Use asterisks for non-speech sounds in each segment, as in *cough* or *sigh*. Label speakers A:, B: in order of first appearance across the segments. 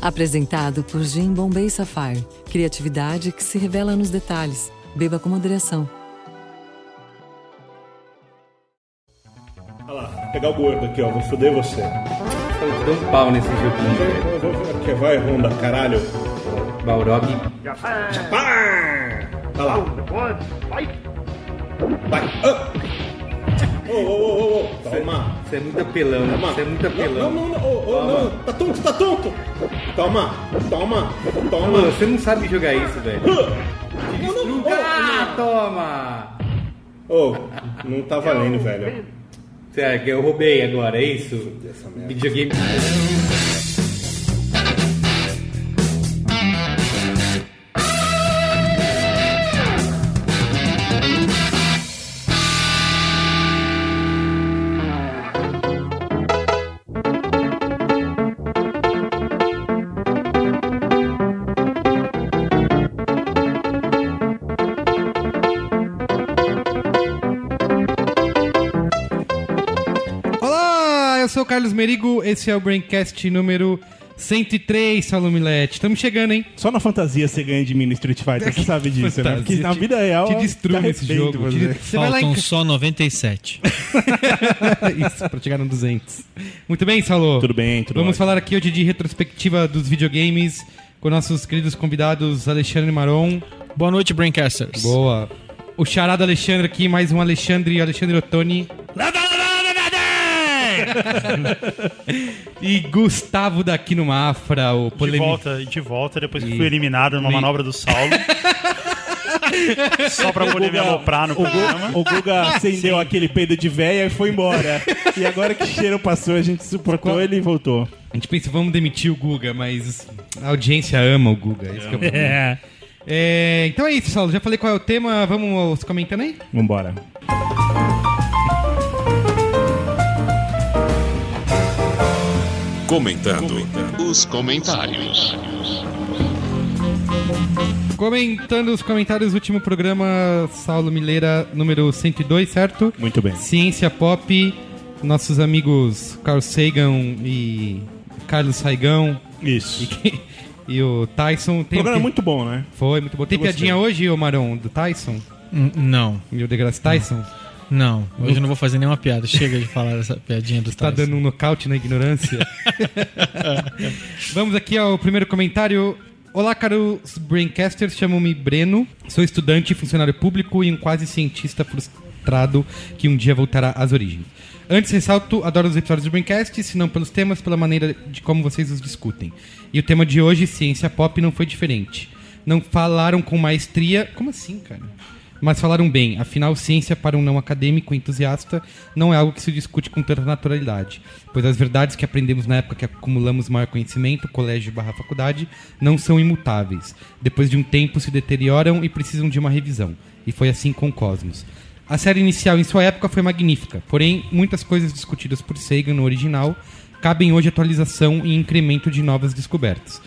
A: Apresentado por Gin Bombay Sapphire. Criatividade que se revela nos detalhes. Beba com moderação.
B: Olha lá, pegar o gordo aqui, ó. Vou foder você.
C: Eu dou um pau nesse joguinho, velho.
B: Eu vou- Aqui, vai, Honda, caralho.
C: Balrog.
D: Japan,
B: Pá! Olha lá.
D: one, fight!
B: Vai. Ah! Ô, ô, ô, ô, ô. Toma.
C: Você é muito apelão,
B: Toma.
C: você é muito
B: Não,
C: apelão.
B: não, não. Ô, ô,
C: Toma.
B: não. Tá tonto, tá tonto. Toma. Toma. Toma.
C: Mano, você não sabe jogar isso, velho.
B: Ah! Não, não, ô,
C: Ah, toma!
B: Ô, não tá valendo, velho.
C: Será que eu roubei agora, é isso?
B: Essa merda.
C: Videogame.
E: Olá, eu sou o Carlos Merigo, esse é o Braincast número 103, Salomilete. Estamos chegando, hein?
F: Só na fantasia você ganha de mim no Street Fighter,
E: *laughs*
F: você sabe disso, né? Porque
E: Fantasia,
F: na
E: te-
F: vida real.
E: Te
F: eu
E: destrua
F: me
E: nesse
F: arrependo
E: jogo.
F: de
E: Te-
F: você.
E: Você é. vai lá em
G: Faltam só 97.
E: ca- Isso, pra chegar no 200. Muito bem, Salô.
F: Tudo bem, tudo
E: Vamos
F: ótimo.
E: falar aqui hoje de retrospectiva dos videogames com nossos queridos convidados Alexandre Maron.
G: Boa noite, Braincasters.
E: Boa. O charada Alexandre aqui, mais um Alexandre, Alexandre Ottoni. *laughs* E Gustavo daqui no Mafra, o
H: De
E: polêmico.
H: volta, de volta, depois que fui eliminado numa manobra do Saulo. Só pra poder me aloprar no programa.
F: O Guga acendeu aquele peido de véia e foi embora. e agora que o cheiro passou, a gente suportou, ele voltou.
E: A gente pensa, vamos demitir o Guga, mas assim, a audiência ama o Guga. Isso que é o problema. É, então é isso, Saulo. Já falei qual é o tema. Vamos comentando aí?
F: Vambora.
I: Comentando, os comentários.
E: Comentando os comentários, último programa, Saulo Mileira, número 102, certo?
F: Muito bem.
E: Ciência Pop, nossos amigos Carl Sagan e Carlos Saigão *laughs*
F: Isso.
E: e, e o Tyson. Tem um
F: Programa muito bom, né?
E: Foi, muito bom. Tem
F: Eu gostei.
E: piadinha hoje, ô Maron, do Tyson?
G: N- Não,
E: E o deGrasse Tyson?
G: não. Hoje eu não vou fazer nenhuma piada. Chega de falar essa piadinha do
E: Tá
G: Tyson.
E: dando um nocaute na ignorância. Vamos aqui ao primeiro comentário. Olá, caros Braincasters, chamo-me Breno, sou estudante, funcionário público e um quase cientista frustrado que um dia voltará às origens. Antes, ressalto, adoro os episódios do Braincast, se não pelos temas, pela maneira de como vocês os discutem. E o tema de hoje, ciência pop, não foi diferente. Não falaram com maestria... Como assim, cara? Mas falaram bem, afinal, ciência para um não acadêmico entusiasta não é algo que se discute com tanta naturalidade, pois as verdades que aprendemos na época que acumulamos maior conhecimento, colégio barra faculdade, não são imutáveis. Depois de um tempo se deterioram e precisam de uma revisão. E foi assim com Cosmos. A série inicial em sua época foi magnífica, porém, muitas coisas discutidas por Sagan no original cabem hoje atualização e incremento de novas descobertas.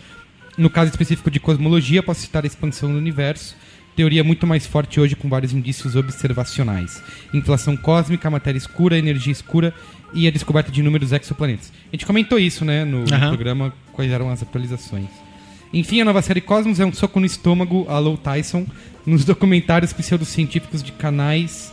E: No caso específico de cosmologia, posso citar a expansão do universo, teoria muito mais forte hoje com vários indícios observacionais. Inflação cósmica, matéria escura, energia escura e a descoberta de inúmeros exoplanetas. A gente comentou isso, né, no
G: Aham.
E: programa, quais eram as atualizações. Enfim, a nova série Cosmos é um soco no estômago, alô Tyson, nos documentários pseudocientíficos de canais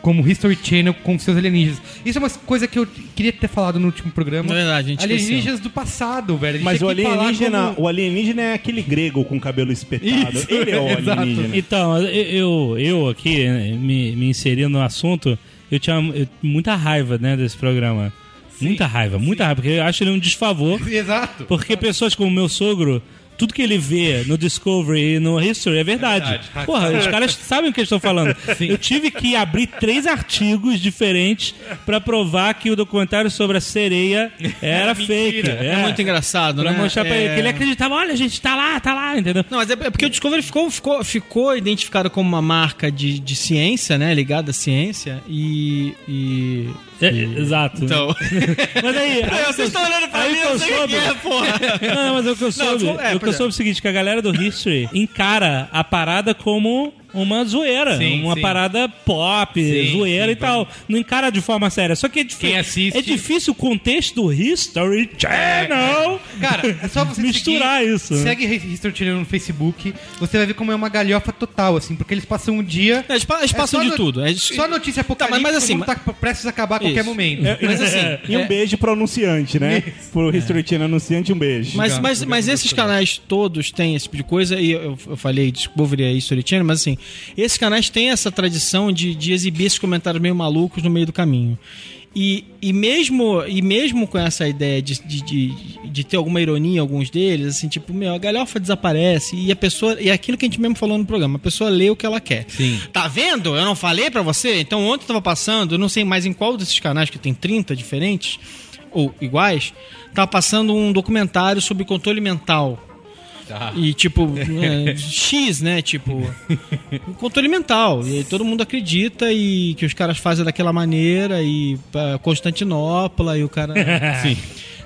E: como History Channel com seus alienígenas. Isso é uma coisa que eu queria ter falado no último programa.
G: É verdade, a gente
E: alienígenas do passado, velho. A gente
F: Mas
E: tem
F: o
E: que falar
F: alienígena,
E: como-
F: o alienígena é aquele grego com cabelo espetado.
E: Isso,
F: ele é o
E: *laughs* exato.
F: alienígena.
J: Então, eu, eu- eu aqui, né, me, me inserindo no assunto, eu tinha eu- muita raiva né, desse programa. muita raiva, muita raiva, porque eu acho ele um desfavor.
E: Exato.
J: Porque pessoas como meu sogro, tudo que ele vê no Discovery e no History é verdade.
E: verdade.
J: Porra, os caras sabem o que eles
G: *laughs*
J: estão falando. Eu tive que abrir três artigos diferentes pra provar que o documentário sobre
G: *laughs*
J: a sereia era fake.
G: É, muito engraçado,
J: Pra
G: né?
J: mostrar pra
G: É.
J: ele que ele acreditava, olha, gente, tá lá, tá lá, entendeu?
G: Não, mas é é porque o Discovery ficou, ficou, ficou identificado como uma marca de, de ciência, né? Ligada à ciência. E. e...
J: É, exato.
G: Então.
J: *laughs* Mas aí. aí
G: Vocês estão olhando pra
J: aí
G: mim,
J: que eu
G: eu sei o que
J: soube.
G: é, porra.
J: Não, mas o que eu soube,
G: desculpa, é,
J: o que eu
G: pois é.
J: soube é o seguinte, que a galera do History encara a parada como uma zoeira,
E: Sim,
J: uma
E: sim.
J: parada pop,
E: Sim,
J: zoeira
E: sim,
J: e tal. Não encara de forma séria. Só que é difícil.
E: Quem assiste-
J: É difícil o contexto do History Channel
E: Cara, é só você
J: Misturar
E: seguir-
J: isso, né?
E: Segue History Channel no Facebook, você vai ver como é uma galhofa total, assim, porque eles passam um dia.
G: É, eles pa- eles passam
E: só
G: de
E: no-
G: tudo. É, eles-
E: Só notícia
G: Tá,
E: apocalíptica,
G: mas- mas assim,
E: o mundo tá prestes a acabar a qualquer
G: Isso.
E: momento.
G: Mas assim,
J: *laughs*
F: E um
G: é-
F: beijo pro anunciante, né? Pro History Channel anunciante, um beijo.
G: Mas, mas, mas esses canais todos têm esse tipo de coisa, e eu, eu falei, descobriria isso, History Channel, mas assim, esses canais têm essa tradição de, de exibir esses comentários meio malucos no meio do caminho. E, e, mesmo, e mesmo com essa ideia de, de, de, de ter alguma ironia em alguns deles, assim, tipo, meu, a galhofa desaparece e a pessoa. E é aquilo que a gente mesmo falou no programa, a pessoa lê o que ela quer.
E: Sim.
G: Tá vendo? Eu não falei pra você? Então ontem eu tava passando, eu não sei mais em qual desses canais, que tem 30 diferentes, ou iguais, tava passando um documentário sobre controle mental.
E: Tá. *laughs*
G: E tipo, é, X, né? Tipo, um controle mental. E aí todo mundo acredita e que os caras fazem daquela maneira e pá, Constantinopla e o cara. né.
E: *laughs*
G: Sim.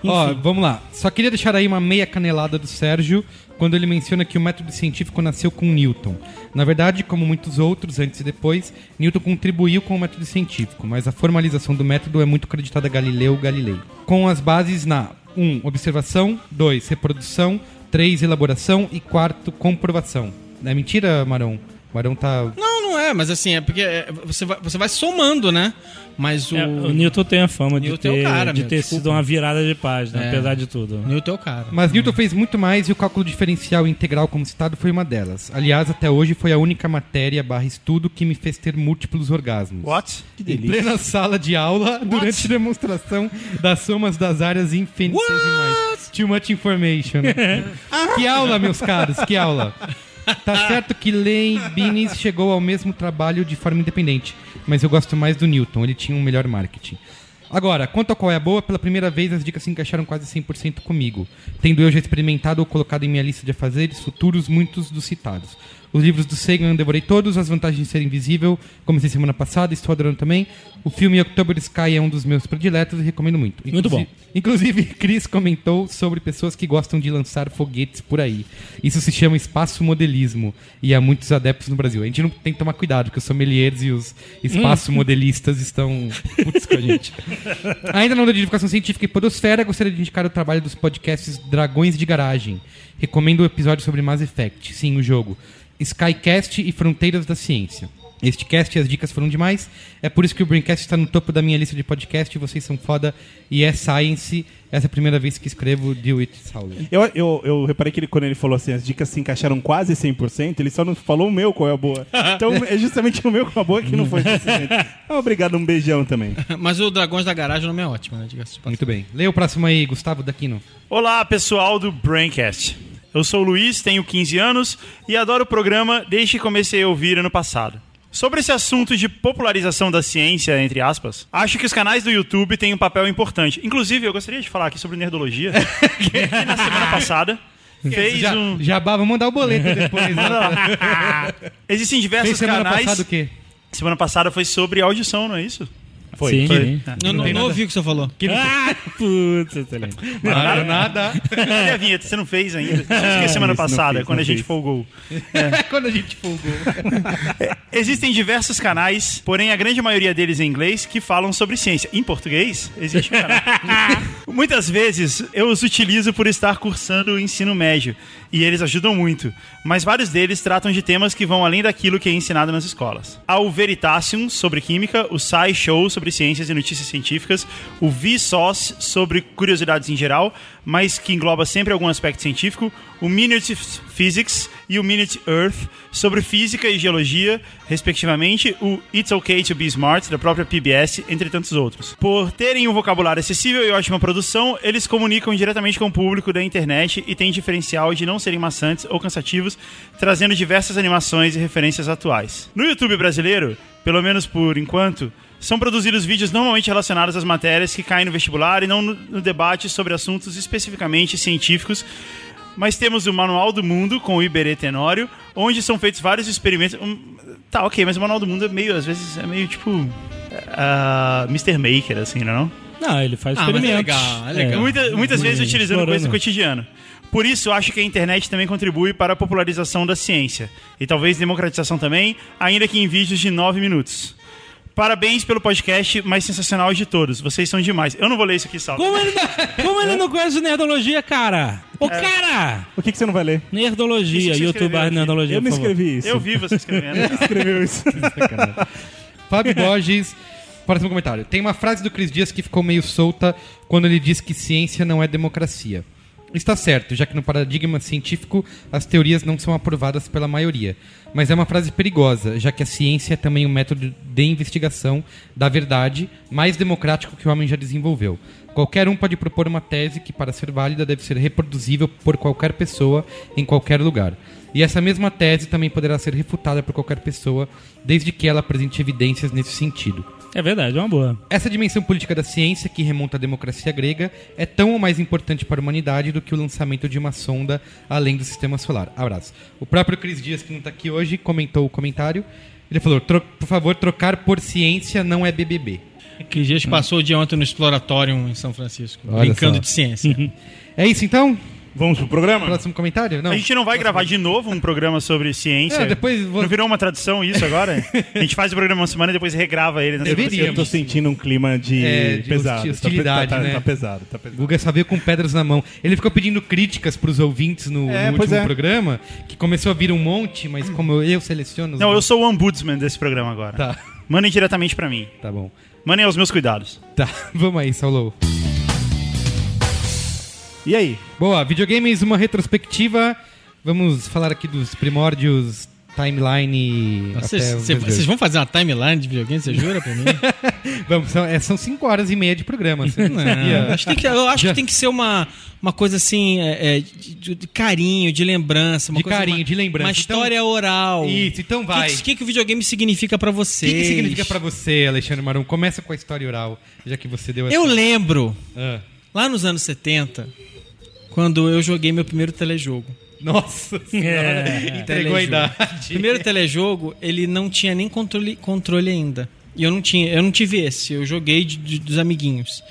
E: Ó, vamos lá. Só queria deixar aí uma meia canelada do Sérgio quando ele menciona que o método científico nasceu com Newton. Na verdade, como muitos outros antes e depois, Newton contribuiu com o método científico, mas a formalização do método é muito creditada a Galileu Galilei. Com as bases na 1. Um, observação, 2. Reprodução, 3. Elaboração e 4. Comprovação. Não é mentira, Marão? Marão tá.
G: Não, não é, mas assim, é porque é, você vai, você vai somando, né? Mas o.
J: É, o Newton tem a fama de
G: Newton é o
J: ter,
G: cara,
J: de
G: meu,
J: ter
G: desculpa.
J: sido uma virada de página,
G: É.
J: apesar de tudo.
G: Newton é o cara.
E: Mas Newton fez muito mais e o cálculo diferencial e integral, como citado, foi uma delas. Aliás, até hoje foi a única matéria barra estudo que me fez ter múltiplos orgasmos.
H: What?
E: Em plena sala de aula, durante demonstração das somas das áreas infinitas demais. Too much information. que aula, meus caros, que aula. Tá certo que Lane Binnis chegou ao mesmo trabalho de forma independente, mas eu gosto mais do Newton, ele tinha um melhor marketing. Agora, quanto a qual é a boa, pela primeira vez as dicas se encaixaram quase 100% comigo, tendo eu já experimentado ou colocado em minha lista de afazeres futuros muitos dos citados. Os livros do Sagan eu devorei todos, As Vantagens de Ser Invisível, comecei semana passada, estou adorando também. O filme October Sky é um dos meus prediletos e recomendo muito.
J: Muito bom.
E: Inclusive, Chris comentou sobre pessoas que gostam de lançar foguetes por aí. Isso se chama espaço modelismo e há muitos adeptos no Brasil. A gente não tem que tomar cuidado, porque os sommeliers e os espaço modelistas estão putos com a gente. Ainda na onda de divulgação científica e podosfera, gostaria de indicar o trabalho dos podcasts Dragões de Garagem. Recomendo o episódio sobre Mass Effect, sim, o jogo. Skycast e Fronteiras da Ciência. Este cast e as dicas foram demais. É por isso que o Braincast está no topo da minha lista de podcast. Vocês são foda e é science. Essa é a primeira vez que escrevo Deal It Saulo.
F: Eu, eu, eu reparei que ele, quando ele falou assim, as dicas se encaixaram quase 100%, ele só não falou o meu qual é a boa. Então é justamente o meu qual é a boa que não foi suficiente. Ah, Obrigado, um beijão também.
G: *laughs* Mas o Dragões da Garagem o nome é ótimo, né? Diga-se. de passagem.
E: Muito bem. Leia o próximo aí, Gustavo Daquino.
H: Olá, pessoal do Braincast. Eu sou o Luiz, tenho 15 anos e adoro o programa desde que comecei a ouvir ano passado. Sobre esse assunto de popularização da ciência, entre aspas, acho que os canais do YouTube têm um papel importante. Inclusive, eu gostaria de falar aqui sobre Nerdologia, *laughs* que na semana passada fez
E: Já,
H: um...
E: Jabá, vou mandar o
G: *laughs*
E: boleto depois. né? *laughs*
H: Existem diversos
E: Fez semana
H: canais...
E: passada o quê?
H: Semana passada foi sobre audição, não é isso? Foi.
J: Sim.
H: Foi.
G: Não, não, não ouvi o que você falou.
J: Ah, puta, excelente.
E: Nada, nada.
H: Cadê a vinheta? Você não fez ainda? Acho que é semana
F: Isso, não
H: passada,
F: fiz,
H: quando
F: não
H: a gente
F: fiz.
H: folgou.
E: Quando a gente folgou.
H: Existem diversos canais, porém a grande maioria deles em inglês, que falam sobre ciência. Em português, existe um canal. Muitas vezes eu os utilizo por estar cursando o ensino médio, e eles ajudam muito, mas vários deles tratam de temas que vão além daquilo que é ensinado nas escolas. Há o Veritasium sobre química, o Sci Show sobre ciências e notícias científicas, o Vsauce sobre curiosidades em geral, mas que engloba sempre algum aspecto científico, o Minute Physics e o Minute Earth sobre física e geologia, respectivamente, o It's Okay to Be Smart, da própria PBS, entre tantos outros. Por terem um vocabulário acessível e ótima produção, eles comunicam diretamente com o público da internet e têm diferencial de não serem maçantes ou cansativos, trazendo diversas animações e referências atuais. No YouTube brasileiro, pelo menos por enquanto, são produzidos vídeos normalmente relacionados às matérias que caem no vestibular e não no- no debate sobre assuntos especificamente científicos, mas temos o Manual do Mundo com o Iberê Tenório, onde são feitos vários experimentos. Hum, tá, ok, mas o Manual do Mundo é meio, às vezes, é meio tipo. ah, Mr. Maker, assim, não é? não?
J: Não, ele faz
G: Ah, mas é
J: experimentos.
G: legal, é legal.
H: Muita- muitas vezes utilizando
J: explorando.
H: coisas do cotidiano. Por isso, acho que a internet também contribui para a popularização da ciência. E talvez democratização também, ainda que em vídeos de 9 minutos. Parabéns pelo podcast mais sensacional de todos. Vocês são demais. Eu não vou ler isso aqui, Saulo.
J: Como ele, não, como ele não conhece o Nerdologia, cara? Ô, cara!
F: O que, que você não vai ler?
J: Nerdologia,
H: Isso que você
J: YouTube
H: escreveu aqui.
J: Nerdologia.
F: eu me
J: por favor.
F: inscrevi isso. *laughs*
H: Eu vi você escrevendo.
J: *laughs*
H: cara.
F: Escreveu isso.
E: Fábio Borges, *laughs* próximo comentário. Tem uma frase do Cris Dias que ficou meio solta quando ele diz que ciência não é democracia. Está certo, já que no paradigma científico as teorias não são aprovadas pela maioria. Mas é uma frase perigosa, já que a ciência é também um método de investigação da verdade mais democrático que o homem já desenvolveu. Qualquer um pode propor uma tese que, para ser válida, deve ser reproduzível por qualquer pessoa em qualquer lugar. E essa mesma tese também poderá ser refutada por qualquer pessoa, desde que ela apresente evidências nesse sentido.
J: É verdade, é uma boa.
E: Essa dimensão política da ciência, que remonta à democracia grega, é tão ou mais importante para a humanidade do que o lançamento de uma sonda além do sistema solar. Abraço. O próprio Cris Dias, que não está aqui hoje, comentou o comentário. Ele falou: "Tro- por favor, trocar por ciência não é BBB.
G: Que dias passou o dia ontem no Exploratorium em São Francisco,
E: Olha
G: brincando
E: só.
G: de
E: *laughs*
G: ciência.
E: É isso então?
F: Vamos pro programa?
E: Próximo comentário? Não.
H: A gente não vai gravar de novo um programa sobre ciência.
E: É, depois vou-
H: Não virou uma tradição isso agora? A gente faz o programa uma semana e depois regrava ele. Na
E: Deveria.
H: segunda.
F: Eu tô sentindo um clima de,
E: É, de
F: pesado.
E: hosti-
F: Tá pe-
E: hostilidade,
F: tá, tá-
E: né?
F: tá pesado, tá pesado.
E: Guga só veio com pedras na mão. Ele ficou pedindo críticas pros ouvintes no,
F: É,
E: no
F: pois
E: último
F: é.
E: programa, que começou a vir um monte, mas como eu, eu seleciono. os
H: Não, eu
E: bons-
H: sou o ombudsman desse programa agora.
E: Tá,
H: Mandem diretamente pra mim.
E: tá bom.
H: Mandem aos meus cuidados.
E: Tá, *laughs* vamos aí, Saulo.
F: E aí?
E: Boa, videogames, uma retrospectiva. Vamos falar aqui dos primórdios, timeline.
G: Nossa,
E: até
G: Vocês
E: os
G: cê-
E: dias de
G: vocês
E: hoje.
G: vão fazer uma timeline de videogame, você
E: *laughs*
G: jura pra mim?
E: Vamos, são, é, são cinco horas e meia de programa. Você não sabia?
G: Ah, Acho que tem que- eu acho
E: Já-
G: que tem que ser uma, uma coisa assim, é, é, de, de- de carinho, de lembrança. Uma
E: De
G: coisa-
E: carinho,
G: uma-
E: de lembrança.
G: Uma
E: Então-
G: história oral.
E: Isso, então
G: O
E: vai.
G: que, que, que o videogame significa pra
E: O
G: você?
E: que, que significa pra você, Alexandre Maron? Começa com a história oral, já que você deu essa.
G: Eu lembro,
E: Ah,
G: lá nos anos 70, quando eu joguei meu primeiro telejogo. *laughs* É,
E: Nossa senhora, entregou a
G: Telejogo.
E: idade.
G: Primeiro telejogo, ele não tinha nem controle, controle ainda. E eu não tinha, eu não tive esse, eu joguei de- de- dos amiguinhos.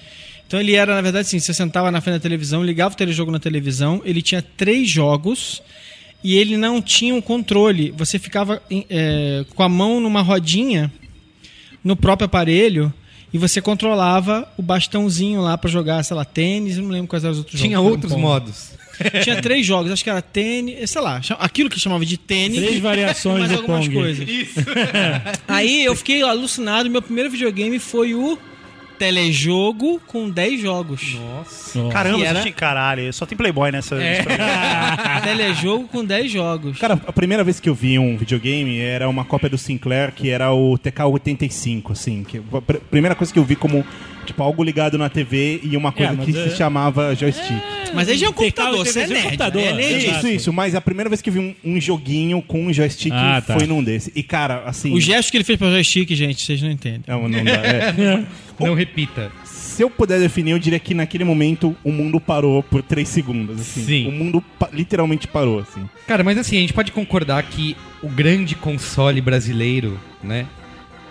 G: Então ele era, na verdade, assim, você sentava na frente da televisão, ligava o telejogo na televisão, ele tinha três jogos e ele não tinha um controle. Você ficava em- eh, com a mão numa rodinha no próprio aparelho e você controlava o bastãozinho lá pra jogar, sei lá, tênis, eu não lembro quais eram os outros
E: Tinha
G: jogos.
E: outros
G: Era um combo.
E: modos.
G: Tinha três jogos, acho que era tênis, eh, sei lá, cha- aquilo que chamava de tênis.
J: Três variações
G: mais
J: do
G: algumas
J: Pong.
G: coisas.
E: Isso.
G: *laughs* Aí eu fiquei alucinado, meu primeiro videogame foi o telejogo com 10 jogos.
E: Nossa.
J: Ó.
H: Caramba,
G: E era-
H: gente, caralho. Só tem Playboy nessa. nesse programa.
G: telejogo com 10 jogos.
F: Cara, a primeira vez que eu vi um videogame era uma cópia do Sinclair, que era o TK-85, assim. Que a pr- primeira coisa que eu vi como, tipo, algo ligado na TV e uma coisa
J: mas
F: que
J: é-
F: se chamava joystick.
G: Mas aí já é um
J: Tem
G: computador,
J: cara,
G: você é
J: tem
G: nerd.
J: computador.
G: né? É nerd.
J: Exato.
F: Isso, isso. Mas a primeira vez que eu vi um, um joguinho com um joystick
J: Ah, tá.
F: foi num desse. E, cara, assim...
G: O gesto que ele fez pra joystick, gente, vocês não entendem.
F: Não, não dá, é.
E: Não repita.
F: Se eu puder definir, eu diria que naquele momento o mundo parou por três segundos, assim.
E: Sim.
F: O mundo pa- literalmente parou, assim.
E: Cara, mas assim, a gente pode concordar que o grande console brasileiro, né?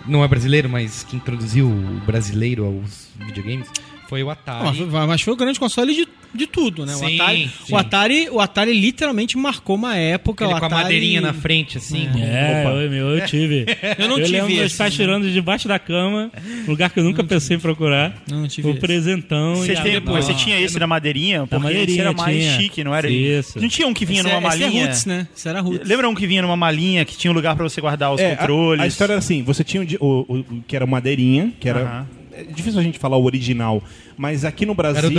E: Não é brasileiro, mas que introduziu o brasileiro aos videogames foi o
G: Não, mas
E: Atari.
G: foi- Mas foi o grande console de, de tudo, né?
E: Sim,
G: o, Atari,
E: sim.
G: o Atari, o Atari literalmente marcou uma época.
E: Aquele
G: o
E: com a
G: Atari...
E: madeirinha na frente, assim. com-
J: É,
E: Opa.
J: eu, meu, eu tive.
G: *laughs* Eu não
J: eu
G: tive
J: lembro de eu
G: esse,
J: estar
G: né?
J: tirando debaixo da cama, lugar que eu nunca pensei em procurar.
G: Não, não tive
J: O
G: esse.
J: presentão
H: Você,
J: e a-
H: tem-
J: Nossa.
H: você tinha esse da madeirinha, porque esse
J: madeirinha,
H: era mais
J: tinha.
H: chique, não era?
J: Isso.
H: Não tinha um que vinha
G: Esse é-
H: numa
G: esse é
H: malinha?
G: Roots, né? Isso era Roots.
H: Lembra um que vinha numa malinha que tinha um lugar pra você guardar os
F: É, a-
H: controles?
F: A, história era assim: você tinha o, di- o- o- o que era o madeirinha, que era.
H: Aham.
F: É difícil a gente falar o original, mas aqui no Brasil.
E: Era o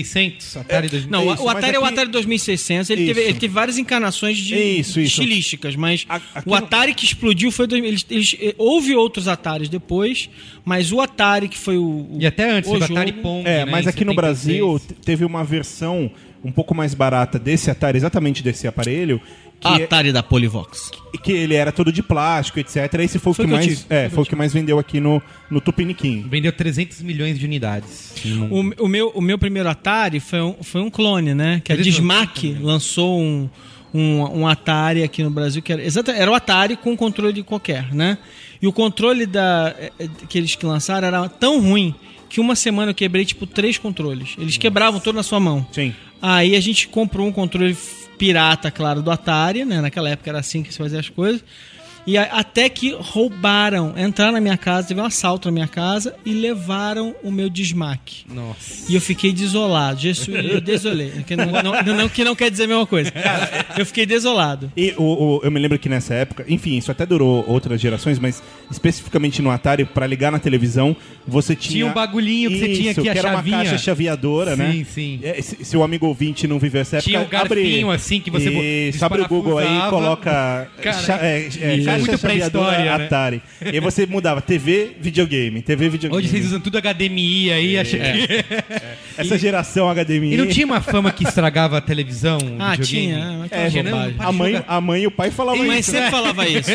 E: 2600, Atari 2600.
G: Não,
F: Isso,
G: o
F: mas
G: Atari é o
F: aqui-
G: Atari 2600. Ele
F: Isso.
G: teve, ele teve várias encarnações de
F: Isso, isso.
G: estilísticas, mas
F: A- aqui
G: o
F: no-
G: Atari que explodiu foi. dois- eles- eles- eh, houve outros Ataris depois, mas o Atari que foi o. o-
E: E até antes,
G: o
E: o
G: jogo-
E: Atari Pong.
F: É,
E: né,
F: mas
E: em
F: aqui no
E: 76.
F: Brasil te- teve uma versão um pouco mais barata desse Atari, exatamente desse aparelho, que, é,
G: Atari da Polivox.
F: que ele era todo de plástico, etc. Esse foi o
G: Foi
F: que,
G: que eu
F: mais,
G: tive,
F: é, foi o que mais vendeu aqui no, no Tupiniquim.
E: Vendeu 300 milhões de unidades.
G: O, o meu, o meu primeiro Atari foi um, foi um clone, né? Que a
E: Eles lançaram
G: Dismac lançou um, um, um Atari aqui no Brasil, que era, exata- era o Atari com controle de qualquer, né? E o controle da, eh, eh, que eles que lançaram era tão ruim que uma semana eu quebrei, tipo, três controles. Eles quebravam todo na sua mão.
F: Sim.
G: Aí a gente comprou um controle f- pirata, claro, do Atari, né? Naquela época era assim que se fazia as coisas. E a- até que roubaram, entraram na minha casa, teve um assalto na minha casa e levaram o meu desmaque.
E: Nossa.
G: E eu fiquei desolado, Jesus, eu desolei. Que não, não- não- que não quer dizer a mesma coisa. Eu fiquei desolado.
F: E o, o- eu me lembro que nessa época, enfim, isso até durou outras gerações, mas especificamente no Atari, pra ligar na televisão, você tinha.
E: Tinha um bagulhinho que você tinha
F: Isso,
E: aqui, a
F: que era
E: chavinha.
F: uma caixa chaveadora, né?
E: Sim, sim.
F: É, se, se o amigo ouvinte não viveu essa época,
E: Tinha o garfinho,
F: abre,
E: assim, que você bo-
F: Isso, abre o Google aí e
E: desparafusava.
F: coloca.
E: Cara,
F: cha- é, é,
E: isso
F: caixa
E: é muito
F: chaveadora
E: pré-história, né?
F: Atari. E aí você mudava TV, videogame, TV, videogame.
E: Hoje vocês usam tudo HDMI
G: É.
E: aí, acha que...
F: Essa geração HDMI.
E: E não tinha uma fama que estragava a televisão? o
G: Ah,
E: videogame?
G: tinha.
E: É,
G: É,
E: tinha,
G: tinha
E: né?
G: bobagem.
F: A mãe, a mãe e o pai falavam
G: Mas
F: isso.
G: sempre falava
E: *laughs*
G: isso.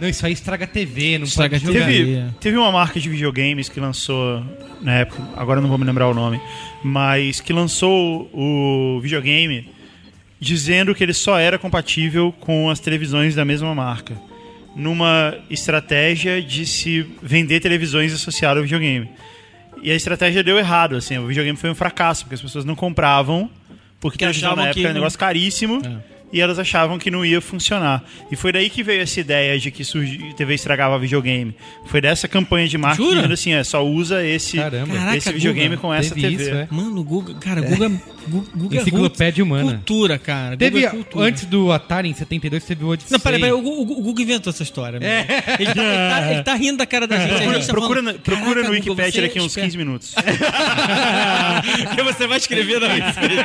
E: Não, isso aí estraga a TV, não
G: Estraga
E: pode
G: a TV.
E: jogar.
H: Teve,
G: Jogaria.
H: teve uma marca de videogames que lançou na época, agora eu não vou me lembrar o nome, mas que lançou o videogame dizendo que ele só era compatível com as televisões da mesma marca, numa estratégia de se vender televisões associadas ao videogame. E a estratégia deu errado, assim, o videogame foi um fracasso, porque as pessoas não compravam, porque
G: Porque
H: televisão na
G: achavam
H: época
G: que
H: era um
G: não-
H: negócio caríssimo.
E: É.
H: E elas achavam que não ia funcionar. E foi daí que veio essa ideia de que surgi- TV estragava videogame. Foi dessa campanha de marketing
G: Jura?
H: dizendo assim, é, só usa esse,
E: Caramba.
G: Caraca,
H: esse videogame
G: Guga,
H: com essa
E: Teve
H: TV.
E: isso, é.
G: Mano, o Guga, cara, o Guga, Gu- Guga é
E: Enciclopédia
G: cultu-
E: humana.
G: Cultura, cara. Guga
E: Teve,
G: é cultura.
E: antes do Atari, em 72, teve o Odyssey.
G: Não, peraí, peraí, o, Gu- o Gu- o Guga inventou essa história. meu.
E: É.
G: Ele, tá, ele tá- ele tá rindo da cara da gente. a
H: Procura,
G: gente tá
H: procura
G: falando,
H: na- procura
G: "Caraca,
H: no
G: Guga, você
H: Wikipedia
G: é
H: daqui uns
G: esperto." É.
H: 15 minutos.
G: *laughs* que você vai escrever na Wikipedia.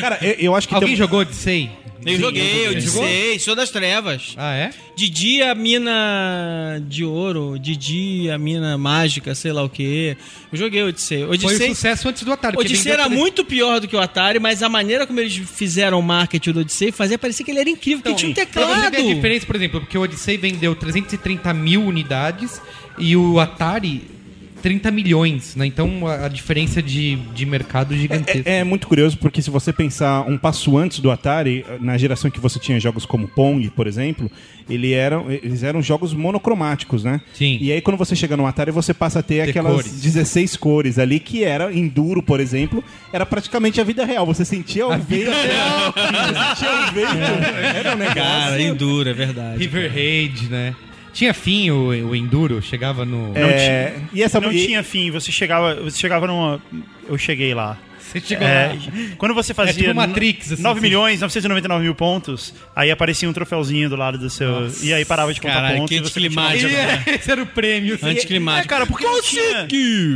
F: Cara, eu, eu acho que
E: Alguém
G: um-
F: tem- um
E: jogou Odyssey?
G: Eu joguei, eu
E: Jogou?
G: disse, sou das trevas.
E: Ah, é?
G: De dia a mina de ouro, de dia a mina mágica, sei lá o quê. Eu joguei Odissei.
E: Foi um
G: Odissei,
E: sucesso antes do Atari. porque
G: Odissei
E: vendeu
G: era
E: pra-
G: muito pior do que o Atari, mas a maneira como eles fizeram o marketing do Odissei fazia parecer que ele era incrível, porque tinha um
E: Então, Pra você
G: teclado.
E: ver a diferença, por exemplo, porque o Odyssey vendeu 330 mil unidades e o Atari 30 milhões, né? Então a, a diferença de, de mercado gigantesca.
F: É, é muito curioso porque se você pensar um passo antes do Atari, na geração que você tinha jogos como Pong, por exemplo, ele eram, eles eram jogos monocromáticos, né?
E: Sim.
F: E aí quando você chega no Atari, você passa a ter
E: Ter
F: aquelas
E: cores.
F: 16 cores ali que era enduro, por exemplo, era praticamente a vida real. Você sentia o vento. *laughs* Você sentia o vento. Era um negócio.
H: Ah,
G: Cara, enduro, é verdade.
E: River Raid, né? Tinha fim o, o Enduro, chegava no.
H: Não
F: É, e essa
H: Não
F: e-
H: tinha fim, você chegava, você chegava numa. Eu cheguei lá.
E: Você chegou
H: É,
E: lá.
H: quando você fazia
E: tipo Matrix, assim,
H: 9
E: assim.
H: milhões, 999 mil pontos, aí aparecia um troféuzinho do lado do seu. e aí parava de contar
G: Caralho,
H: pontos.
G: que
H: e você continuava
G: anticlimático. né?
H: jogando.
E: E- *laughs* Esse era o prêmio. assim.
G: Anticlimático.
H: É, cara, porque não tinha,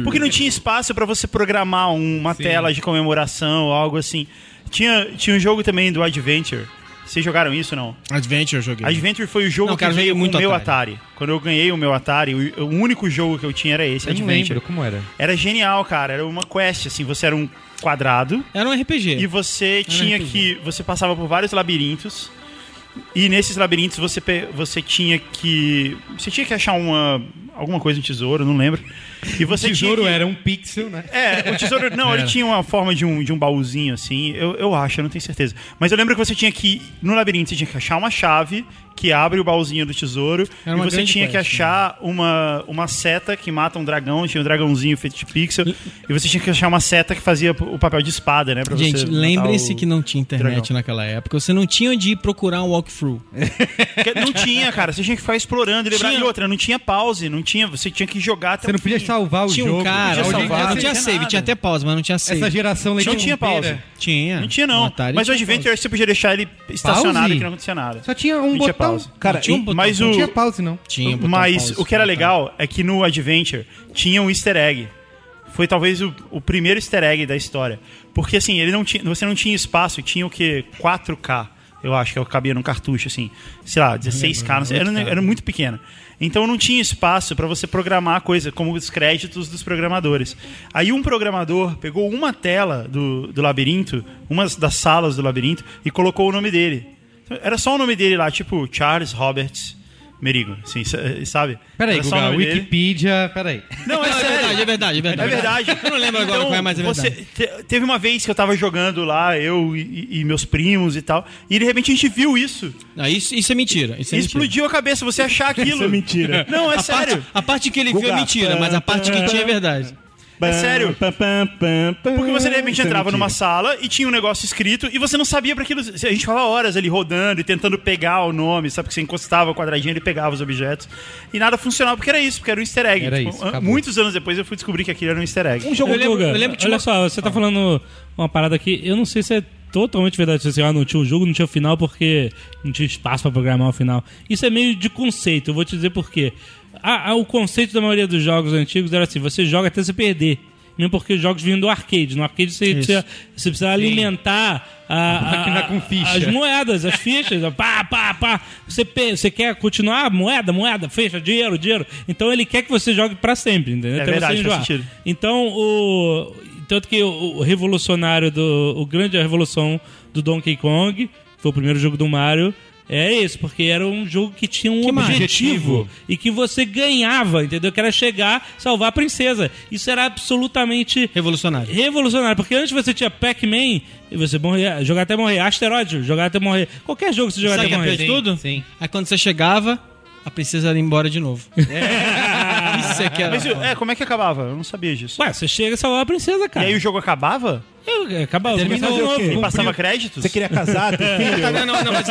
H: porque não tinha espaço pra você programar uma tela de comemoração ou algo assim. Tinha, tinha um jogo também do Adventure. Vocês jogaram isso não?
G: Adventure eu joguei.
H: Adventure foi o jogo
G: Não, cara,
H: que
G: eu joguei
H: veio
G: muito
H: o meu
G: Atari.
H: Atari. Quando eu ganhei o meu Atari, o, o único jogo que eu tinha era esse,
E: Eu não
H: Adventure.
E: lembro como era.
H: Era genial, cara. Era uma quest, assim, você era um quadrado
G: Era um
H: e
G: RPG.
H: você tinha que. Você passava por vários labirintos. E nesses labirintos você, pe- você tinha que. Você tinha que achar uma. alguma coisa, um tesouro, não lembro. E você
E: Tesouro
H: tinha que-
E: era um pixel, né?
H: É, o tesouro. Não, ele tinha uma forma de um, de um baúzinho, assim. Eu, eu acho, eu não tenho certeza. Mas eu lembro que você tinha que. No labirinto, você tinha que achar uma chave que abre o baúzinho do tesouro.
G: Era
H: E
G: uma
H: você
G: grande
H: tinha que
G: quest, né?
H: achar uma, uma seta que mata um dragão, tinha um dragãozinho feito de pixel. e você tinha que achar uma seta que fazia o papel de espada, né? Pra
G: Gente,
H: você matar
G: lembrem-se
H: o-
G: que não tinha internet
H: dragão.
G: naquela época. Você não tinha onde ir procurar um walkthrough.
H: Porque não tinha, cara. Você tinha que ficar explorando e lembrar.
G: Tinha.
H: E outra, não tinha pause, não tinha. Você tinha que jogar até
E: Você
H: o
E: não podia
H: fim.
E: salvar o
G: tinha
E: jogo.
G: um cara,
E: Não
H: podia
E: podia
G: alguém-
H: salvar,
G: não
H: não
G: tinha
H: tinha
G: save,
H: nada.
G: tinha até pausa, mas não tinha save.
E: Essa geração
H: Não tinha
E: leiteira.
H: pausa.
G: Tinha.
H: Não tinha,
G: No
H: não.
G: Atari
H: Mas o
G: tinha pausa.
H: Adventure você podia deixar ele estacionado
E: Pause?
H: que não acontecia nada.
E: Só tinha um
H: Não tinha
E: botão.
H: pausa.
F: Cara,
G: Tinha um
F: e-
G: botão
H: mas
G: pra-
E: Não
H: o-
E: tinha pause, não.
G: Tinha um botão
H: Mas
G: pause,
H: o que era
G: tá.
H: legal é que no Adventure tinha um easter egg. Foi talvez o, o primeiro easter egg da história. Porque assim, ele não tinha, você não tinha espaço, tinha o que? 4K, eu acho que eu cabia num cartucho, assim, sei lá, 16K, não sei,
E: Uhum.
H: era, um ne- era muito pequeno. Então não tinha espaço pra você programar a coisa, como os créditos dos programadores. Aí um programador pegou uma tela do, do labirinto, uma das salas do labirinto, e colocou o nome dele. Era só o nome dele lá, tipo Charles Roberts Merigo, assim, s- sabe?
E: Peraí,
H: Era só o
E: Guga,
H: nome dele.
E: Wikipedia, peraí. *laughs*
H: Não, é
G: É
H: sério.
G: verdade, é verdade, é
H: É
G: verdade.
H: verdade.
G: Eu não lembro agora
H: Então,
G: qual é, mas é
H: você-
G: verdade.
H: te- teve uma vez que eu tava jogando lá, eu e, e meus primos e tal, e de repente a gente viu isso.
G: Não, isso, isso é mentira. Isso
H: e
G: é mentira.
H: explodiu a cabeça, você achar aquilo.
F: Isso é mentira.
H: *laughs* Não, é
G: A
H: sério.
G: parte, a parte que ele viu é
F: Guga.
G: mentira, mas a parte que tinha é verdade.
H: É sério.
F: Pam, pam, pam, pam.
H: Porque você de repente
F: Isso é
H: entrava numa
F: mentira.
H: sala e tinha um negócio escrito e você não sabia para aquilo. A gente ficava horas ali rodando e tentando pegar o nome, sabe? Porque você encostava o quadradinho, ele pegava os objetos. E nada funcionava porque era isso, porque era um easter egg.
E: Era isso, acabou.
H: muitos anos depois eu fui descobrir que aquilo era um easter egg.
J: Um jogo eu lembro,
G: Guga,
J: eu lembro que Olha só, você tá falando uma parada aqui, eu não sei se é totalmente verdade. Você assim, ah, não tinha um jogo, não tinha o final porque não tinha espaço pra programar o final. Isso é meio de conceito, eu vou te dizer por quê. Ah, ah, o conceito da maioria dos jogos antigos era assim: você joga até você perder. Mesmo porque os jogos vinham do arcade. No arcade você, precisa, você precisa alimentar a, *laughs* a-
E: máquina com ficha.
J: as moedas, as fichas, pá, pá, pá. Você, pe- você quer continuar? Moeda, moeda, fecha, dinheiro, dinheiro. Então ele quer que você jogue pra sempre, entendeu?
H: É
J: Até você
H: verdade, faz
J: enjoar.
H: sentido.
J: Então, o. Tanto que o, o revolucionário do. O grande revolução do Donkey Kong, que foi o primeiro jogo do Mario, é esse, porque era um jogo que tinha um objetivo e que você ganhava, entendeu? Que era chegar, salvar a princesa. Isso era absolutamente
G: Revolucionário.
J: revolucionário, porque antes você tinha Pac-Man e você morria, jogar até morrer, asteroide, jogar até morrer. Qualquer jogo você jogar
G: Sabe
J: até
G: que é pior
J: morrer.
G: de tudo?
E: sim.
G: Aí quando você chegava, a princesa era embora de novo. Isso é que era.
H: Mas eu- é, como é que acabava? Eu não sabia disso.
J: Ué, você chega e salva a princesa,
H: E
J: cara.
H: aí o jogo acabava?
J: Eu- acaba,
F: Terminou.
J: começava de
F: E
J: novo.
H: E passava créditos?
F: Você queria casar,
H: *laughs*
F: ter filho?
G: Tá, não, não, não, mas,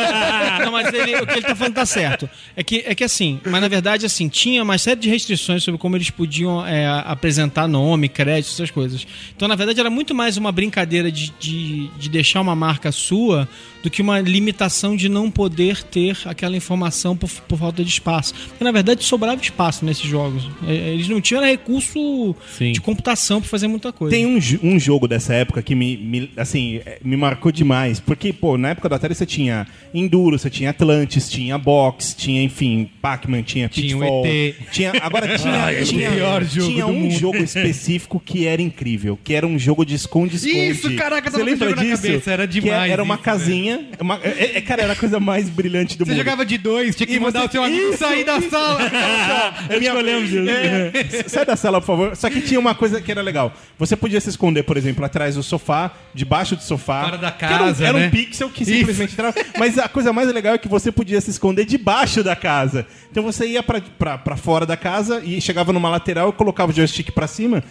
G: não, mas ele- o que ele tá falando tá certo. É que, é que assim, mas na verdade, assim, tinha uma série de restrições sobre como eles podiam é, apresentar nome, crédito, essas coisas. Então, na verdade, era muito mais uma brincadeira de, de, de deixar uma marca sua do que uma limitação de não poder ter aquela informação por, por falta de espaço. Porque, na verdade, sobrava espaço nesses jogos. É, Eles não tinham recurso
E: Sim.
G: de computação para fazer muita coisa.
F: Tem um, jo- um jogo dessa época que me, me, assim, eh, me marcou demais. Porque, pô, na época da Atari você tinha Enduro, você tinha Atlantis, tinha Box, tinha, enfim, Pac-Man, tinha
E: Tinha o
F: Pitfall.
E: ET.
F: Tinha,
E: *laughs*
F: agora tinha,
E: Ah, é o
F: tinha,
E: pior jogo
F: tinha
E: do
F: um
E: mundo.
F: jogo específico que era incrível, que era um jogo de esconde-esconde.
E: Isso, caraca,
F: você
E: tava com
F: lembra
E: o jogo na
F: disso?
E: cabeça, era
F: Que
E: demais
F: era uma
E: isso,
F: casinha. uma- é, é, cara, era a coisa mais brilhante do
E: Você
F: mundo.
E: jogava de dois, tinha que
F: E
E: mandar
F: você-
E: o seu amigo
F: Isso,
E: sair da sala.
F: *laughs*
J: escolhemos isso.
F: É. Sai da sala, por favor. Só que tinha uma coisa que era legal. Você podia se esconder, por exemplo, atrás do sofá, debaixo do sofá.
E: Fora da
F: Que era um-
E: casa,
F: Era um,
E: né?
F: pixel que simplesmente entrava. Mas a coisa mais legal é que você podia se esconder debaixo da casa. Então você ia pra, pra, pra fora da casa e chegava numa lateral, colocava o joystick pra cima.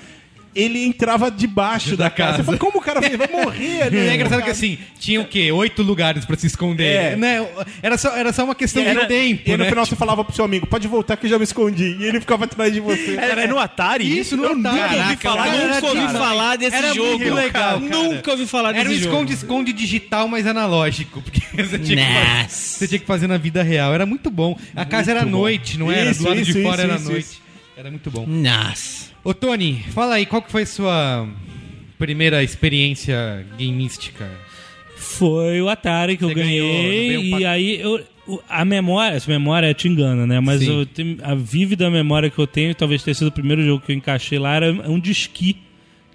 F: Ele entrava debaixo da,
E: Da
F: casa. Você
E: casa.
F: fala, como o cara fez? vai morrer?
E: E
F: né?
E: é engraçado que assim, tinha o quê? Oito lugares pra se esconder.
F: É.
E: Né? Era, só, era só uma questão
F: Era-
E: de tempo,
F: e aí no
E: né?
F: final você falava pro seu amigo, pode voltar que eu já me escondi. E ele ficava atrás de você.
H: Era no Atari?
E: Isso não
H: Eu
E: Atari.
H: nunca ouvi
E: Caraca,
H: falar.
E: cara.
H: nunca
G: Nunca ouvi
H: ouvi falar.
G: falar desse
E: Era
G: jogo.
E: muito legal, cara.
G: Nunca ouvi falar desse
E: Era um
G: jogo.
E: esconde-esconde digital, mas analógico. Porque você tinha, que fazer,
G: Nossa.
E: você tinha que fazer na vida real. Era muito bom. A casa era à noite, não era?
F: Isso,
E: Do lado
F: isso,
E: de fora
F: isso,
E: era à
F: isso,
E: noite.
F: isso.
E: Era muito bom.
G: Nossa.
E: Ô, Tony, fala aí, qual que foi sua primeira experiência gamística?
J: Foi o Atari que
E: Você
J: eu ganhei.
E: ganhou, veio um pac-
J: e aí eu. o- A memória, essa memória te engana, né? Mas
E: Sim.
J: eu tenho- a vívida memória que eu tenho, talvez tenha sido o primeiro jogo que eu encaixei lá, era um disqui,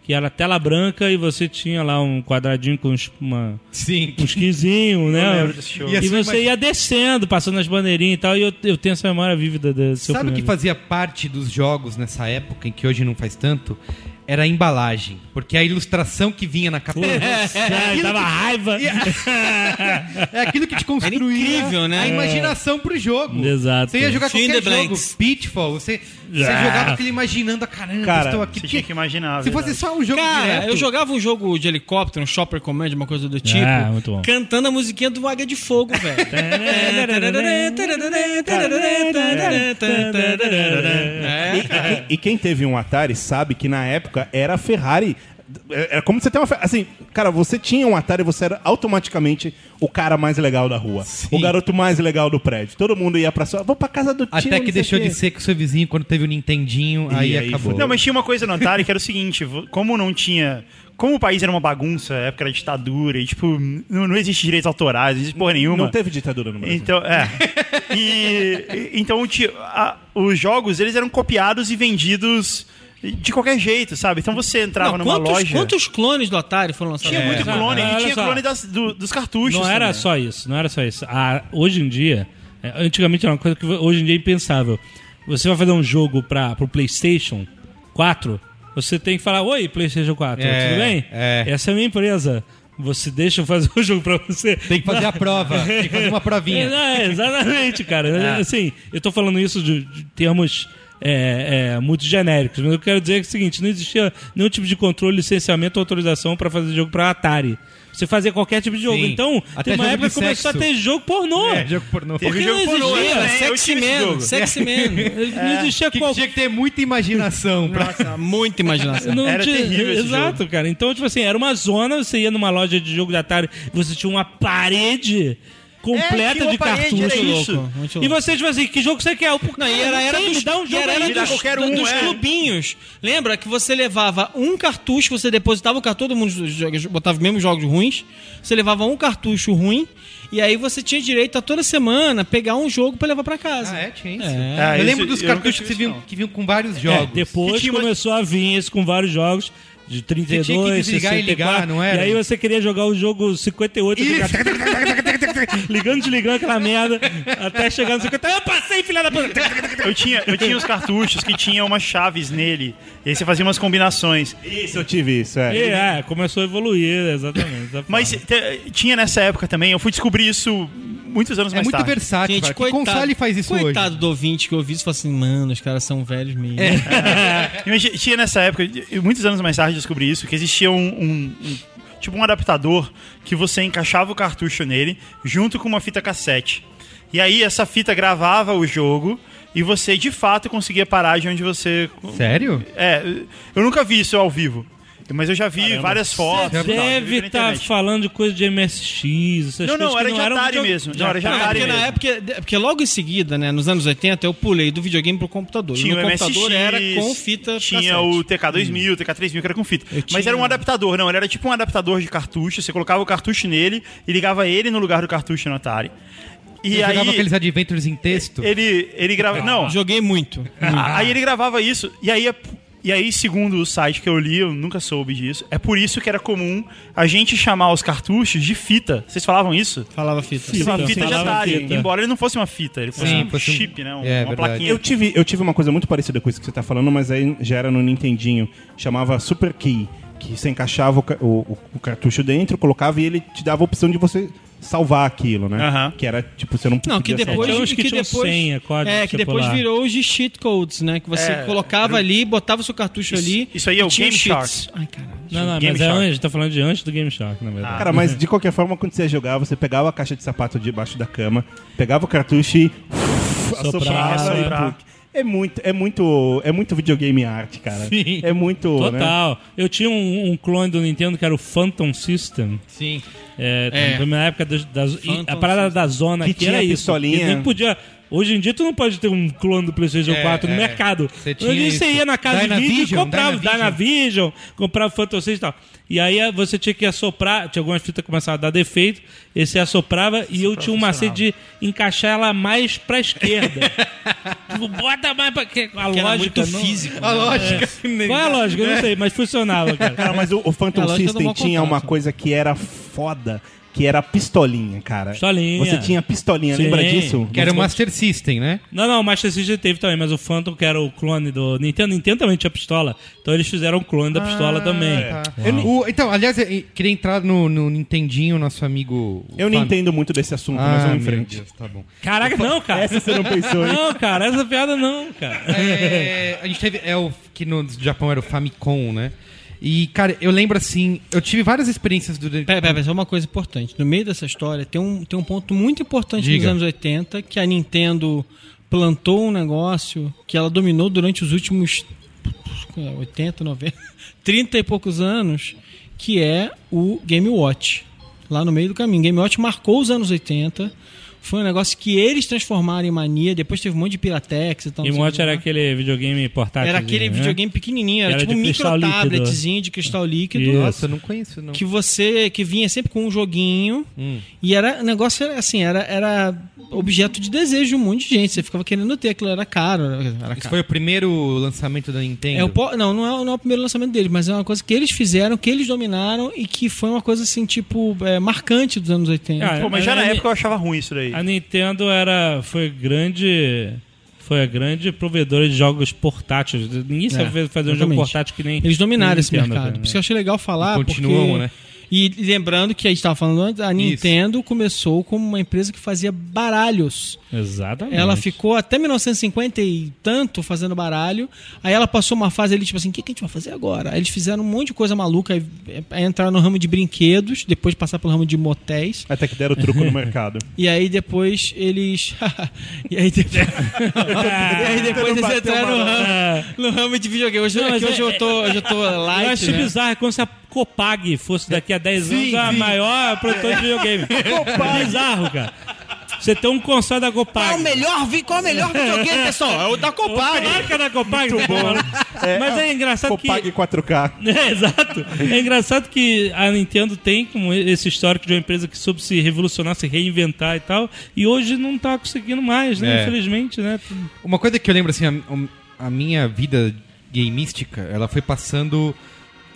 J: que era tela branca e você tinha lá um quadradinho com uns- uma,
E: Sim. *laughs*
J: um esquisinho, né?
H: lembro desse jogo.
J: E,
E: E assim,
J: você
E: mas-
J: ia descendo, passando as bandeirinhas e tal, e eu, eu tenho essa memória vívida desse
E: Sabe o que fazia parte dos jogos nessa época, em que hoje não faz tanto? Era a embalagem. Porque a ilustração que vinha na capa.
J: *laughs* É, dava raiva. *laughs*
E: *laughs* É aquilo que te construía
G: incrível, né?
E: a imaginação pro jogo.
J: Exato.
E: Você ia jogar
G: Fill in
E: qualquer
G: the
E: jogo,
G: blanks.
E: Pitfall, você, você
J: Ah.
E: jogava aquilo imaginando, caramba,
F: Cara,
E: estou aqui.
H: Você tinha que imaginar.
E: Se
H: Ah, verdade.
E: fosse só um jogo
G: Cara,
E: direto,
G: eu jogava um jogo de helicóptero, um Shopper Command, uma coisa do tipo.
J: Ah, muito bom.
G: Cantando a musiquinha do Águia de Fogo, velho. É.
F: E- e, e quem teve um Atari sabe que na época era a Ferrari. Era como você tem uma. Fe- Assim, cara, você tinha um Atari, você era automaticamente o cara mais legal da rua. O garoto mais legal do prédio. Todo mundo ia pra sua. Vou pra casa do tio.
E: até
F: não
E: que
F: sei
E: deixou
F: o quê."
E: de ser com seu vizinho quando teve o Nintendinho,
F: E
E: aí,
F: aí
E: acabou.
F: foi.
H: Não, mas tinha uma coisa no Atari que era o seguinte: vo- como não tinha. Como o país era uma bagunça, a época era ditadura, e tipo, não, não existe direitos autorais, não existe porra nenhuma.
F: Não teve ditadura no Brasil.
H: Então, é. E, e- então, ti- a- os jogos, eles eram copiados e vendidos de qualquer jeito, sabe? Então você entrava
G: Não,
H: numa
G: quantos,
H: loja.
G: quantos clones do Atari foram lançados? É.
H: Tinha muito
J: Não,
H: clone,
J: olha
H: e tinha
J: só.
H: clone das- do- dos cartuchos.
J: Não era
H: também.
J: só isso, não era só isso. Ah, hoje em dia, é, antigamente era uma coisa que hoje em dia é impensável. Você vai fazer um jogo para pro PlayStation 4, você tem que falar: Oi, PlayStation 4,
E: É,
J: tudo bem?
E: é.
J: Essa é a minha empresa. Você deixa eu fazer o *laughs* jogo para você.
E: Tem que fazer a prova, tem que fazer uma
J: É,
E: provinha.
J: não, é, exatamente, cara. Assim, eu tô falando isso de, de termos é, é, muito genéricos. Mas eu quero dizer que é o seguinte: não existia nenhum tipo de controle, licenciamento ou autorização para fazer jogo para Atari. Você fazia qualquer tipo de jogo.
E: Sim.
J: Então,
E: Até
J: tem uma
E: jogo
J: época
E: de
J: que começou a
E: sexo.
J: ter jogo pornô.
E: É, jogo pornô.
J: Porque
H: Teve jogo pornô,
J: não existia
H: né? Eu
G: Sexy
H: tive esse
G: Man,
H: jogo.
G: Sexy Man.
J: Não existia
E: Que
J: qualquer.
E: tinha que ter muita imaginação pra.
G: Nossa, muita imaginação.
J: Não
H: Era
J: tinha-
H: terrível esse
J: Exato, cara. Então, tipo assim, era uma zona, você ia numa loja de jogo de Atari, você tinha uma parede
H: É,
J: completa
H: tinha uma
J: de
H: parede, era
J: cartucho.
H: isso.
G: Louco, muito
J: E
G: louco.
J: você, tipo assim, que jogo você quer? Eu, pô,
G: Não, e era, era
J: sei,
G: dos,
J: me dá um
G: e
J: jogo
G: era,
J: aí.
G: era dos,
H: qualquer
G: do-
H: um,
G: dos
H: é.
G: clubinhos. Lembra que você levava um cartucho, você depositava o cartucho, todo mundo joga- botava os mesmos jogos ruins. Você levava um cartucho ruim e aí você tinha direito a toda semana pegar um jogo pra levar pra casa.
E: Ah, é, tinha isso.
H: Ah,
E: eu
H: isso-
E: lembro dos
H: eu nunca
E: cartuchos que,
H: tive
E: você
H: isso,
E: vinham- que vinham com vários
J: É,
E: jogos.
J: depois começou a vir esse com vários jogos. De 32,
E: Você tinha que desligar e
J: 64,
E: ligar, não era?
J: E aí você queria jogar o jogo 58,
E: Isso.
J: ligando, *laughs* ligando, desligando aquela merda, até chegar no 50. Eu passei, filha da puta!
H: Eu tinha, eu tinha os cartuchos que tinham umas chaves nele. E aí você fazia umas combinações.
E: Então-
F: Isso, eu tive isso,
J: E,
F: é.
J: é, começou a evoluir, exatamente. dessa
H: Mas
J: forma.
H: te- tinha nessa época também, eu fui descobrir isso muitos anos
E: É
H: mais
E: muito
H: tarde.
E: versátil, cara. Que
G: coitado-
E: console faz isso
G: coitado
E: hoje?
G: do ouvinte que ouviu isso e falou assim, mano, os caras são velhos mesmo.
H: Mas tinha nessa época, e muitos anos mais tarde eu descobri isso, que existia um, um- um- tipo um adaptador que você encaixava o cartucho nele junto com uma fita cassete. E aí essa fita gravava o jogo e você de fato conseguia parar de onde você.
E: Sério?
H: É, eu nunca vi isso ao vivo. Mas eu já vi várias fotos. e tal, eu vi
J: Deve tá
H: na
J: estar
H: é internet.
J: falando de coisa de MSX, essas
H: Não, não,
J: coisas que
H: era de
J: eram
H: Atari
J: video-
H: mesmo, não, era de
G: Não,
H: Atari
G: *laughs* porque na
H: mesmo.
G: época, de- porque logo em seguida, né, nos anos 80, eu pulei do videogame pro computador. e
H: Tinha o
G: no
H: MSX,
G: um computador era com fita
H: Tinha
G: cassete.
H: o TK2000, TK3000, que era com fita.
G: Eu
H: Mas
G: tinha-
H: era um adaptador, não. Ele era tipo um adaptador de cartucho. Você colocava o cartucho nele e ligava ele no lugar do cartucho no Atari. E
E: Você jogava
H: aí É,
E: aqueles adventures em texto?
H: ele, ele grava... Não,
G: Joguei muito.
H: ah, *laughs* Aí ele gravava isso, e aí, é- e aí, segundo o site que eu li, eu nunca soube disso, é por isso que era comum a gente chamar os cartuchos de fita. Vocês falavam isso?
G: Falava fita.
J: Fita.
H: Uma fita de
J: falava
H: Atari,
J: fita.
H: embora ele não fosse uma fita, ele fosse
E: Sim,
H: um
E: fosse um-
H: chip, né? Um-
E: É,
H: uma
E: verdade.
H: plaquinha.
F: Eu tive, eu tive uma coisa muito parecida com isso que você tá falando, mas aí já era no Nintendinho. Chamava Super Key, que você encaixava o, ca- o- o- o cartucho dentro, colocava e ele te dava a opção de você salvar aquilo, né?
H: Aham.
F: Que era, tipo, você não podia
G: Não, que
F: salvar.
G: depois.
J: Tinha uns que
G: que
J: tinham
G: depois
J: senha, código
G: é,
J: pra
G: que
J: você
G: depois
J: pular.
G: virou os de cheat codes, né? Que você
H: É,
G: colocava ali, botava o seu cartucho
H: Isso-
G: ali.
H: isso aí é
G: e
H: o
G: tinha
H: Game
G: os cheats.
H: Shark.
G: Ai, caralho.
J: Não, não,
H: Game
J: mas é
H: Shark.
J: antes, a gente tá falando de antes do Game Shark, na
E: Ah.
J: verdade.
F: Cara, mas de qualquer forma, quando você ia jogar, você pegava a caixa de sapato debaixo da cama, pegava o cartucho e assoprava.
J: assoprava.
F: e tudo. É muito, é muito, é muito videogame arte, cara.
J: Sim.
F: É muito, né?
J: Total. Eu tinha um, um clone do Nintendo que era o Phantom System.
E: Sim.
J: É,
G: É.
J: Na minha época, das, das- e a
G: Phantom
J: parada da zona
F: Que
J: aqui era
F: tinha
J: isso.
F: pistolinha.
J: E nem podia... Hoje em dia tu não pode ter um clone do PlayStation
E: É,
J: 4 no
E: é.
J: mercado.
E: Você
J: Hoje
E: tinha
J: em dia você
E: isso.
J: ia na casa de vídeo e
E: Dynavision,
J: comprava
E: Dynavision.
J: Dynavision, comprava Phantom System e tal. E aí eh, você tinha que assoprar, tinha algumas fitas que começavam a dar defeito, e você assoprava e eu tinha um macete de encaixar ela mais
E: *laughs*
J: pra esquerda. tipo, bota mais pra... que- A
G: Que era
J: lógica...
G: muito
J: não-
G: físico.
E: A lógica.
J: Qual é a lógica? Eu não sei, mas funcionava, cara.
F: Cara, mas o, o
G: É,
F: Phantom
G: lógica do
F: System
G: mau
F: tinha uma
G: contato.
F: coisa que era foda, que era a pistolinha, cara.
J: Pistolinha.
F: Você tinha a pistolinha,
J: Sim.
F: lembra disso?
E: Que era o Master System, né?
J: Não, não, o Master System teve também, mas o Phantom, que era o clone do Nintendo, Nintendo também tinha pistola. Então eles fizeram o clone da pistola também.
E: Eu- o- então, aliás, eu queria entrar no, no Nintendinho, nosso amigo.
F: Eu não
E: Fan-
F: entendo muito desse assunto, mas
E: Ah,
F: vamos
E: meu
F: em frente.
E: Deus, tá bom.
J: Caraca, não, cara.
F: Essa você não pensou,
E: *laughs*
F: hein?
J: Não, cara, essa piada não, cara.
E: É, a gente teve. É o que no Japão era o Famicom, né? E, cara, eu lembro assim. Eu tive várias experiências do.
G: Pera, pera, pera, só uma coisa importante. No meio dessa história tem um, tem um ponto muito importante
E: Diga.
G: nos anos 80 que a Nintendo plantou um negócio que ela dominou durante os últimos 80, *laughs* 90, 30 e poucos anos, que é o Game Watch. Lá no meio do caminho. Game Watch marcou os anos 80. Foi um negócio que eles transformaram em mania. Depois teve um monte de piratex e tal.
J: E
G: não sei o
J: Watch
G: que
J: era
G: lá.
J: aquele videogame portátil. né?
G: Era aquele videogame pequenininho. Era,
J: Era
G: tipo um
J: de cristal
G: micro
J: líquido.
G: tabletzinho de cristal líquido
J: Isso.
E: Nossa, eu não conheço, não.
G: que você que vinha sempre com um joguinho
E: Hum.
G: e era o negócio era assim era, era objeto de desejo de um monte de gente você ficava querendo ter aquilo era caro era, era
E: Isso
G: caro
E: foi o primeiro lançamento da Nintendo.
G: é o po- não não é, o- não é o primeiro lançamento deles mas é uma coisa que eles fizeram que eles dominaram e que foi uma coisa assim tipo é, marcante dos anos 80
J: Ah,
H: Pô, mas já na
J: a-
H: época eu achava ruim isso daí.
J: A Nintendo era. Foi grande. Foi a grande provedora de jogos portáteis. Ninguém sabia fazer um jogo
G: É, exatamente.
J: portátil que nem.
G: Eles dominaram esse
J: Nintendo, né?
G: mercado.
J: cara.
G: Por isso que eu achei legal falar.
E: E continuam,
G: porque...
E: né?
G: E lembrando que a gente estava falando antes, a Nintendo começou como uma empresa que fazia baralhos.
J: Exatamente.
G: Ela ficou até 1950 e tanto fazendo baralho. Aí ela passou uma fase ali, tipo assim, o que, que a gente vai fazer agora? Aí eles fizeram um monte de coisa maluca, aí, aí entraram no ramo de brinquedos, depois passar pelo ramo de motéis.
F: Até que deram o truco no mercado.
G: E aí depois eles. *laughs* e aí depois. *laughs* e aí depois eles
F: bateu
G: entraram no
F: uma-
J: Ah.
G: ramo, no ramo de videogame. Hoje,
J: Não,
G: é que
J: mas
G: hoje
J: é-
G: eu tô, hoje eu tô
J: eu
G: light.
J: acho
G: né?
J: bizarro, é como se a Copag fosse daqui a 10 anos a maior produtora de videogame. Copag. Bizarro, cara. Você tem um console da Copag.
G: Qual é o melhor, vi- qual o melhor videogame, pessoal? É o da Copag.
J: A marca da Copag. tá falando. Mas é
E: Tá
J: engraçado que...
F: Copag 4K.
J: *laughs* É, exato. É engraçado que a Nintendo tem como esse histórico de uma empresa que soube se revolucionar, se reinventar e tal, e hoje não tá conseguindo mais, né?
E: É.
J: Infelizmente, né?
E: Uma coisa que eu lembro, assim, a, a minha vida gameística, ela foi passando.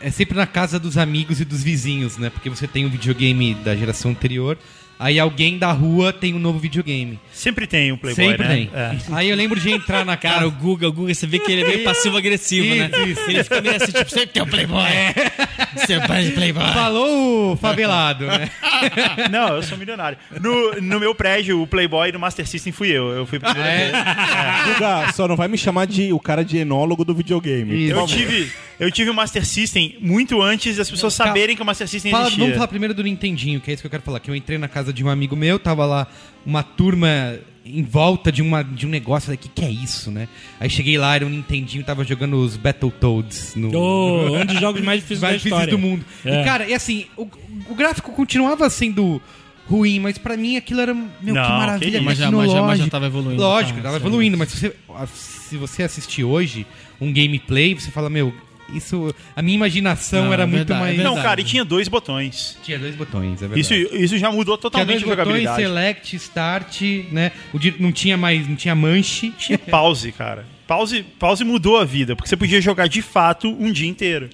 E: É sempre na casa dos amigos e dos vizinhos, né? Porque você tem um videogame da geração anterior, aí alguém da rua tem um novo videogame.
H: Sempre tem um Playboy,
E: sempre
H: né?
E: tem.
H: É.
E: Aí eu lembro de entrar na
G: Cara,
E: casa.
G: o Guga, o Guga, você vê que ele é meio passivo-agressivo, né? Ele fica meio assim, tipo, você que é o Playboy. Você é o Playboy.
E: Falou o favelado, *laughs* né?
H: Não, eu sou milionário. No, no meu prédio, o Playboy do Master System fui eu. Eu fui o
E: Ah,
H: primeiro.
E: é?
F: Guga, só não vai me chamar de o cara de enólogo do videogame.
E: Isso.
H: Eu tive, eu tive o Master System muito antes das pessoas saberem que o Master System
E: Fala-
H: existia.
E: vamos falar primeiro do Nintendinho, que é isso que eu quero falar. Que eu entrei na casa de um amigo meu, tava lá uma turma em volta de, uma, de um negócio. Falei, que que é isso, né? Aí cheguei lá, era um Nintendinho, tava jogando os Battletoads no.
J: Oh, um dos jogos mais difíceis
E: mais
J: da
E: difíceis
J: história.
E: do mundo.
J: É.
E: E, cara, e assim, o, o gráfico continuava sendo ruim, mas pra mim aquilo era, meu, que
H: Não, que
E: maravilha,
H: isso.
G: Mas já- mas já- mas já
E: tecnológico.
G: tava evoluindo,
E: Lógico,
G: tá,
E: tava
G: isso é
E: evoluindo, mas se você, se você assistir hoje um gameplay, você fala, meu, isso, a minha imaginação
G: Não,
E: era
G: é
E: muito
G: verdade, é
E: mais...
G: verdade.
H: Não, cara, e tinha dois botões.
E: Tinha dois botões, é verdade.
H: Isso, isso já mudou
E: tinha
H: totalmente
E: dois
H: a
E: botões,
H: jogabilidade.
E: select, start, né? O di- não tinha mais, não tinha manche.
G: *laughs*
H: Tinha pause, cara. Pause, pause mudou a vida, porque você podia jogar de fato um dia inteiro.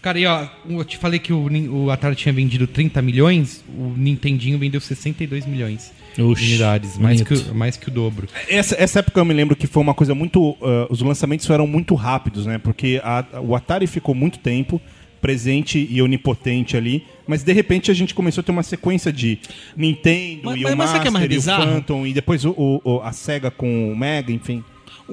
E: Cara, e ó, eu te falei que o, Nin- o Atari tinha vendido 30 milhões, o Nintendinho vendeu 62 milhões
J: Oxi,
E: de unidades, mais que,
J: bonito.
E: o- mais que o dobro.
F: Essa, essa época eu me lembro que foi uma coisa muito. ah, os lançamentos eram muito rápidos, né? Porque a- o Atari ficou muito tempo presente e onipotente ali, mas de repente a gente começou a ter uma sequência de Nintendo
G: Mas-
F: e
G: mas-
F: o
G: mas sabe o que é
F: Master
G: mais
F: e o
G: bizarro?
F: Phantom e depois o- o- o- a Sega com o Mega, enfim.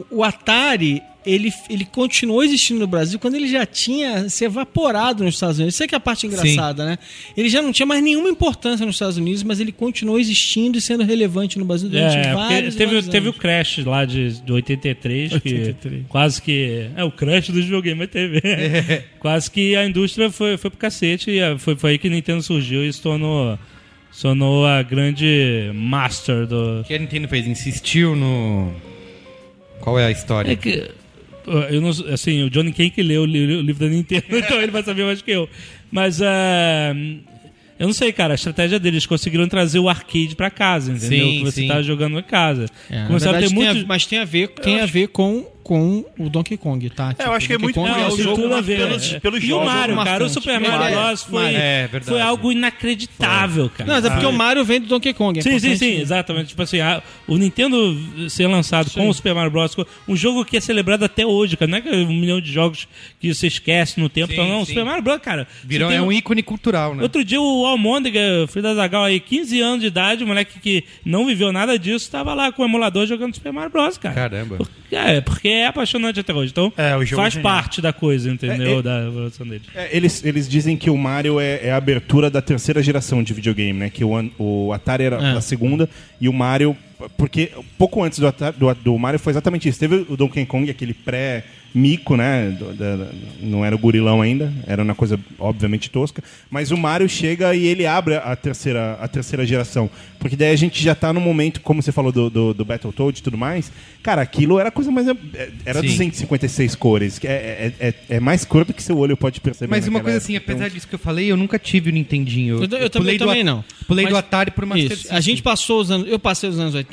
G: O- O Atari, ele, ele continuou existindo no Brasil quando ele já tinha se evaporado nos Estados Unidos. Isso é que é a parte engraçada, né? Ele já não tinha mais nenhuma importância nos Estados Unidos, mas ele continuou existindo e sendo relevante no Brasil durante
J: É,
G: vários,
J: porque teve,
G: vários
J: teve o
G: anos.
J: crash lá de, de 83, que
G: 83.
J: quase que. É, o crash dos videogames mas
G: *laughs*
J: teve. *laughs* quase que a indústria foi, foi pro cacete e a- foi, foi aí que Nintendo surgiu e se tornou, se tornou a grande master do.
E: O que a Nintendo fez? Insistiu no... Qual é a história?
J: É que. Eu não, assim, o Johnny Cake leu o li- o livro da Nintendo, *laughs* então ele vai saber mais que eu. Mas. ah, eu não sei, cara, a estratégia deles conseguiram trazer o arcade pra casa, entendeu?
E: Sim,
J: que você
E: sim.
J: tá jogando em casa.
G: É, na
J: Começaram a
G: verdade,
J: ter
G: tem a-
J: muitos.
G: mas tem a ver, tem a ver com, com o Donkey Kong, tá?
H: eu acho que é
G: Donkey
H: muito-
G: Kong
H: Não,
G: é
H: o
G: o
J: tem
G: jogo
J: tudo a
H: marcante,
J: ver.
H: pelos
J: e o
H: jogos,
J: Mario,
G: marcante.
J: cara, o Super Mario
G: Mario,
J: Bros. foi,
E: Mario. É, verdade.
J: foi algo inacreditável, cara.
G: Não, mas é porque o Mario vem do Donkey Kong. é
J: Sim, sim,
G: importante
J: sim, exatamente. Tipo assim, a- o Nintendo ser lançado com o Super Mario Bros. Um jogo que é celebrado até hoje, cara. Não é que é um milhão de jogos que você esquece no tempo.
E: Sim,
J: então, não, o
E: sim.
J: Super Mario Bros., cara. você
E: Virou,
J: tem
E: é
J: um-
E: um ícone cultural, né?
J: Outro dia o Almôndega, filho da Zagal aí, 15 anos de idade, moleque que não viveu nada disso, tava lá com o emulador jogando Super Mario Bros, cara.
E: Caramba.
J: Por- É, porque é apaixonante até hoje. Então,
H: É, o jogo
J: faz
H: é genial.
J: parte da coisa, entendeu?
F: É, é-
J: Da evolução dele.
F: É, eles, eles dizem que o Mario é, é a abertura da terceira geração de videogame, né? Que o, an- o Atari era a segunda e o Mario. Porque pouco antes do, Atari- do, do Mario foi exatamente isso. Teve o Donkey Kong, aquele pré-mico, né? do- da- da- não era o gorilão ainda, era uma coisa obviamente tosca. Mas o Mario chega e ele abre a terceira, a terceira geração. Porque daí a gente já tá no momento, como você falou do, do, do Battletoad e tudo mais. Cara, aquilo era a coisa mais. é, Era
E: Sim.
F: 256 cores. que É, é, é- é mais cor do que seu olho pode perceber.
E: Mas uma
F: Naquela
E: coisa assim,
F: época, um-
E: apesar disso que eu falei, eu nunca tive o Nintendinho.
G: Eu, eu também,
E: pulei do
G: também
E: At-
G: não.
E: Pulei do
G: Mas-
E: Atari pro Master
G: Isso. A
E: System.
G: gente passou os anos. Eu passei os anos 80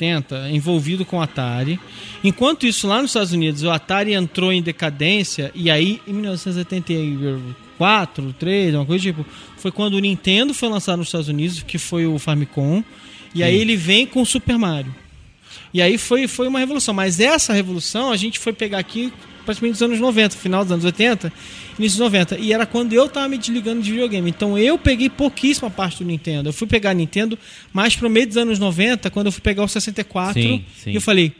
G: envolvido com o Atari. Enquanto isso, lá nos Estados Unidos, o Atari entrou em decadência. E aí, em 1984, 3, uma coisa tipo. Foi quando o Nintendo foi lançado nos Estados Unidos, que foi o Famicom. E aí ele vem com o Super Mario. E aí foi, foi uma revolução. Mas essa revolução a gente foi pegar aqui praticamente dos anos 90, final dos anos 80, início dos 90. E era quando eu tava me desligando de videogame. Então eu peguei pouquíssima parte do Nintendo. Eu fui pegar a Nintendo mais pro meio dos anos 90, quando eu fui pegar o 64.
J: Sim, sim.
G: E eu falei,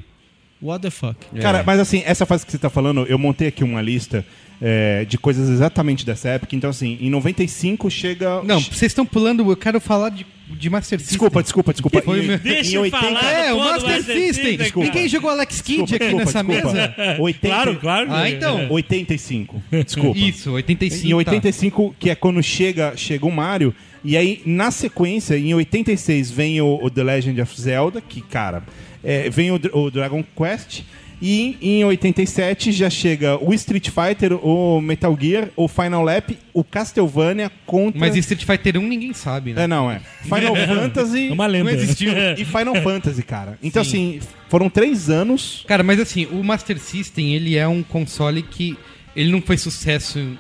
G: what the fuck?
E: É.
F: Cara, mas assim, essa fase que você tá falando, eu montei aqui uma lista é, de coisas exatamente dessa época. Então, assim, em 95 chega.
E: Não, vocês estão pulando, eu quero falar de, de Master System.
F: Desculpa, desculpa, desculpa.
E: Foi
F: Em-
E: meu-
J: Deixa
F: em
J: eu
F: 80
J: falar.
E: É, o
J: Quando
E: Master
J: vai ser
E: System.
J: System,
F: cara?
E: Ninguém jogou Alex Kidd
F: Desculpa,
E: aqui
F: desculpa,
E: nessa
F: desculpa. *laughs*
E: mesa.
F: 80,
J: Claro, claro.
E: Ah, então.
F: 85. Desculpa.
E: Isso, 85.
F: Em
E: tá.
F: 85, que é quando chega, chega o Mario. E aí, na sequência, em 86, vem o, o The Legend of Zelda, que, cara, é, vem o, Dr- o Dragon Quest. E em 87 já chega o Street Fighter, o Metal Gear, o Final Lap, o Castlevania contra.
E: Mas Street Fighter 1 ninguém sabe, né?
F: né? É, não, é.
J: *laughs*
F: Final Fantasy.
J: É uma lenda.
E: Não existiu.
F: E Final
J: *laughs*
F: Fantasy, cara. Então, assim, foram três anos
E: Cara, mas assim, o Master System, ele é um console que ele não foi sucesso em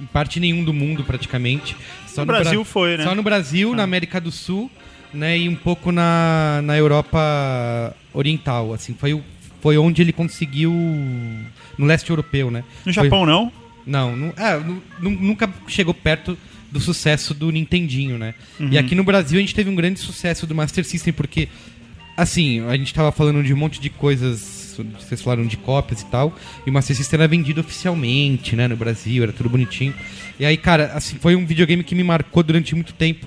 E: em parte nenhum do mundo, praticamente. Só
H: No Brasil foi, né?
E: Só no Brasil,
F: Ah.
E: na América do Sul, né, e um pouco na, na Europa Oriental, assim, foi o foi onde ele conseguiu no leste europeu, né?
H: No
E: Foi-
H: Japão, não?
E: não, nu- ah, nu- nu- nunca chegou perto do sucesso do Nintendinho, né?
H: Uhum.
E: E aqui no Brasil a gente teve um grande sucesso do Master System, porque, assim, a gente tava falando de um monte de coisas, vocês falaram de cópias e tal, e o Master System era vendido oficialmente, né, no Brasil, era tudo bonitinho. E aí, cara, assim, foi um videogame que me marcou durante muito tempo.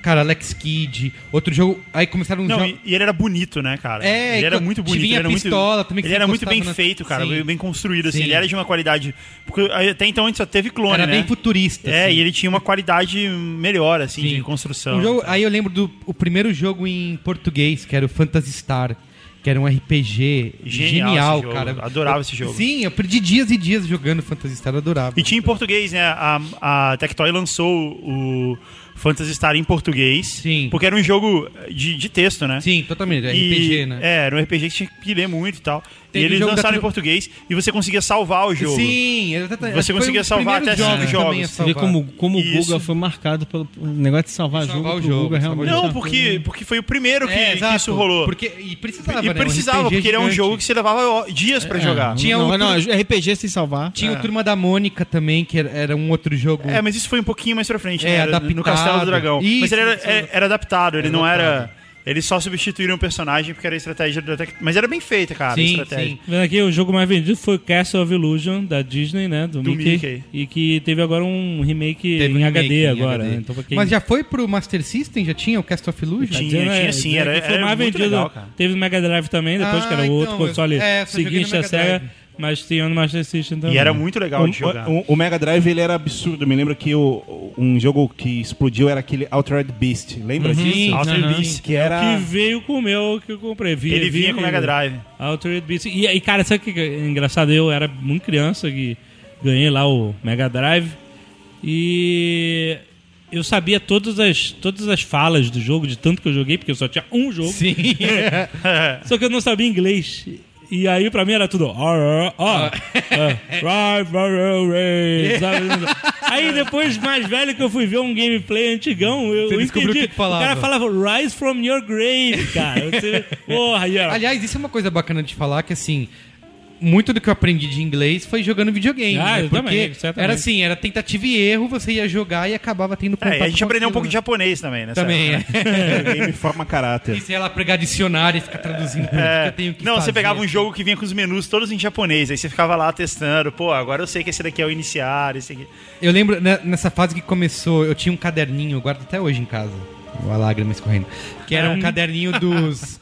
E: Cara, Alex Kidd, outro jogo. Aí começaram os
H: Não,
E: jogos.
H: e, e ele era bonito, né, cara?
E: Um É,
H: ele era
E: então,
H: muito bonito.
E: tinha
H: ele era muito-
E: pistola também que
H: Ele era
E: você
H: muito bem
E: encostava na-
H: feito, cara,
E: Sim.
H: bem- bem construído, assim.
E: Sim.
H: Ele era de uma qualidade. Porque até então a gente só teve clone,
E: Era
H: né?
E: bem futurista.
H: É,
E: assim.
H: e ele tinha uma qualidade melhor, assim,
E: Sim.
H: de construção.
E: Um jogo- aí eu lembro do o primeiro jogo em português, que era o Phantasy Star, que era um RPG
H: Genial
E: genial,
H: esse jogo.
E: cara.
H: Adorava esse jogo.
E: Sim, eu perdi dias e dias jogando Phantasy Star, eu adorava.
H: E tinha em português, né? A, a Tectoy lançou o Phantasy Star em português.
E: Sim.
H: Porque era um jogo de, de texto, né?
E: Sim, totalmente, era
H: E-
E: RPG, né?
H: É, era um RPG que tinha que ler muito e tal.
E: Teve
H: e eles
E: jogo da
H: lançaram
E: tri-
H: em português e você conseguia salvar o jogo.
E: Sim, exatamente.
H: Você conseguia salvar até cinco jogos.
G: Você vê como, como o
H: Isso.
G: Guga foi marcado pelo negócio de salvar,
E: Salvar
G: jogo.
E: o
G: pro
E: jogo,
G: Guga
E: salvar o
G: realmente
E: jogo.
H: Não,
G: era-
H: porque, porque foi o primeiro que, que isso rolou.
E: É, Porque, e precisava,
H: e
E: né? Um
H: precisava,
E: RPG
H: porque era um
E: gigante.
H: jogo que você levava ó, dias pra jogar.
E: tinha
G: não,
E: um-
G: não, RPG sem salvar.
E: Tinha o Turma da Mônica também, que era, era um outro jogo.
H: É, mas isso foi um pouquinho mais pra frente,
E: É,
H: né? Era
E: adaptado.
H: No Castelo do Dragão.
E: Isso,
H: mas ele era, é,
E: isso.
H: era- era adaptado, ele
E: Era
H: não
E: adaptado.
H: era. Eles só substituíram o personagem porque era a estratégia da Tec... Mas era bem feita, cara, a
E: Sim,
H: estratégia.
E: sim.
J: Vendo aqui, o jogo mais vendido foi Castle of Illusion, da Disney, né? Do,
H: Do
J: Mickey,
H: Mickey.
J: E que teve agora um remake
E: Teve
J: em
E: um
J: HD
E: remake em
J: agora.
E: HD.
J: né? Então, pra quem-
E: Mas já foi pro Master System? Já tinha o Cast of Illusion?
H: Tinha,
J: Dizendo, é,
H: tinha sim,
J: dizendo
H: era-
J: que foi
H: era
J: mais
H: muito
J: vendido.
H: legal, cara.
J: Teve no Mega Drive também, depois
E: Ah,
J: que era o outro
E: então,
J: console
E: eu- é, só joguei
J: seguinte
E: no
J: da
E: Mega
J: SEGA,
E: Drive.
J: mas tinha no Master System também.
H: E era um muito legal
E: Um,
H: de jogar.
F: Um, O, o- o Mega Drive ele era absurdo. Eu me lembro que o, um jogo que explodiu era aquele Altered Beast. Lembra disso?
H: Altered
J: aham.
H: Beast.
F: Que
E: Ah.
F: era.
J: Que veio com É o meu que eu comprei. Vi-
H: Ele
J: vi-
H: vinha com o Mega Drive.
J: Altered Beast. E, e, cara, sabe o que é engraçado? Eu era muito criança que ganhei lá o Mega Drive e eu sabia todas as, todas as falas do jogo, de tanto que eu joguei, porque eu só tinha um jogo. Sim. só que eu não sabia inglês. E aí, pra mim, era tudo... "Ar, ar, ar, ah, Drive Barrel Race", sabe? Aí, depois, mais velho, que eu fui ver um gameplay antigão, eu,
E: Você
J: eu
E: descobriu o
J: entendi.
E: que que falava.
J: cara falava Rise From Your Grave, cara. Você, porra, e era-
E: Aliás, isso é uma coisa bacana de falar, que assim, muito do que eu aprendi de inglês foi jogando videogame.
J: Ah,
E: né?
J: eu
E: Porque
J: também, certamente.
E: era assim, era tentativa e erro, você ia jogar e acabava tendo contato
H: É, e a gente
E: com
H: aprendeu um
E: aquilo,
H: pouco
E: né?
H: de japonês também, né?
E: Também, é. *laughs*
F: um Game forma
E: E
F: caráter.
E: sei lá, pregar dicionário e ficar traduzindo pra é. que eu tenho que
H: Não,
E: fazer.
H: você pegava um jogo que vinha com os menus todos em japonês, aí você ficava lá testando, pô, agora eu sei que esse daqui é o iniciar, esse aqui.
E: Eu lembro, né, nessa fase que começou, eu tinha um caderninho, eu guardo até hoje em casa, a lágrima escorrendo, que era
J: Ah.
E: um caderninho
J: *laughs*
E: dos...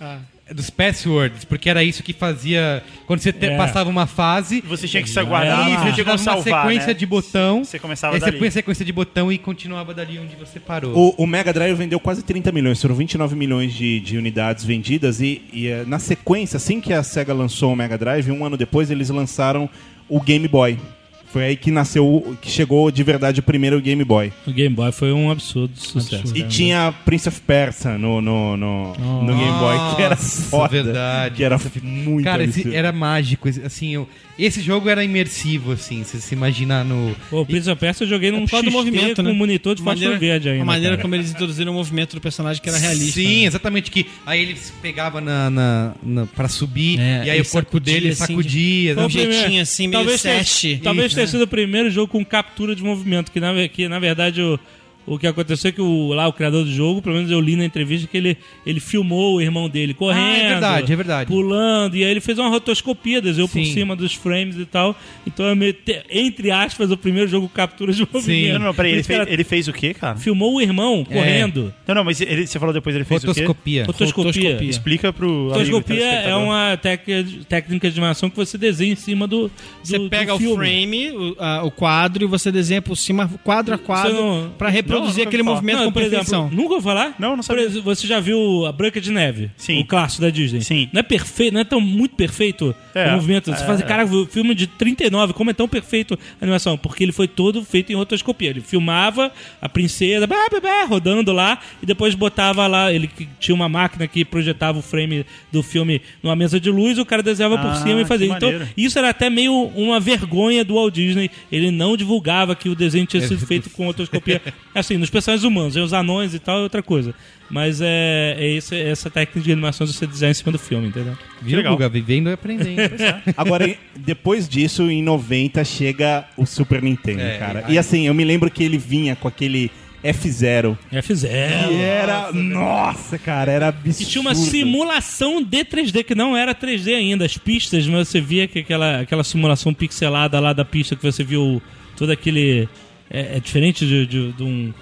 E: Dos passwords, porque era isso que fazia. Quando você te-
J: É.
E: passava uma fase,
H: Você tinha que se
E: Aí
H: aguardar,
E: você
H: você tinha
E: tirava
H: que
E: uma
H: salvar,
E: sequência
H: né?
E: de botão.
H: Você começava
E: aí você
H: dali.
E: põe a sequência de botão e continuava dali onde você parou.
F: O, o Mega Drive vendeu quase 30 milhões, foram 29 milhões de, de unidades vendidas e, e, eh, na sequência, assim que a SEGA lançou o Mega Drive, um ano depois eles lançaram o Game Boy. Foi aí que nasceu, o- que chegou de verdade o primeiro Game Boy.
J: O Game Boy foi um absurdo sucesso.
F: E tinha Prince of Persia no, no, no, no Game Boy, que era foda.
E: verdade.
F: Que era muito
E: Cara, esse
F: absurdo.
E: era mágico. esse- Assim, eu- esse jogo era imersivo, assim. Você se imaginar no.
J: Pô, o Prince of Persia eu joguei num
G: Por causa um do
J: XT
G: movimento,
J: com
G: né?
J: um monitor de
G: A
J: fósforo verde né, ainda.
G: A maneira
J: cara.
G: como eles introduziram o movimento do personagem que era realista.
E: Sim,
G: né?
E: exatamente. Que aí ele se pegava na, na, na- pra subir,
G: É,
E: e aí
G: ele
E: o corpo
G: sacudia,
E: dele
G: assim,
E: sacudia.
J: Foi o
E: né?
G: jeitinho,
J: Então, primeiro-
G: assim, meio
J: talvez tenha-
G: sete.
J: talvez
G: Isso,
J: tenha
G: né?
J: sido o primeiro jogo com captura de movimento, que na, ve- que, na verdade o, o que aconteceu é que o, lá o criador do jogo, pelo menos eu li na entrevista, que ele, ele filmou o irmão dele correndo.
E: Ah, é verdade, é verdade.
J: Pulando, e aí ele fez uma rotoscopia, desenhou por
E: Sim.
J: cima dos frames e tal. Então é meio, te- entre aspas, o primeiro jogo com captura de movimento.
H: Não, não, peraí, ele
J: Esse cara
H: fez, ele fez o quê, cara?
J: Filmou o irmão
G: É.
J: correndo.
H: Não, não, mas ele- você falou depois ele fez o quê?
E: Rotoscopia.
J: Rotoscopia.
G: Rotoscopia.
H: Explica pro. tá
J: Rotoscopia é
H: telespectador.
J: uma tec- técnica de animação que você desenha em cima do, do
G: Você
J: do
G: pega o
J: filme.
G: frame, o, a- o quadro, e você desenha por cima, quadro a quadro,
J: Você não-
G: pra reproduzir
H: Não, nunca
G: aquele
H: me fala.
G: movimento com
J: por
G: perfeição.
J: exemplo, nunca ouviu falar?
H: Não, não
J: Por
H: sabia.
J: exemplo, você já viu a Branca de Neve?
H: Sim.
J: O clássico da Disney.
H: Sim.
J: Não é perfeito, não é tão muito perfeito
H: É.
J: o movimento. Você fala, cara, o filme de 39, como é tão perfeito a animação? Porque ele foi todo feito em rotoscopia. Ele filmava a princesa, blá, blá, blá, rodando lá, e depois botava lá, ele que- tinha uma máquina que projetava o frame do filme numa mesa de luz, o cara desenhava por
H: Ah,
J: cima e fazia.
H: que
J: Então,
H: maneiro.
J: isso era até meio uma vergonha do Walt Disney. Ele não divulgava que o desenho
H: É
J: tinha sido feito
H: *laughs*
J: com rotoscopia. Assim, nos personagens humanos, os anões e tal é outra coisa. Mas é, é esse- essa técnica de animação de você desenhar em cima do filme, entendeu?
E: Viu,
H: Legal.
E: Guga? Vivendo e aprendendo.
F: Agora, em- depois disso, em 90, chega o Super Nintendo,
E: É,
F: cara.
E: aí-
F: E assim, eu me lembro que ele vinha com aquele F0.
H: É,
J: F0.
F: E era. Nossa, cara, era absurdo.
J: E tinha uma simulação de 3D, que não era 3D ainda. As pistas, mas você via que aquela, aquela simulação pixelada lá da pista que você viu todo aquele. É, é diferente de, de- de um,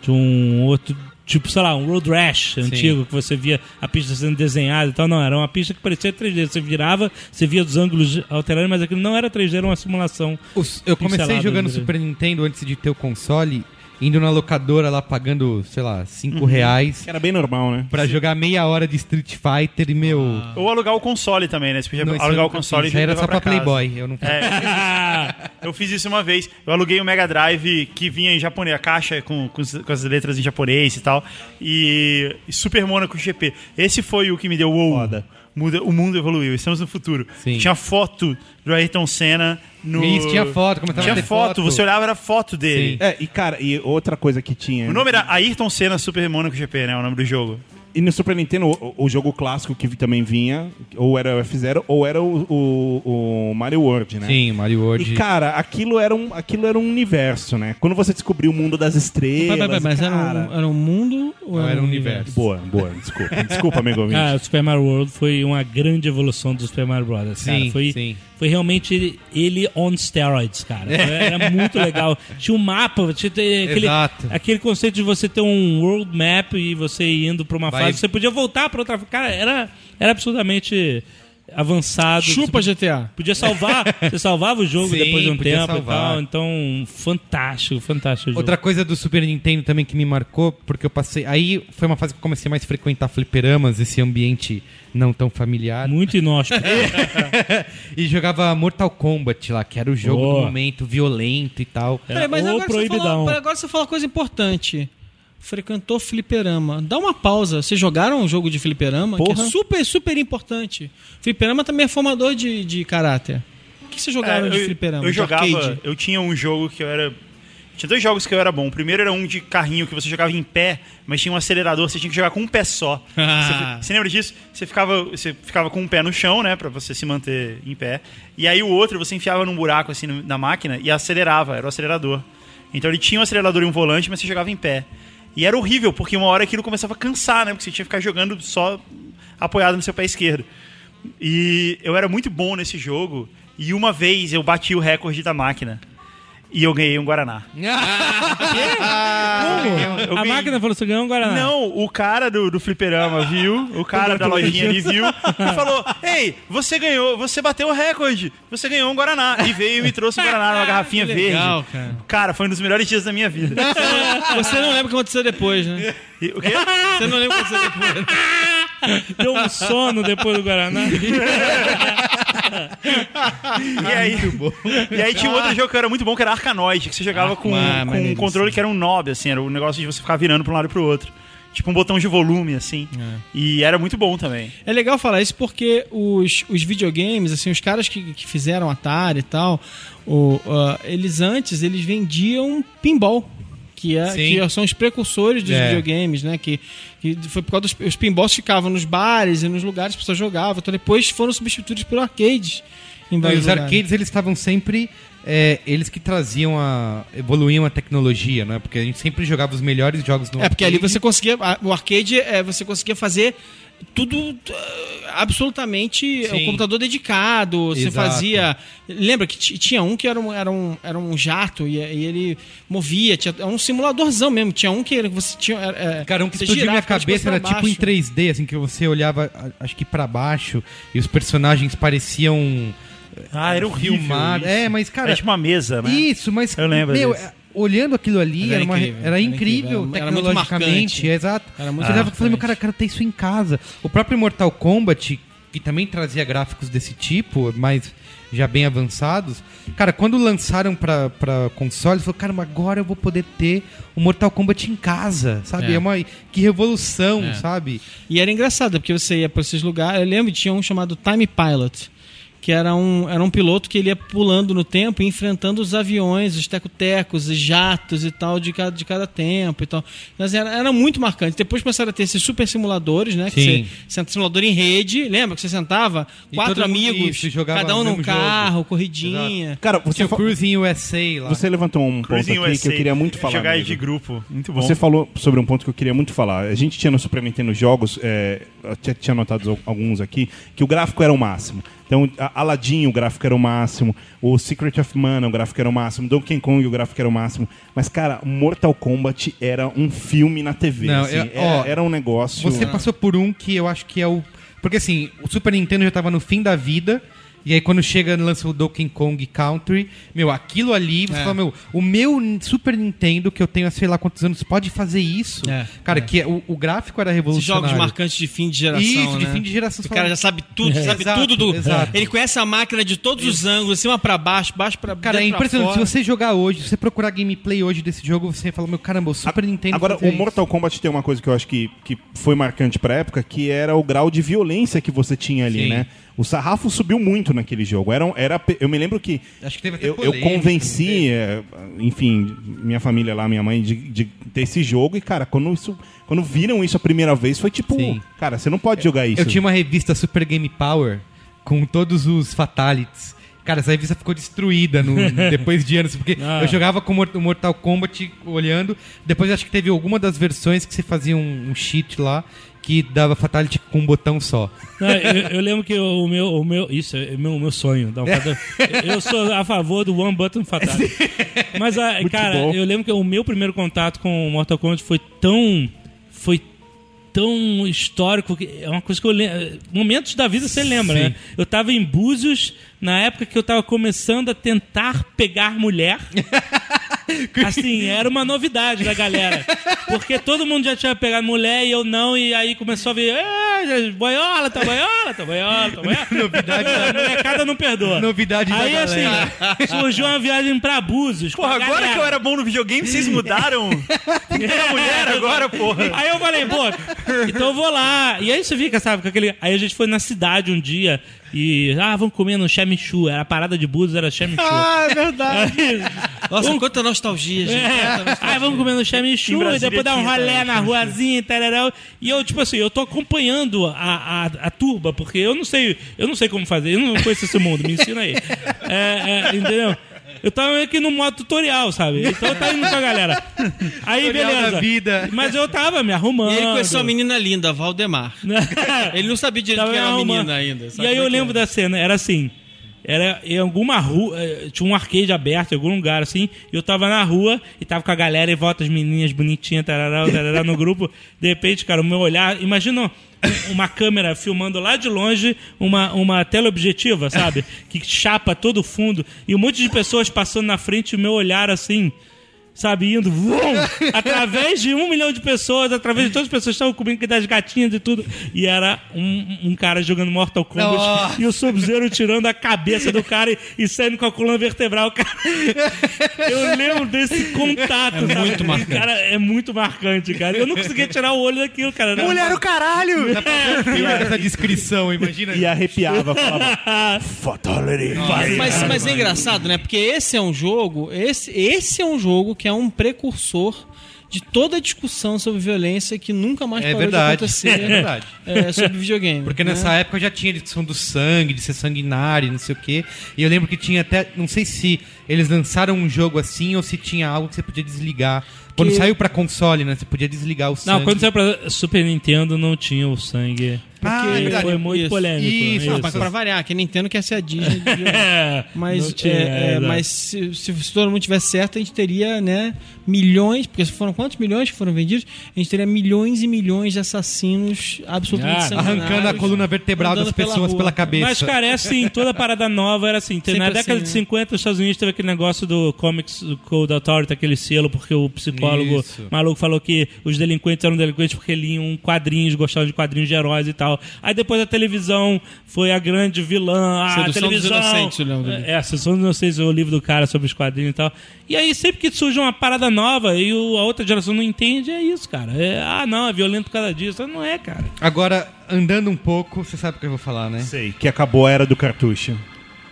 J: de um outro. Tipo, sei lá, um Road Rash antigo, que você via a pista sendo desenhada e tal. Não, era uma pista que parecia 3D. Você virava, você via dos ângulos alterados, mas aquilo não era 3D, era uma simulação.
E: Os- eu comecei
J: Pincelada,
E: jogando
J: né?
E: Super Nintendo antes de ter o console, indo na locadora lá pagando, sei lá, 5 reais
F: Era bem normal, né?
E: pra jogar meia hora de Street Fighter e meu.
H: Ou alugar o console também, né? Você podia
E: não, isso é eu
H: Ah. alugar o
E: nunca
H: console
E: fiz,
H: e
E: Era
H: levar
E: só pra,
H: casa.
E: Playboy. Eu não
H: É, *laughs* eu fiz isso uma vez. Eu aluguei o Mega Drive que vinha em japonês, a caixa com, com, os- com as letras em japonês e tal. E, e Super Monaco GP. Esse foi o que me deu o
F: Foda.
H: Muda, o mundo evoluiu, estamos no futuro.
E: Sim.
H: Tinha foto do Ayrton Senna no.
E: Isso, tinha foto, começava a
H: Tinha
E: ter
H: foto,
E: foto.
H: você olhava, era foto dele.
F: É, e cara, e outra coisa que tinha.
H: O nome era Ayrton Senna Super Monaco GP, né? O nome do jogo.
F: E no Super Nintendo, o, o jogo clássico que também vinha, ou era o F0, ou era o, o- o Mario World, né?
E: Sim, Mario World.
F: E cara, aquilo era, um, aquilo era um universo, né? Quando você descobriu o mundo das estrelas.
G: Mas, mas, mas era,
F: cara...
G: um, era um mundo ou
E: Não,
G: era,
E: era um
G: um
E: universo.
F: Boa, boa, desculpa. Desculpa, amigo ouvinte.
J: Ah, o Super Mario World foi uma grande evolução do Super Mario Brothers, cara.
E: Sim,
J: foi,
E: sim.
J: foi realmente ele- ele on steroids,
E: *laughs*
J: cara. Era muito legal. Tinha um mapa, tinha te- aquele,
E: Exato.
J: aquele conceito de você ter um world map e você ir indo pra uma
E: Vai-
J: fase, você podia voltar pra outra. Cara, era, era absurdamente avançado.
G: Chupa
J: Você
G: GTA.
J: Podia salvar,
E: *laughs*
J: você salvava o jogo
E: Sim,
J: depois de um
E: podia
J: tempo e
E: salvar.
J: tal. Então, fantástico, fantástico. o jogo.
E: Outra coisa do Super Nintendo também que me marcou, porque eu passei. Aí foi uma fase que eu comecei mais a frequentar fliperamas, esse ambiente não tão familiar. né?
J: Muito inóspito.
E: *laughs* e jogava Mortal Kombat lá, que era o jogo
J: Boa.
E: do momento, violento e tal.
G: Peraí, mas
J: Ou
G: agora você, falou,
J: proibidão.
G: agora você falou uma coisa importante. Frequentou fliperama. Dá uma pausa. Vocês jogaram um jogo de fliperama? Que é
F: Porra.
G: super, super importante. Fliperama também é formador de, de caráter. O que vocês jogaram
H: É,
G: de
H: eu-
G: fliperama?
H: Eu
G: de
H: jogava.
G: arcade?
H: Eu tinha um jogo que eu era. Tinha dois jogos que eu era bom. O primeiro era um de carrinho que você jogava em pé, mas tinha um acelerador, você tinha que jogar com um
G: *laughs*
H: pé só.
G: Ah.
H: Você, você lembra disso? Você ficava, você ficava com um pé no chão, né? Pra você se manter em pé. E aí o outro você enfiava num buraco assim no- na máquina e acelerava, era o acelerador. Então ele tinha um acelerador e um volante, mas você jogava em pé. E era horrível, porque uma hora aquilo começava a cansar, né? Porque você tinha que ficar jogando só apoiado no seu pé esquerdo. E eu era muito bom nesse jogo. E uma vez eu bati o recorde da máquina. E eu ganhei um Guaraná.
E: É,
H: Eu
J: a
H: ganhei.
J: máquina falou: você ganhou um Guaraná.
H: Não, o cara do, do fliperama viu, o cara da lojinha ali viu e falou: Ei, você ganhou, você bateu o recorde, você ganhou um Guaraná. E veio e me trouxe um Guaraná numa garrafinha
G: Que legal,
H: verde.
G: cara.
H: foi um dos melhores dias da minha vida.
G: Você não lembra o que aconteceu depois, né?
H: E- o quê?
G: Você não lembra o que aconteceu depois.
E: *laughs*
J: Deu um sono depois do Guaraná.
H: E aí, e aí tinha um outro jogo que era muito bom, que era Arkanoid, que você jogava com,
G: ah,
H: com um
G: maneiríssimo.
H: controle que era um knob, assim, era o negócio de você ficar virando pra um lado e pro outro. Tipo um botão de volume, assim. E era muito bom também.
G: É legal falar isso porque os, os videogames, assim, os caras que, que fizeram Atari e tal, o, ah, eles antes, eles vendiam pinball. Que, é,
E: Sim.
G: que são os precursores dos
E: É.
G: videogames, né? Que, que foi por causa dos os pinballs ficavam nos bares e nos lugares, as pessoas jogavam. Então depois foram substituídos por arcades.
E: Não,
G: Em
E: e
G: vários
E: os
G: lugares.
E: arcades eles estavam sempre é, eles que traziam a evoluíam a tecnologia, né? Porque a gente sempre jogava os melhores jogos no
G: É, porque ali
E: arcade.
G: você conseguia. a- O arcade, é, você conseguia fazer tudo ah, absolutamente. é,
E: Sim.
G: O computador dedicado. Você
E: Exato.
G: fazia. Lembra que ti- tinha um que era um, era um, era um jato e, e ele movia. Tinha, era um simuladorzão mesmo. Tinha um que ele- você tinha. é, é,
E: Cara, um que
G: você
E: explodiu minha
G: girava, ficava de
E: cabeça era
G: costas pra
E: tipo em
G: baixo.
E: 3D, assim, que você olhava, a- acho que pra baixo, e os personagens pareciam
H: Ah, era horrível.
E: filmados.
H: isso.
E: É, mas, cara.
H: Era tipo uma mesa, né?
E: Isso, mas.
H: Eu lembro
E: Meu,
H: disso.
E: é, olhando aquilo ali,
G: Era
E: era, uma-
G: incrível,
E: era
G: era
E: incrível,
G: incrível, era- era muito
E: tecnologicamente.
G: marcante.
E: é, exato.
G: Era muito
E: Você tava
G: marcante.
E: falando, meu cara, eu quero ter isso em casa. O próprio Mortal Kombat, que também trazia gráficos desse tipo, mas já bem avançados. Cara, quando lançaram pra, pra consoles, falou, cara, mas agora eu vou poder ter o Mortal Kombat em casa, sabe? É,
G: É.
E: uma. Que revolução, sabe?
G: E era engraçado, porque você ia para esses lugares. Eu lembro que tinha um chamado Time Pilot, que era um, era um piloto que ele ia pulando no tempo e enfrentando os aviões, os tecotecos, os jatos e tal, de cada, de cada tempo e tal. Mas era, era muito marcante. Depois começaram a ter esses super simuladores, né? Que
E: Sim.
G: você senta simulador em rede, lembra que você sentava?
E: E
G: quatro
E: todo mundo-
G: amigos,
E: isso, jogava
G: cada
E: no
G: um num
E: mesmo jogo.
G: carro, corridinha.
F: Cara, você,
E: Tinha o
F: fa-
E: Cruising USA lá.
F: você levantou um ponto
H: Cruising
F: aqui que eu
H: USA,
F: queria muito falar.
H: Jogar
F: amigo.
H: de grupo. Muito bom.
F: Você falou sobre um ponto que eu queria muito falar. A gente tinha no Super Nintendo jogos, é, eu tinha- tinha anotado al- alguns aqui, que o gráfico era o máximo. Então, a- Aladdin, o gráfico era o máximo. O Secret of Mana, o gráfico era o máximo. Donkey Kong, o gráfico era o máximo. Mas, cara, Mortal Kombat era um filme na TV.
E: Não,
F: assim.
E: eu-
F: era,
E: ó,
F: era um negócio.
E: Você passou por um que eu acho que é o. Porque assim, o Super Nintendo já tava no fim da vida. E aí quando chega e lança o Donkey Kong Country, meu, aquilo ali,
G: É.
E: você fala, meu, o meu Super Nintendo, que eu tenho há sei lá quantos anos, pode fazer isso?
G: É,
E: Cara, que o, o gráfico era
G: Esses
E: revolucionário.
G: jogos marcantes de fim de geração.
E: Isso, de
G: né?
E: fim de geração.
G: O cara já sabe tudo,
E: É.
G: sabe
E: Exato,
G: tudo do.
E: exato.
G: Ele conhece a máquina de todos os ângulos, de cima pra baixo, baixo pra
E: Cara, é
G: dentro pra
E: impressionante. Se
G: fora.
E: você jogar hoje, se você procurar gameplay hoje desse jogo, você fala, meu, caramba, o Super Nintendo
F: Agora,
E: fazia
F: o
E: isso.
F: Mortal Kombat tem uma coisa que eu acho que, que foi marcante pra época, que era o grau de violência que você tinha ali,
E: Sim.
F: né? O sarrafo subiu muito naquele jogo. Era, um- era, pe- eu me lembro que
E: Acho que teve até
F: eu, eu
E: polêmica, né? não
F: convenci,
E: teve?
F: é, enfim, minha família lá, minha mãe, de, de ter esse jogo. E, cara, quando, isso, quando viram isso a primeira vez, foi tipo,
E: Sim.
F: cara, você não pode jogar isso.
E: Eu tinha uma revista Super Game Power com todos os fatalities. Cara, essa revista ficou destruída no- depois de anos, porque
J: Ah.
E: eu jogava com o Mor- o Mortal Kombat olhando. Depois acho que teve alguma das versões que você fazia um, um cheat lá que dava fatality com um botão só.
J: Não, eu, eu lembro que o meu, o meu isso é o meu, o meu sonho. Dar um fatal- eu sou a favor do One Button Fatal. Mas, ah, cara,
F: bom.
J: eu lembro que o meu primeiro contato com o Mortal Kombat foi tão. Foi tão histórico que é uma coisa que eu lembro. Momentos da vida você lembra, né? Eu tava em Búzios na época que eu tava começando a tentar pegar mulher. Assim, era uma novidade da galera. Porque todo mundo já tinha pegado mulher e eu não, e aí começou a vir. "Ah, Boiola, tá boiola, tá boiola, tá boiola. Novidade. A molecada não perdoa.
E: Novidade da
J: Aí, assim,
E: galera.
J: surgiu uma viagem pra Búzios. com
H: Porra,
J: a
H: agora
J: galera.
H: que eu era um- bom no videogame, vocês mudaram? Tem que ter mulher agora, porra.
J: Aí eu falei, pô, então eu vou lá. E aí você fica, sabe, com aquele. Aí a gente foi na cidade um dia e. Ah, vamos comer no chamichu. Era a parada de Búzios, era chamichu.
G: Ah, é verdade.
J: Aí-
G: Nossa, quanta nostalgia, gente. quanta
J: É.
G: nostalgia.
J: Aí vamos comer no
H: Em
J: chamichu e
H: Brasília
J: depois dar um
H: tinha
J: rolé
H: também,
J: na ruazinha e tararau. E eu, tipo assim, eu tô acompanhando a, a, a turba, porque eu não sei, eu não sei como fazer, eu não conheço esse mundo, me ensina aí. É, é, entendeu? Eu tava meio que no modo tutorial, sabe? Então eu tava indo com a galera. Aí,
E: Tutorial
J: beleza.
E: da vida.
J: Mas eu tava me arrumando. Né?
G: E ele
J: *laughs*
G: conheceu uma menina linda, Valdemar. Ele não sabia direito
E: Tá
J: Tava
G: que era uma
J: arrumando.
G: menina ainda. sabe
J: Então é E aí
G: como
J: eu
G: é que
J: lembro
G: é?
J: da cena, era assim. Era em alguma rua, eh, tinha um arcade aberto em algum lugar assim, e eu tava na rua e tava com a galera e volta as menininhas bonitinhas, tarará, tarará, no grupo. De repente, cara, o meu olhar, imagina um, uma câmera filmando lá de longe uma, uma teleobjetiva, sabe? Que chapa todo o fundo e um monte de pessoas passando na frente, e o meu olhar assim, sabe, indo vum, através de um milhão de pessoas, através de todas as pessoas que estavam comendo que das gatinhas e tudo. E era um, um cara jogando Mortal Kombat e o Sub-Zero tirando a cabeça do cara e, e saindo com a coluna vertebral. Cara, eu lembro desse contato. É
G: muito marcante.
J: Cara, é muito marcante, cara. Eu não conseguia tirar o olho daquilo, cara. Era-
E: um
H: Mulher o caralho!
E: Essa descrição, imagina.
F: E arrepiava,
E: *laughs*
F: falava. Fatality. vai."
G: Mas, mas é engraçado, né? Porque esse é um jogo, esse, esse é um jogo que é um precursor de toda a discussão sobre violência que nunca mais
E: É
G: parou
E: verdade,
G: de acontecer.
E: *laughs* é verdade.
G: é, sobre videogame.
E: Porque
G: né?
E: nessa época já tinha discussão do sangue, de ser sanguinário, não sei o quê. E eu lembro que tinha até. Não sei se eles lançaram um jogo assim ou se tinha algo que você podia desligar. Quando saiu pra console, né? Você podia desligar o sangue.
J: Não, quando saiu pra Super Nintendo não tinha o sangue.
E: Ah, é
J: E
E: verdade.
J: foi muito
G: Isso.
J: polêmico.
E: Isso,
J: né?
G: Mas *laughs* pra variar, que a Nintendo quer ser a Disney. de videogame.
J: É,
G: Mas,
J: não tinha,
G: é, é,
J: exato.
G: mas se, se, se todo mundo tivesse certo, a gente teria né, milhões, porque foram quantos milhões que foram vendidos? A gente teria milhões e milhões de assassinos absolutamente
J: Ah,
G: sanguinários.
E: Arrancando a coluna vertebral
G: andando
E: das
G: pela
E: pessoas
G: rua.
E: pela, cabeça.
J: Mas, cara, é assim, toda parada nova era assim.
G: Sempre
J: na década
G: assim,
J: de
G: né?
J: 50, os Estados Unidos teve aquele negócio do Comics Code Authority, aquele selo, porque o psicólogo
E: Isso.
J: maluco falou que os delinquentes eram delinquentes porque liam um quadrinhos, gostavam de quadrinhos de heróis e tal. Aí depois a televisão foi a grande vilã. Ah, a
G: Sedução dos
J: televisão.
G: Inocentes, o nome do livro.
J: É, Sedução dos Inocentes, o livro do cara sobre os quadrinhos e tal. E aí, sempre que surge uma parada nova e o- a outra geração não entende, é isso, cara. É, ah, não, é violento por causa disso. Não é, cara.
E: Agora, andando um pouco, você sabe o que eu vou falar, né?
F: Sei, que acabou a era do cartucho.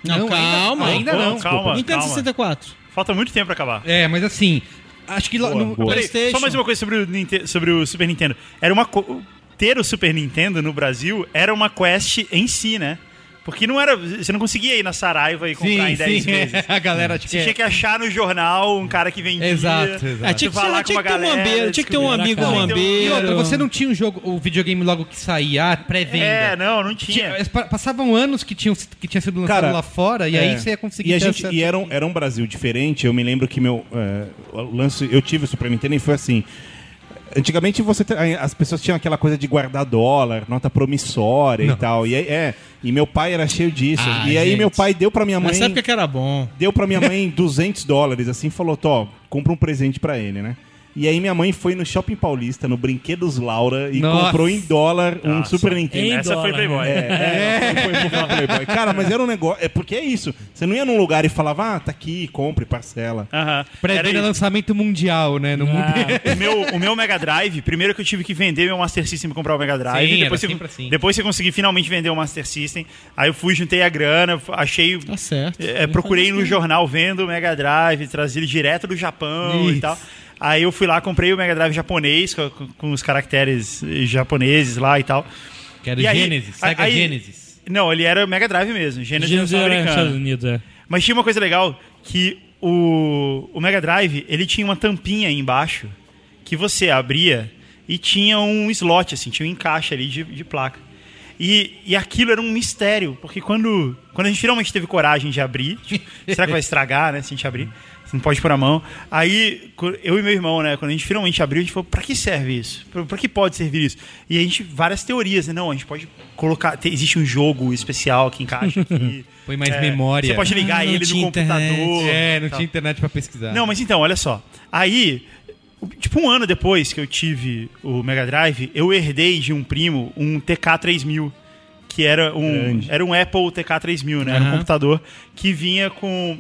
G: Não,
E: Não,
G: calma.
E: ainda- ainda não.
H: Calma,
G: Nintendo
H: calma.
G: 64.
H: Falta muito tempo pra acabar.
E: É, mas assim. Acho que lá
F: Boa,
E: no-
F: boa.
H: Peraí,
G: PlayStation.
H: só mais uma coisa sobre o, Ninte- sobre o Super Nintendo. Era uma co- ter o Super Nintendo no Brasil era uma quest em si, né? Porque não era, você não conseguia ir na Saraiva e comprar em
E: *laughs*
H: 10 vezes.
E: a galera acho
H: Você
E: que é-
H: tinha que achar no jornal um cara que vendia.
E: Exato, exato.
G: Ah, tinha que, sei
H: Você vai
G: lá,
H: lá
G: tinha
H: com
G: que
H: uma
G: ter um
H: galera,
G: ambeiro, tinha que ter um
J: descobrir.
G: amigo, um
H: Não, então-
E: E
G: ambeiro.
E: outra, você não tinha um jogo, o videogame logo que saía, ah, pré-venda.
H: É, não, não
E: Tinha-
H: tinha.
E: eles pa- passavam anos que, tinham, que tinha sido lançado
F: Cara,
E: lá fora e
F: É.
E: aí você ia conseguir
F: E, a
E: ter
F: gente,
E: acesso.
F: e era, um, era um Brasil diferente. Eu me lembro que meu é, o lance. Eu tive o Super Nintendo e foi assim. Antigamente você te- as pessoas tinham aquela coisa de guardar dólar, nota promissória e tal. E aí, é, e meu pai era cheio disso.
E: Ah,
F: e aí
E: gente.
F: meu pai deu pra minha mãe,
G: Nessa época que era bom.
F: deu para minha mãe 200 dólares assim, falou: "Tó, compra um presente pra ele, né?" E aí minha mãe foi no Shopping Paulista, no Brinquedos Laura e
E: Nossa.
F: comprou em dólar um
H: Nossa.
F: Super Nintendo.
J: Em
H: Ah, Essa foi
J: dólar,
H: Playboy.
E: né?
F: É, não, foi um pouco Playboy. Cara, mas era um negócio. É porque é isso. Você não ia num lugar e falava, ah, tá aqui, compre, parcela.
H: *laughs* Aham. Era
E: Pré-venda *laughs*
H: isso. Ah,
E: lançamento mundial, né? No mundo inteiro.
H: o, meu, o meu Mega Drive, primeiro que eu tive que vender meu Master System pra comprar o Mega Drive.
E: Sim,
H: depois,
E: era
H: que,
E: sempre assim.
H: depois que eu consegui finalmente vender o Master System. Aí eu fui, juntei a grana, achei.
G: Tá certo.
H: É, procurei no jornal vendo o Mega Drive, trazia ele direto do Japão e
E: Isso.
H: tal. Aí eu fui lá, comprei o Mega Drive japonês, com, com os caracteres eh, japoneses lá e tal.
E: Que era
H: E aí-
E: Genesis, Sega
H: aí-
E: Genesis.
H: Não, ele era Mega Drive mesmo, Genesis,
J: Gênesis
H: versão
J: era nos
H: americana.
J: Estados Unidos, é.
H: Mas tinha uma coisa legal, que o, o Mega Drive, ele tinha uma tampinha aí embaixo, que você abria e tinha um slot, assim, tinha um encaixe ali de, de placa. E, e aquilo era um mistério, porque quando, quando a gente finalmente teve coragem
E: *laughs*
H: de abrir, tipo, será que vai estragar, né, se a gente abrir? Você não pode pôr a mão. Aí, co- eu e meu irmão, né, quando a gente finalmente abriu, a gente falou, pra que serve isso? Pra, pra que pode servir isso? E a gente, várias teorias, né, não, a gente pode colocar, tem- existe um jogo especial que
E: *laughs*
H: encaixa aqui. é,
E: Põe mais memória.
H: Você pode ligar
G: Ah, não
H: ele no
G: tinha
H: computador.
G: internet.
E: É, não
H: Tá.
E: tinha internet pra pesquisar.
H: Não, mas então, olha só. Aí, tipo um ano depois que eu tive o Mega Drive, eu herdei de um primo um TK3000, que era um,
F: Grande.
H: era um Apple TK3000, né? Era um
G: Aham.
H: computador que vinha com...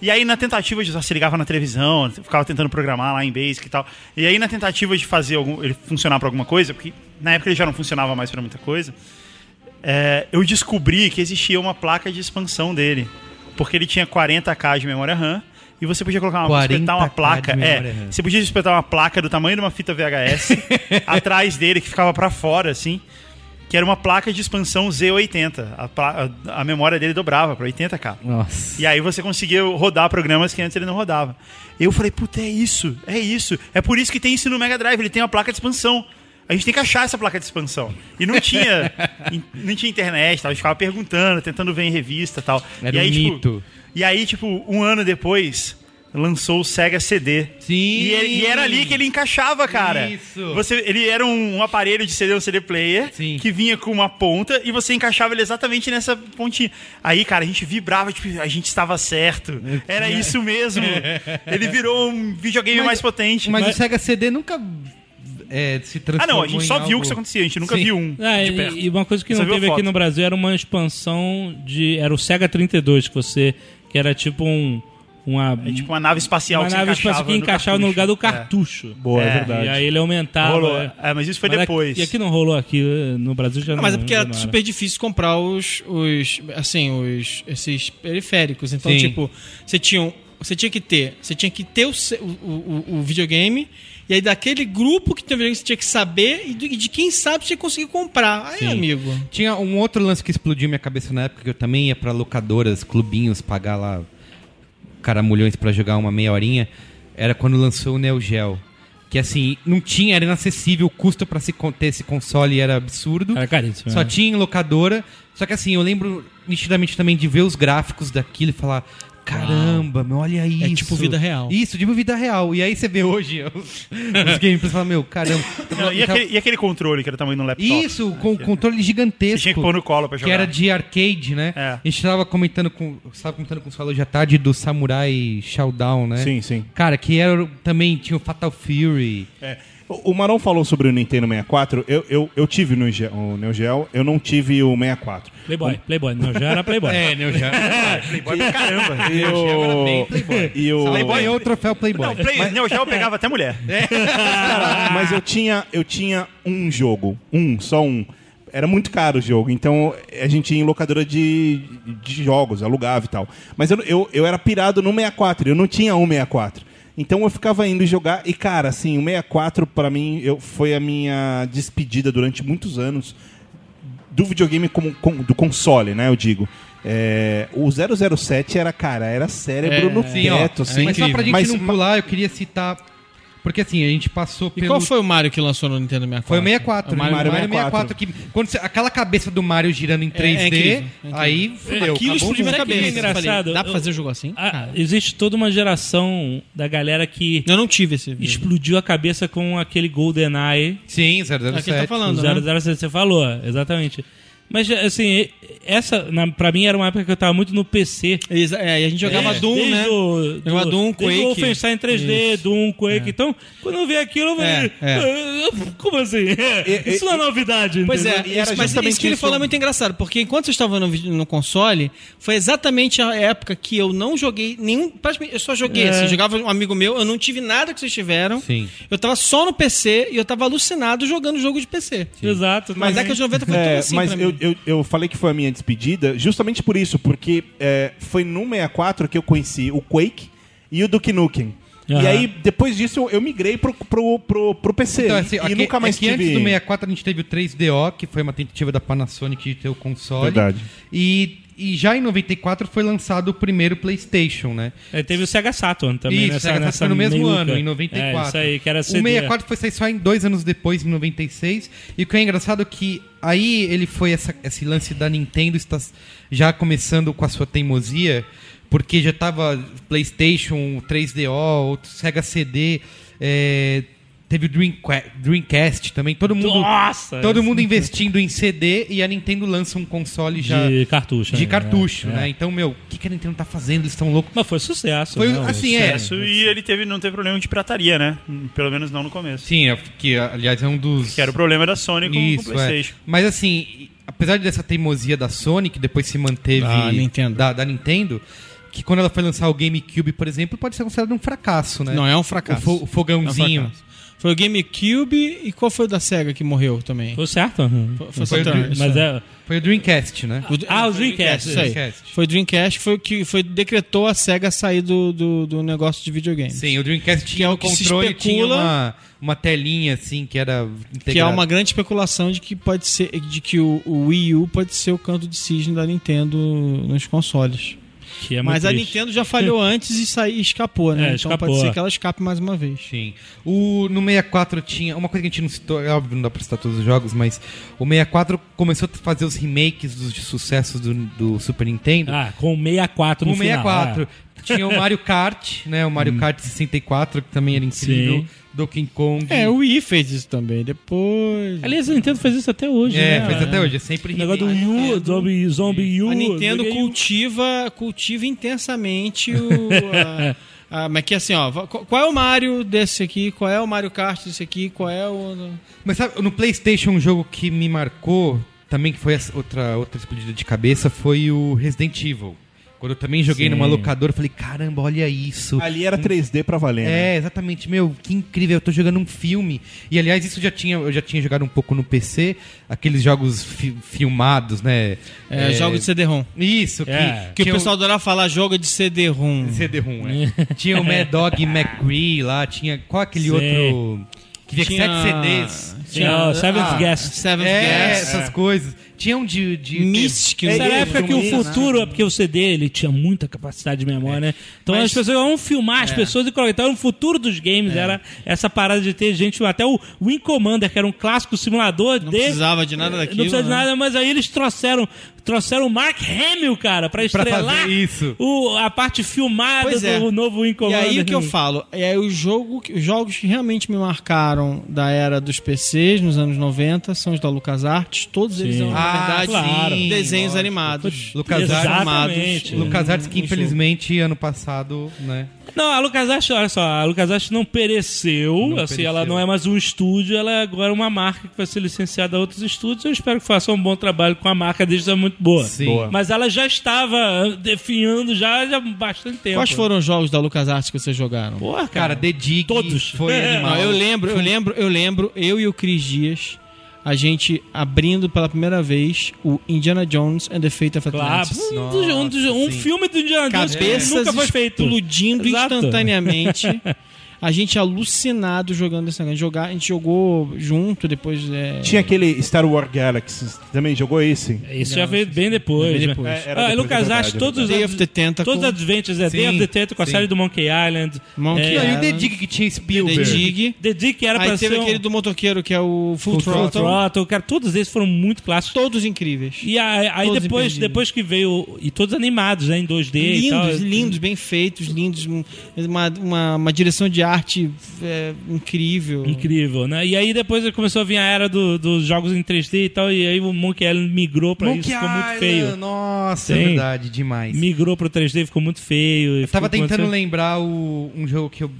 H: E aí, na tentativa de usar, você ligava na televisão, ficava tentando programar lá em Basic e tal. E aí, na tentativa de fazer algum- ele funcionar pra alguma coisa, porque na época ele já não funcionava mais pra muita coisa, é, eu descobri que existia uma placa de expansão dele. Porque ele tinha 40K de memória RAM e você podia colocar uma,
E: 40K
H: espetar uma
E: de
H: placa.
E: memória
H: é,
E: RAM.
H: você podia espetar uma placa do tamanho de uma fita
E: *laughs*
H: VHS atrás dele, que ficava pra fora, assim. Que era uma placa de expansão Z80. A, pla- a- a memória dele dobrava pra 80K.
E: Nossa.
H: E aí você conseguia rodar programas que antes ele não rodava. Eu falei, puta, é isso, é isso. É por isso que tem isso no Mega Drive, ele tem uma placa de expansão. A gente tem que achar essa placa de expansão. E
E: *laughs*
H: não tinha, in- não tinha internet, tal. a gente ficava perguntando, tentando ver em revista tal.
E: Era
H: e aí,
E: um
H: tipo,
E: mito.
H: E aí, tipo, um ano depois, lançou o Sega CD.
E: Sim.
H: E, ele- e era ali que ele encaixava, cara.
E: Isso.
H: Você, ele era um, um aparelho de CD, um CD player,
E: Sim.
H: que vinha com uma ponta e você encaixava ele exatamente nessa pontinha. Aí, cara, a gente vibrava, tipo, a gente estava certo.
J: É.
H: Era isso mesmo. Ele virou um videogame
E: Mas-
H: mais potente.
E: Mas, o Sega CD nunca é, se
H: Ah,
E: transformou
H: não, a gente
E: em
H: só viu
E: algo-
H: que isso acontecia, a gente nunca
E: Sim.
H: viu um.
J: Ah,
H: de perto.
J: e, e uma coisa que
H: Só
J: não
H: viu a
J: teve aqui
H: foto.
J: no Brasil era uma expansão de. Era o Sega 32, que você. que era tipo um. Uma,
H: É tipo uma nave espacial
J: uma
H: que
J: nave
H: você encaixava,
J: espacial que encaixava no lugar do
H: cartucho.
J: cartucho.
F: Boa, é,
H: É,
F: verdade.
J: E aí ele
H: É.
J: aumentava.
H: Rolou.
J: é.
H: É, mas isso foi
J: Mas aqui-
H: depois.
J: E aqui não rolou aqui eh, no Brasil já não.
G: Não, mas é porque
J: já
G: era
J: não
G: super difícil comprar os, os assim, os esses periféricos. Então,
E: Sim.
G: tipo, você tinha, um- você tinha que ter, você tinha que ter o, se- o- o- o videogame e aí daquele grupo que tem o videogame você tinha que saber e do- e de, quem sabe você conseguir comprar. Aí,
E: Sim.
G: amigo.
E: Tinha um outro lance que explodiu minha cabeça na época, que eu também ia pra locadoras, clubinhos, pagar lá caramulhões pra jogar uma meia horinha. Era quando lançou o Neo Geo. Que assim, não tinha, era inacessível, o custo pra se con- ter esse console era absurdo.
H: É,
J: Era caríssimo.
E: Só
J: né?
E: tinha em locadora. Só que assim, eu lembro nitidamente também de ver os gráficos daquilo e falar. Caramba, meu, olha isso.
G: É tipo vida real.
E: Isso, tipo vida real. E aí você vê hoje *laughs* os, os games e fala, meu, caramba. Então,
H: Não, e, aquele, e aquele controle que era o tamanho do laptop?
E: Isso, com o controle gigantesco.
H: Você tinha que pôr no colo pra jogar.
E: Que era de arcade, né?
H: É.
E: A gente tava comentando com. Você tava comentando com o Salo hoje à tarde do Samurai Showdown, né?
F: Sim, sim.
E: Cara, que era também tinha o Fatal Fury.
F: É. O o Marão falou sobre o Nintendo 64. Eu, eu, eu tive no Ge- o Neo Geo, eu não tive o 64.
J: Playboy, Playboy. Não, já era
E: *laughs*
J: Playboy.
G: né,
E: Neo Geo.
H: Playboy pra caramba.
F: E o... E o...
E: Playboy ou o é troféu Playboy.
H: Não, Play, Neo Geo pegava até mulher.
J: É.
F: Mas eu tinha, eu tinha um jogo. Um, só um. Era muito caro o jogo, então a gente ia em locadora de, de jogos, alugava e tal. Mas eu, eu, eu era pirado no 64, eu não tinha um 64. Então eu ficava indo jogar e, cara, assim, o 64 pra mim eu, foi a minha despedida durante muitos anos do videogame como, com- do console, né, eu digo. É, o 007 era, cara, era cérebro no
E: É. Sim, ó.
F: teto, assim.
E: mas só pra gente
F: Mas
E: não pular, eu queria citar. Porque assim, a gente passou
G: E
E: pelo.
G: qual foi o Mario que lançou no Nintendo 64?
E: Foi o 64,
G: O Mario-
E: né?
F: Mario
E: Mario 64.
F: 64.
E: que, quando você- aquela cabeça do Mario girando em 3D,
G: incrível, é incrível.
E: aí fudeu.
G: Aquilo
E: acabou
G: explodiu minha
E: com-
J: Sabe que é
G: cabeça. Eu
J: engraçado?
G: falei, Dá pra
J: Eu-
G: fazer um jogo assim?
J: Ah,
G: Cara,
J: existe toda uma geração da galera que
G: eu não tive esse vídeo.
J: explodiu a cabeça com aquele GoldenEye
E: Sim, 007.
G: Aqui tá falando, né?
J: O 007, você falou, exatamente. Mas, assim, essa, na, pra mim, era uma época que eu tava muito no PC.
G: Exa- É, e a gente jogava Doom,
J: Desde
G: né?
J: o-
G: Jogava Doom,
J: Desde o
G: Quake.
J: Wolfenstein 3D, Doom,
E: É.
J: Quake. Então, quando eu vi aquilo, eu falei...
G: É,
J: "Ah, *laughs* Como assim? isso não é novidade.
G: Pois é,
J: entendeu?
F: E era
G: isso- mas
F: justamente
G: isso que ele
F: isso.
G: falou é muito engraçado, porque enquanto eu estava no, vídeo- no console, foi exatamente a época que eu não joguei nenhum. Praticamente, eu só joguei assim, jogava um amigo meu, eu não tive nada que vocês tiveram.
E: Sim.
G: Eu tava só no PC e eu tava alucinado jogando jogo de PC.
E: é.
J: Exato.
G: Mas
J: Mas
G: a década de 90 foi tudo
F: É,
G: assim
F: mas
G: pra
F: eu,
G: mim.
F: eu, eu falei que foi a minha despedida justamente por isso, porque é, foi no 64 que eu conheci o Quake e o Duke Nukem. E
J: Aham.
F: aí, depois disso, eu, eu migrei pro, pro, pro, pro PC.
E: Então, assim,
F: e
E: aqui-
F: nunca mais
E: é que
F: tive...
E: antes do 64 a gente teve o 3DO, que foi uma tentativa da Panasonic de ter o console.
F: Verdade.
E: E, e já em 94 foi lançado o primeiro PlayStation, né?
J: É, teve o Sega Saturn também.
E: Isso,
J: nessa,
E: Sega Saturn
J: nessa
E: foi no mesmo
J: meiuca.
E: ano, em 94.
J: É, isso aí, que era CD.
E: O 64 foi sair só em dois anos depois, em 96. E o que é engraçado é que aí ele foi essa- esse lance da Nintendo está s- já começando com a sua teimosia, porque já tava PlayStation, 3DO, outro Sega CD, é, teve o Dreamca- Dreamcast também. Todo mundo,
J: Nossa!
E: todo mundo investindo em CD e a Nintendo lança um console já
J: De cartucho.
E: de
J: né?
E: cartucho,
J: É.
E: né? Então, meu, o que, que a Nintendo tá fazendo? Eles estão loucos.
J: Mas foi sucesso.
E: Foi
J: né?
E: assim, é.
H: Isso, e ele teve, não teve problema de pirataria, né? Pelo menos não no começo.
E: Sim, é que aliás é um dos.
H: Que era o problema da Sony com, com o
E: Isso, é.
H: Playstation.
E: Mas assim, apesar dessa teimosia da Sony, que depois se manteve.
G: Da Nintendo.
E: Da, da Nintendo, que quando ela foi lançar o GameCube, por exemplo, pode ser considerado um fracasso, né?
G: Não é um
E: o,
G: fracasso.
E: fo- o
G: É um
E: fogãozinho.
G: fracasso. Foi o GameCube e qual foi o da SEGA que morreu também?
J: Foi o Saturn.
G: Foi, foi
E: Foi o
G: Saturn,
E: Dream-
G: isso
J: Mas
G: aí.
J: é...
E: foi o Dreamcast, né?
G: O-
J: Ah, o
G: foi
J: Dreamcast,
G: isso aí.
E: Dreamcast.
G: Foi o Dreamcast, foi o que foi, decretou a SEGA sair do, do, do negócio de videogame.
E: Sim, o Dreamcast tinha
G: é o
E: o
G: que se
E: controle, tinha
G: especula-
E: uma, uma telinha assim que era
G: Que é
E: integrada.
G: uma grande especulação de que pode ser de que o, o Wii U pode ser o canto de cisne da Nintendo nos consoles.
J: Que é muito
G: Mas a
J: triste.
G: Nintendo já *laughs* falhou antes e saí, escapou, né?
J: É,
G: então
J: escapou.
G: pode ser que ela escape mais uma vez.
E: Sim. O, no 64 tinha. Uma coisa que a gente não citou, é óbvio, não dá pra citar todos os jogos, mas o 64 começou a fazer os remakes dos sucessos do, do Super Nintendo.
J: Ah, com o 64
E: o
J: no final.
E: 64.
J: é.
E: Tinha o Mario Kart, né? O Mario Kart 64, que também era incrível.
J: Hum. Sim.
E: Donkey Kong.
G: É, o Wii fez isso também. Depois.
J: Ah. Aliás, a Nintendo faz isso até hoje,
E: É,
J: né?
E: fez até hoje. É sempre
J: O negócio do
E: remake.
J: Yu, Zombie, zombie Yu.
G: É, A Nintendo
J: joguei Yu.
G: cultiva, cultiva intensamente *laughs* o. a- a- mas que assim, ó, va- qual é o Mario desse aqui? Qual é o Mario Kart desse aqui? Qual é o.
E: Mas sabe, no PlayStation, um jogo que me marcou, também que foi essa outra, outra explodida de cabeça, foi o Resident Evil. Quando eu também joguei numa locadora, eu falei, caramba, olha isso.
F: Ali era 3D pra valer. né?
E: É, exatamente. Meu, que incrível. Eu tô jogando um filme. E aliás, isso já tinha, eu já tinha jogado um pouco no PC, aqueles jogos fi- filmados, né?
G: É, jogo de CD-ROM.
E: Isso, que,
J: É.
G: Que, o
E: eu-
G: pessoal adorava falar jogo de CD-ROM.
E: CD-ROM,
J: *laughs*
E: é. tinha o Mad Dog McCree lá, tinha qual aquele
J: Sim.
E: outro que tinha
G: Tinha-
E: sete CDs.
J: Tinha o Seventh
E: Ah,
J: Guest.
G: Seventh
E: É,
G: Guess.
E: essas coisas. Tinha um de. de
G: Mystic.
J: Essa
G: um-
J: era a época que o futuro, é porque o CD ele tinha muita capacidade de memória,
G: É.
J: né? Então as pessoas vão filmar as pessoas e colocar. Então o futuro dos games
G: É.
J: era essa parada de ter gente. Até o Win Commander, que era um clássico simulador
G: Não
J: de.
G: precisava de nada daquilo.
J: não precisa de
G: né?
J: nada, mas aí eles trouxeram trouxeram o Mark Hamill, cara, pra estrelar
E: fazer isso.
J: o- a parte filmada
G: Pois é.
J: do novo Win
G: E
J: Commander.
G: aí o que eu falo, é o jogo, que- os jogos que realmente me marcaram da era dos PCs nos anos 90 são os da LucasArts, todos eles
J: Sim.
G: eram, na
E: Ah,
G: verdade,
E: claro.
G: desenhos
E: Lógico.
G: animados.
E: LucasArts.
J: Exatamente.
E: Lucas LucasArts, que
J: Isso.
E: infelizmente ano passado, né?
J: Não, a LucasArts, olha só, a LucasArts não pereceu, assim,
E: pereceu.
J: ela não é mais um estúdio, ela é agora uma marca que vai ser licenciada a outros estúdios, eu espero que faça um bom trabalho com a marca deles, é muito boa.
E: Sim.
F: Boa.
J: Mas ela já estava ah, definhando já, já há bastante tempo.
G: Quais foram os jogos da LucasArts que vocês jogaram?
E: Cara,
J: Porra, cara.
E: The Dig
J: Todos. *laughs*
E: foi
J: É.
E: animal.
G: Não, eu lembro, eu lembro, eu lembro, eu e o Cris Dias, a gente abrindo pela primeira vez o Indiana Jones and the Fate of
J: Claro,
G: Atlantis.
J: um, dos- um dos- um
E: sim.
J: filme do Indiana Jones que
G: Cabeças
J: nunca foi feito.
G: explodindo
J: Exato. *laughs*
G: instantaneamente. A gente alucinado jogando esse negócio. Jogar, a gente jogou junto, depois. É...
F: Tinha aquele Star Wars Galaxy, também jogou esse?
J: Isso já veio bem depois.
G: Bem
J: né?
G: depois.
F: É, era
J: ah,
F: depois,
J: LucasArts,
F: verdade,
J: todos os
G: Day of the Tentacle.
J: Todos os Adventures, é Day of
E: Sim,
J: the Tentacle, a
E: sim.
J: série do Monkey Island.
G: Monkey
E: Não,
J: é,
E: e o The
G: Island.
E: Dig que tinha
G: The
E: Spielberg.
G: Dig.
J: The Dick era
G: Aí
J: pra
G: teve
J: ser um-
G: aquele do motoqueiro, que é o Full,
J: Full
G: Throttle.
J: Throttle. Cara, todos esses foram muito clássicos.
G: Todos incríveis.
J: E aí, aí
G: Todos
J: depois,
G: imperdíveis.
J: depois que veio. E todos animados, né? Em 2D e tal.
G: lindos, lindos, bem feitos, lindos. um- Uma, uma, uma direção de arte é, incrível.
J: Incrível, né? E aí depois começou a vir a era do- dos jogos em 3D e tal. E aí o Monkey Island migrou pra
E: Monkey
J: isso, ficou muito
E: Island,
J: feio.
E: Nossa, é
J: Sim.
E: verdade, demais.
J: Migrou pro 3D, ficou muito feio.
E: Eu tava tentando
J: assim.
E: lembrar o- um jogo que eu,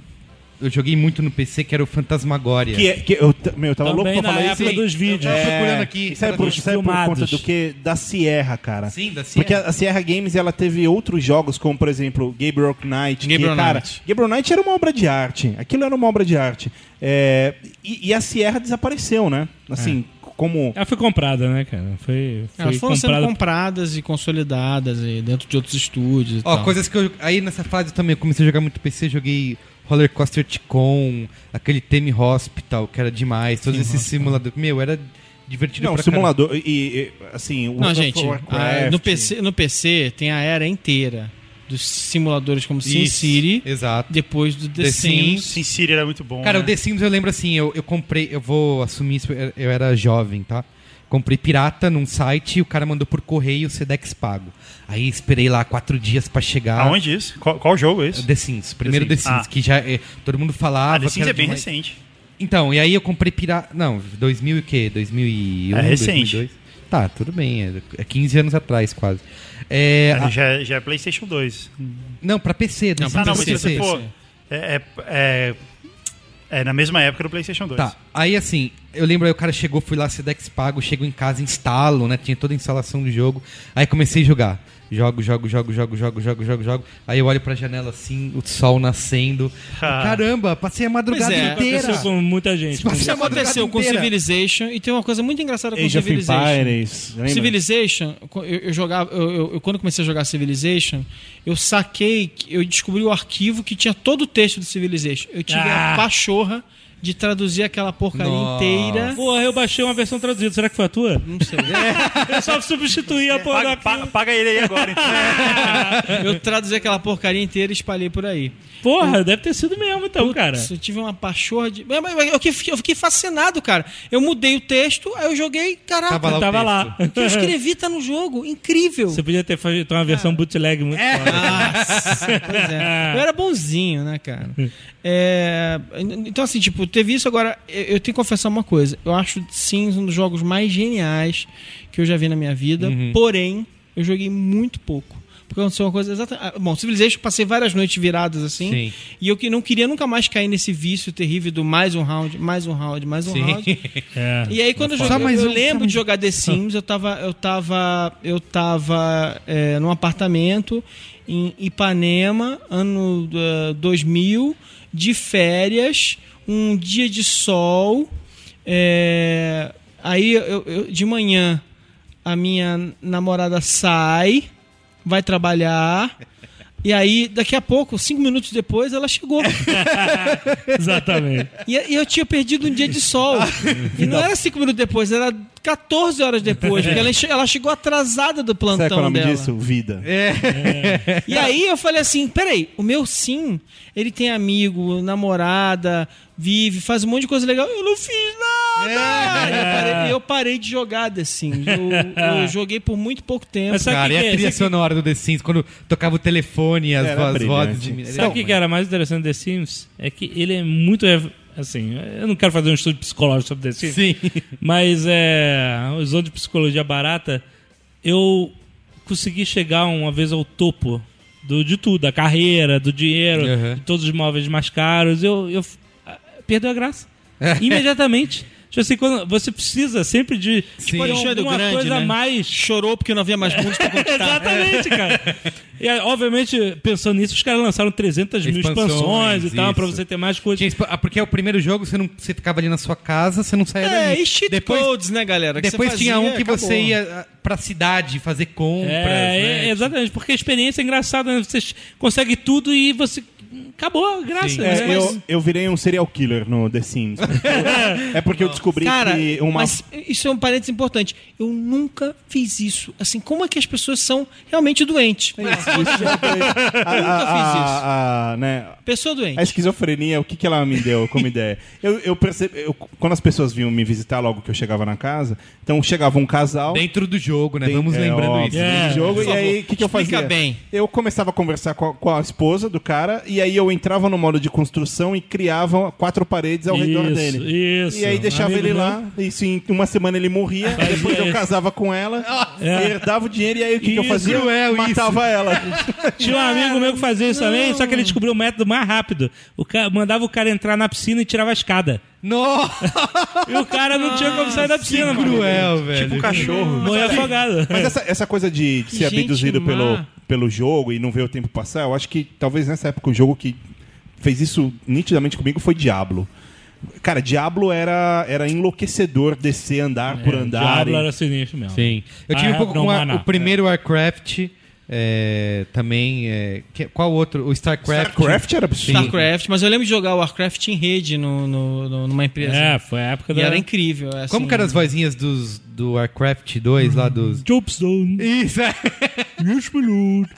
E: eu joguei muito no PC, que era o Fantasmagoria.
F: Que, é- que eu, t- meu, eu tava
J: Também
F: louco pra
J: na
F: falar isso.
J: época dos vídeos.
E: Eu tava
F: É,
E: procurando aqui.
F: Sabe por,
J: dos
F: sabe por
J: filmados.
F: conta do que? Da Sierra, cara.
J: assim
E: Sim, da Sierra.
F: Porque a a Sierra Games ela teve outros jogos, como por exemplo Gabriel Knight.
G: Gabriel
F: que, cara,
G: Knight.
F: Gabriel Knight era uma obra de arte. Aquilo era uma obra de arte. É, e, e a Sierra desapareceu, né? Assim,
G: É. um
F: como.
J: Ela foi comprada, né, cara? Foi, foi
G: Elas foram
J: comprada.
G: sendo compradas e consolidadas e dentro de outros estúdios. e
E: Ó,
J: Então.
G: tal.
E: coisas que eu. Aí nessa fase eu também eu comecei a jogar muito PC, joguei Roller Coaster Ticon, aquele Theme Hospital, que era demais, todos esses simuladores. Meu, era divertido
F: Não,
E: pra caramba.
F: simulador. E, e, assim, o
G: Não,
F: World of
G: gente,
F: Warcraft.
G: a- no, PC, no PC tem a era inteira dos simuladores como
E: Isso,
G: SimCity,
E: Exato.
G: depois do The,
E: The
G: Sims.
E: Sims.
H: Sin City era muito bom.
E: Cara,
H: né?
E: o The Sims eu lembro assim, eu, eu comprei, eu vou assumir isso, eu- eu era jovem, tá? Comprei pirata num site e o cara mandou por correio o Sedex pago. Aí esperei lá quatro dias pra chegar.
H: Aonde isso? Qual, qual jogo é isso?
E: The Sims, primeiro
H: The
E: The
H: Sims.
E: Sims,
H: Ah.
E: que já é- todo mundo falava.
H: Ah, The Sims
E: que
H: é
E: era
H: bem
E: demais.
H: recente.
E: Então, e aí eu comprei pirata. Não, 2000 e quê? 2001,
H: É recente.
E: 2002. Tá, tudo bem, é- é 15 anos atrás quase. É, a-
H: Já, é- já é PlayStation 2.
E: não, pra PC, The
G: Não,
E: Sims
H: Ah, não,
E: pra
H: mas se
E: PC.
H: você for. É, é, é- é na mesma época do PlayStation 2.
E: Tá, aí assim, eu lembro aí o cara chegou, fui lá, Sedex pago, chego em casa, instalo, né? Tinha toda a instalação do jogo. Aí comecei a jogar. Jogo, jogo, jogo, jogo, jogo, jogo, jogo, jogo. Aí eu olho pra janela assim, o sol nascendo.
H: Ah.
E: Caramba, passei a madrugada
G: Pois é.
E: inteira.
J: Aconteceu com muita gente.
E: Mas
G: Isso
E: é uma
G: aconteceu
E: madrugada
G: com
E: inteira.
G: Civilization e tem uma coisa muito engraçada com
F: Age of
G: Civilization.
F: Empires. lembra?
G: Civilization, eu, eu jogava, eu, eu- eu- quando comecei a jogar Civilization, eu saquei, que- eu descobri o arquivo que tinha todo o texto do Civilization. Eu tive
J: Ah.
G: a pachorra de traduzir aquela porcaria
E: Nossa. *laughs*
G: inteira.
J: Porra, eu baixei uma versão traduzida. Será que foi a tua?
G: Não sei.
J: *laughs* Eu só substituí
E: É.
J: a porra
H: Paga,
J: da...
H: pa- paga ele aí agora, então.
E: *laughs*
G: Eu traduzi aquela porcaria inteira e espalhei por aí.
J: Porra, deve ter sido mesmo então, cara.
E: É.
G: Putz, Eu tive uma pachorra de. Mas- mas- mas Eu fiquei, eu fiquei fascinado, cara. Eu mudei o texto, aí eu joguei, caraca,
E: Tava lá o
J: Tava
E: texto.
J: lá.
G: o que eu escrevi tá no jogo. Incrível.
J: Você podia ter feito uma versão bootleg muito foda.
G: Nossa, pois é. Eu era bonzinho, né, cara? É, então, assim, tipo, teve isso. Agora, eu eu tenho que confessar uma coisa. Eu acho, sim, um dos jogos mais geniais que eu já vi na minha vida. Porém, eu joguei muito pouco. Porque aconteceu uma coisa exatamente. ah, Bom, Civilization, eu passei várias noites viradas assim.
E: Sim.
G: E eu que não queria nunca mais cair nesse vício terrível do mais um round, mais um round, mais um round.
J: É.
G: E aí quando eu joguei,
E: Só mais
G: eu
E: um, só
G: lembro
E: mais
G: de jogar The Sims, eu tava, eu tava, eu tava é, num apartamento em Ipanema, ano eh, 2000, de férias, um dia de sol, é, aí eu- eu- de manhã a minha namorada sai, vai trabalhar, e aí daqui a pouco, cinco minutos depois, ela chegou.
J: Exatamente.
G: E, e eu tinha perdido um dia de sol. E não era cinco minutos depois, era 14 horas depois. Porque ela, che- ela chegou atrasada do
F: Sabe
G: plantão
F: qual é o nome
G: dela. É,
F: disso? Vida.
G: E aí eu falei assim: peraí, o meu sim, ele tem amigo, namorada, vive, faz um monte de coisa legal. Eu não fiz nada! Eu, parei, eu parei de jogar The Sims. Eu, eu joguei por muito pouco tempo.
J: Mas sabe o
E: Cara,
J: que,
E: e
J: que
E: a
J: é?
E: trilha
J: Sabe-
E: sonora do The Sims, quando tocava o telefone e as,
F: Era
E: vo- as vozes
F: brilhante.
E: de...
J: Sabe o que, é? que era mais interessante do The Sims? É que ele é muito. ev- Assim, eu não quero fazer um estudo psicológico sobre The Sims.
E: Sim.
J: *laughs* Mas é. Usando de psicologia barata, eu consegui chegar uma vez ao topo do, de tudo, da carreira, do dinheiro,
E: Uhum.
J: de todos os móveis mais caros. Eu, eu f- ah, perdeu a
E: *laughs*
J: graça. Imediatamente. Tipo assim, quando você precisa sempre de
E: Sim.
J: de
G: Alexandre o
J: alguma
G: Grande,
J: coisa a
G: né? É.
J: mais.
G: Chorou porque não havia mais mundo pra conquistar.
J: Exatamente, cara. E aí, obviamente, pensando nisso, os caras lançaram 300 mil
E: Expansões,
J: expansões e tal, pra
E: isso.
J: você ter mais coisas.
E: Tinha expo- ah, Porque é o primeiro jogo, você, não, você ficava ali na sua casa, você não saía
G: É,
E: dali.
G: e cheat
E: Depois,
G: codes, né, galera? que você
E: depois tinha
G: fazia,
E: um que você
G: acabou.
E: ia ah, pra cidade fazer compras,
J: É,
E: né?
J: é, exatamente, porque a experiência é engraçada, né? Você consegue tudo e você. Acabou, a graça. Mas-
F: É, eu, eu virei um serial killer no The Sims. é porque eu descobri
G: Cara,
F: que uma. *laughs*
G: mas isso é um parênteses importante. Eu nunca fiz isso. Assim, como é que as pessoas são realmente doentes?
F: a,
G: nunca fiz isso.
F: a- a- né,
G: Pessoa doente.
F: a esquizofrenia, o que, que ela me deu como ideia? Eu, eu percebi. eu- quando as pessoas vinham me visitar logo que eu chegava na casa, então chegava um casal.
E: Dentro do jogo, né? Vamos
F: É,
E: lembrando
F: ó,
E: isso.
J: É.
F: dentro do jogo,
G: Por
F: e aí
G: favor,
F: o que, que eu
G: explica
F: fazia?
G: bem.
F: Eu começava a conversar com a, com a esposa do cara, e aí eu entrava no modo de construção e criava quatro paredes ao redor
J: Isso,
F: dele.
J: isso.
F: E aí deixava
J: Amigo
F: ele
J: meu.
F: lá, isso em uma semana ele morria,
J: Fazia
F: depois eu
J: isso.
F: casava com ela,
J: É.
F: herdava o dinheiro, e aí o que, que eu
J: Isso,
F: fazia?
E: cruel isso.
F: Matava ela.
J: Tinha um amigo meu que fazia isso também, só que ele descobriu o método mais rápido. O ca- Mandava o cara entrar na piscina e tirava a escada.
F: Tipo
E: Nossa,
J: E o cara não tinha como sair da piscina, mano.
E: cruel, velho.
F: Um cachorro.
J: Morreu afogado. *laughs*
F: Mas essa, essa coisa de, de ser
G: Gente
F: abduzido
G: má.
F: pelo, pelo jogo e não ver o tempo passar, eu acho que talvez nessa época o jogo que fez isso nitidamente comigo foi Diablo. Cara, Diablo era, era enlouquecedor descer andar
E: É,
F: por andar.
J: Diablo
F: e-
J: era sinistro mesmo.
E: Sim. Eu tive
J: I
F: Ah,
E: um pouco
J: have no
E: com a-
J: mana.
E: o primeiro Warcraft, é, também... é, que- qual outro? O StarCraft.
F: StarCraft é era absurdo.
G: StarCraft, mas eu lembro de jogar Warcraft em rede no, no- no- numa empresa.
J: É, foi a época
G: E
J: da.
G: era incrível. assim.
E: Como que eram as vozinhas dos, do Warcraft 2 lá dos...
J: Jobstone.
E: Isso, é.
J: Yes, my lord.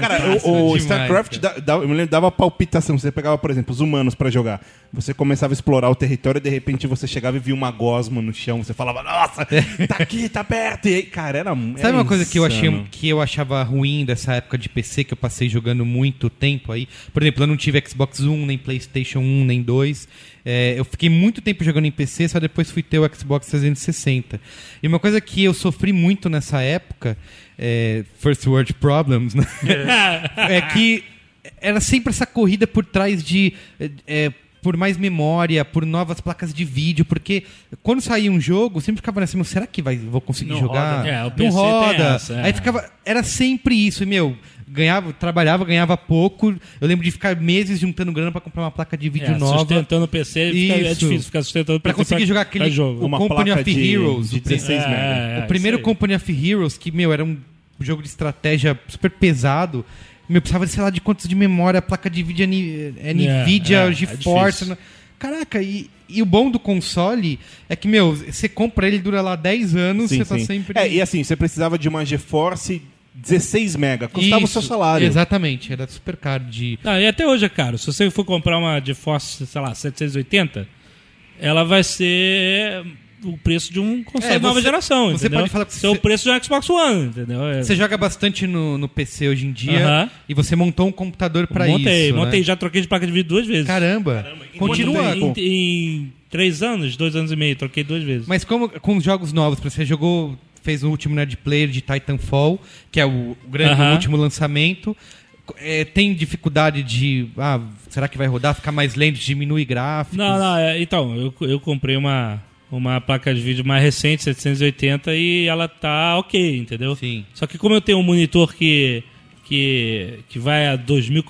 F: Cara,
E: Nossa,
F: o, o
E: demais,
F: StarCraft, da, da- eu me lembro, dava palpitação. Você pegava, por exemplo, os humanos pra jogar. Você começava a explorar o território e de repente você chegava e via uma gosma no chão. Você falava, nossa, tá aqui, tá perto. E aí, cara, era muito.
E: É. Sabe uma coisa que eu, achei, que eu achava ruim dessa época de PC, que eu passei jogando muito tempo aí? Por exemplo, eu não tive Xbox One, nem Playstation 1, nem 2. É, eu fiquei muito tempo jogando em PC, só depois fui ter o Xbox 360. E uma coisa que eu sofri muito nessa época, é, First World Problems, né? é que era sempre essa corrida por trás de. eh, eh, por mais memória, por novas placas de vídeo, porque quando saía um jogo, sempre ficava nessa, meu, será que vai, vou conseguir
J: Não
E: jogar?
J: roda. É, o PC
E: Não
J: tem
E: roda.
J: essa, é.
E: Aí ficava, era sempre isso, e, meu, ganhava, trabalhava, ganhava pouco. Eu lembro de ficar meses juntando grana pra comprar uma placa de vídeo
J: É,
E: nova.
J: Sustentando o PC fica- é
E: Isso.
J: difícil ficar sustentando o
E: Pra
J: PC
E: conseguir jogar aquele
J: pra jogo.
E: o
F: Uma
E: Company
F: placa
E: of
F: de-
E: Heroes,
F: de
E: o prim-
F: 16 mega.
J: é,
E: o primeiro
J: isso aí.
E: Company of Heroes, que, meu, era um jogo de estratégia super pesado. Meu, precisava, sei lá, de quantos de memória, placa de vídeo é ni- é
J: É,
E: Nvidia,
J: é, é
E: GeForce.
J: difícil.
E: não- Caraca, e, e o bom do console é que, meu, você compra ele, dura lá 10 anos,
F: Sim,
E: você tá
F: sim.
E: sempre.
F: É, e assim, você precisava de uma GeForce 16 mega, custava o seu
E: Isso,
F: salário.
E: Exatamente, era super caro de.
J: Ah, e até hoje é caro. Se você for comprar uma GeForce, sei lá, 780, ela vai ser o preço de um console
E: É,
J: de nova
E: você-
J: geração,
E: você
J: entendeu?
E: pode falar que
J: Ser o
E: você-
J: preço de um Xbox One, entendeu? É-
E: Você joga bastante no, no PC hoje em dia
J: Aham.
E: e você montou um computador pra
J: montei,
E: isso.
J: montei,
E: né?
J: já troquei de placa de vídeo duas vezes.
E: Caramba, continua.
J: Em, em três anos, dois anos e meio, troquei duas vezes.
E: Mas como com os jogos novos, você jogou, fez o último nerd player de Titanfall, que é o grande
J: Aham.
E: o último lançamento. É, tem dificuldade de. Ah, será que vai rodar? Ficar mais lento, diminui gráficos.
J: Não, não, é, então, eu, eu comprei uma, uma placa de vídeo mais recente, 780, e ela tá ok, entendeu?
E: Sim.
J: Só que como eu tenho um monitor que, que, que vai a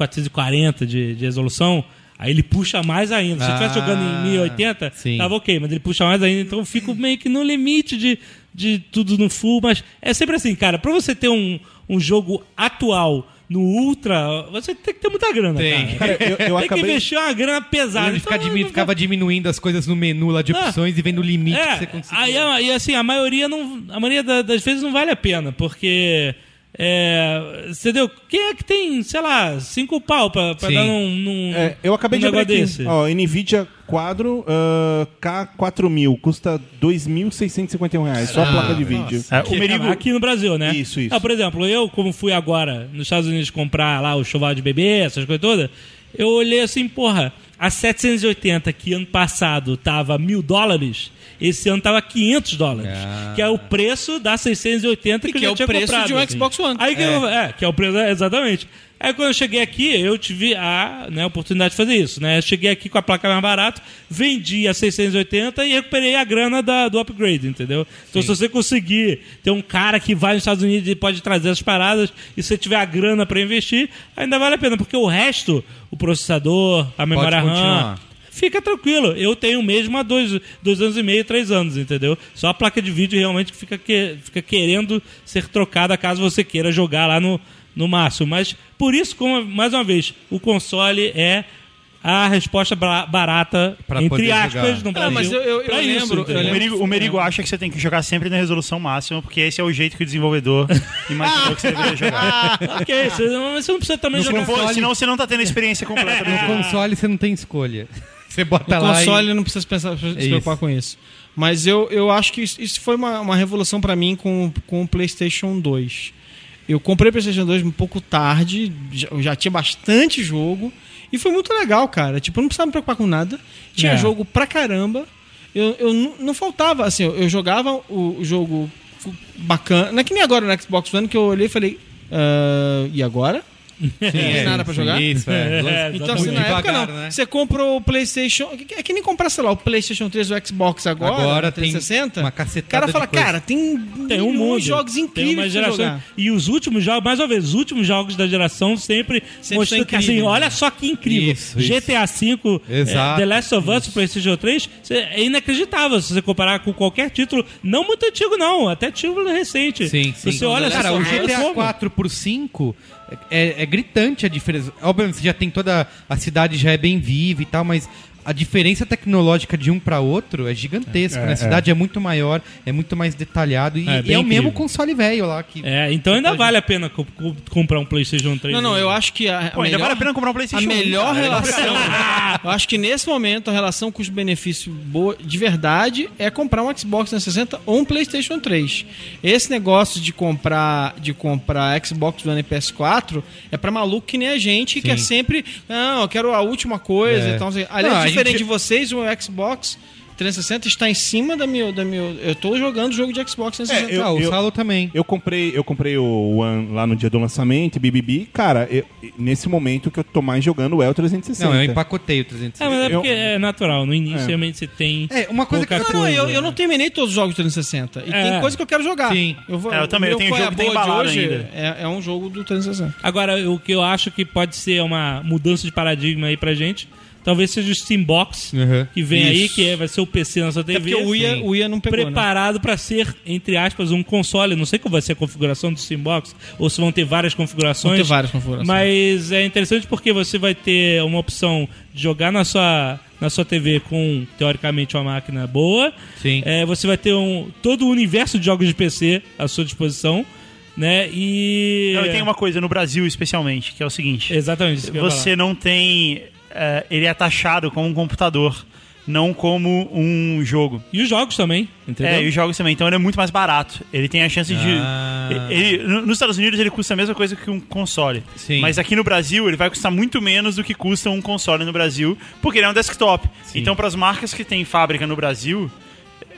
J: 2440 de, de resolução, aí ele puxa mais ainda. Se eu estivesse
E: Ah,
J: jogando em 1080,
E: sim.
J: tava ok, mas ele puxa mais ainda, então eu fico meio que no limite de, de tudo no full, mas é sempre assim, cara, pra você ter um, um jogo atual no Ultra, você tem que ter muita grana,
E: Tem. *laughs*
J: cara.
F: Cara, eu- eu
J: tem
F: acabei-
J: que investir uma grana pesada.
E: Ele fica
J: Então,
E: dimi-
J: não-
E: ficava diminuindo as coisas no menu lá de
J: Ah,
E: opções e vendo o limite que você
J: é,
E: conseguia.
J: aí, a- e assim, a maioria não. A maioria da- das vezes não vale a pena, porque. É, entendeu? Quem é que tem, sei lá, cinco pau pra, pra
E: Sim.
J: dar num. num-
F: É, eu acabei
J: num
F: de abrir
J: negócio
F: aqui.
J: desse?
F: Ó, Nvidia Quadro ah, K4000, custa 2.651 reais,
E: Ah,
F: só a placa de vídeo.
H: É, o Merigo,
J: Aqui no Brasil, né?
F: Isso, isso.
J: Ah, por exemplo, eu, como fui agora nos Estados Unidos comprar lá o choval de bebê, essas coisas todas, eu olhei assim, porra, a 780 que ano passado tava mil dólares, esse ano tava 500 dólares. Que é o preço da 680
G: E
J: que,
G: que
J: eu já
G: é o
J: tinha
G: preço
J: comprado. assim.
G: de um Xbox One.
J: Aí que eu- é, que é o preço, exatamente. Aí quando eu cheguei aqui, eu tive a né, oportunidade de fazer isso, né? Eu cheguei aqui com a placa mais barata, vendi a 680 e recuperei a grana da- do upgrade, entendeu? Então se você conseguir ter um cara que vai nos Estados Unidos e pode trazer as paradas e você tiver a grana para investir, ainda vale a pena, porque o resto, o processador, a memória RAM,
E: continuar.
J: Fica tranquilo, eu tenho mesmo há dois, dois anos e meio, três anos, entendeu? Só a placa de vídeo realmente que fica, que, fica querendo ser trocada caso você queira jogar lá no, no máximo. Mas por isso, como, mais uma vez, o console é a resposta bra- barata,
E: Pra
J: entre
E: poder
J: aspas,
E: jogar.
J: no Brasil.
G: Ah, mas eu- eu- eu
J: pra isso,
G: lembro- eu
J: entendeu?
H: o Merigo, o Merigo acha que você tem que jogar sempre na resolução máxima, porque esse é o jeito que
E: *laughs*
H: o desenvolvedor imaginou que você deveria
E: Ah,
H: jogar.
J: ok, você, mas você não precisa também
H: Se não
J: jogar
H: for- senão você não tá tendo a
E: *laughs*
H: experiência completa do
E: No
H: jogo.
E: console você não tem escolha. *laughs* Você bota tá lá. e- É
G: console não precisa pensar, se preocupar
E: isso.
G: com isso. Mas eu, eu acho que isso, isso foi uma, uma revolução pra mim com, com o PlayStation 2. Eu comprei o PlayStation 2 um pouco tarde, já, eu já tinha bastante jogo. E foi muito legal, cara. Tipo, eu não precisava me preocupar com nada. Tinha
J: É.
G: jogo pra caramba. Eu, eu nu- não faltava, assim, eu, eu jogava o, o jogo cu- bacana. Não é que nem agora no Xbox One que eu olhei e falei. "Ah, e agora?
E: *laughs* Sim,
G: não tem
E: é,
G: nada pra
E: sim,
G: jogar?
E: Isso, é.
J: *laughs* É,
G: Então,
J: exatamente.
G: assim, na época
E: devagar,
G: não.
E: né?
G: Você comprou o PlayStation. É que nem comprar, sei lá, o PlayStation 3 ou o Xbox agora.
E: Agora
G: o 360.
E: tem uma
G: O
E: cacetada
G: cara
E: de
G: fala,
E: coisa.
G: cara, tem,
J: Tem um mundo.
G: milhões de jogos incríveis
J: Tem uma
G: pra
J: geração-
G: jogar.
J: E os últimos jogos, mais uma vez, os últimos jogos da geração sempre,
G: são
J: mostram que assim,
G: incríveis,
J: olha só que incrível.
E: Isso, isso.
J: GTA V, eh,
E: Exato,
J: The Last of Us, PlayStation 3, cê- é inacreditável se você comparar com qualquer título, não muito antigo não, até título recente.
E: Sim, sim.
J: Você olha
E: Cara,
J: só,
E: o
J: olha
E: GTA
J: como.
E: 4 por 5 é, é gritante a diferença. Obviamente, você já tem toda. A cidade já é bem viva e tal, mas a diferença tecnológica de um pra outro é gigantesca. né? A cidade é. muito maior, é muito mais detalhado e
J: É,
E: e é,
J: bem
E: o mesmo
J: incrível.
E: console velho lá que.
J: É, então ainda vale a pena co- co- comprar um PlayStation 3.
G: Não, não,
J: né?
G: eu acho que a, a
H: Pô, ainda
G: melhor,
H: vale a pena comprar um
G: a
H: PlayStation 1,
G: melhor
H: cara.
G: relação. eu acho que nesse momento a relação custo-benefício boa de verdade é comprar um Xbox 360 ou um PlayStation 3. Esse negócio de comprar de comprar Xbox One e PS4 é pra maluco que nem a gente que é sempre, não, eu quero a última coisa,
E: É.
G: então assim, aliás,
E: Não, a
G: diferente
E: gente-
G: de vocês, o Xbox 360 está em cima da meu da meu, eu tô jogando jogo de Xbox
H: É,
G: 360.
E: Ah, o
F: eu-
E: Salo também.
F: Eu comprei, eu comprei o One lá no dia do lançamento, BBB. Cara, eu- nesse momento que eu tô mais jogando é o 360.
E: Não, eu empacotei o 360.
J: É, mas é
F: eu-
J: porque é natural, no início realmente você tem...
E: É, uma coisa que
J: pouca
G: Não, não, eu, eu
J: né?
G: não terminei todos os jogos do 360. E
J: É.
G: tem coisa que eu quero jogar.
E: Sim.
G: vou,
H: É, eu também, eu
G: meu
H: tenho
G: qual é
H: jogo
G: a
H: que tá
G: boa de
H: embalado
G: hoje
H: ainda.
G: É, é um jogo do 360.
J: Agora, o que eu acho que pode ser uma mudança de paradigma aí pra gente Talvez seja o Steam Box
E: Uhum.
J: que vem aí,
K: Isso.
J: que é- vai ser o PC na sua TV.
K: porque o Ia-
J: Sim.
K: o Ia não pegou, né?
J: Preparado pra ser, entre aspas, um console. Não sei qual vai ser a configuração do Steam Box, ou se vão ter várias configurações.
K: Vão ter várias configurações.
J: Mas é interessante porque você vai ter uma opção de jogar na sua, na sua TV com, teoricamente, uma máquina boa.
E: Sim.
J: É, você vai ter um, todo o universo de jogos de PC à sua disposição. Né? E.
H: Não, e tem uma coisa, no Brasil especialmente, que é o seguinte:
J: Exatamente. isso que eu ia
H: você não tem. eh, ele é taxado como um computador, não como um jogo.
J: E os jogos também, entendeu?
H: É, e os jogos também. Então ele é muito mais barato. Ele tem a chance
E: Ah.
H: de. ele- no- nos Estados Unidos ele custa a mesma coisa que um console.
E: Sim.
H: Mas aqui no Brasil ele vai custar muito menos do que custa um console no Brasil, porque ele é um desktop. Então, para as marcas que têm fábrica no Brasil,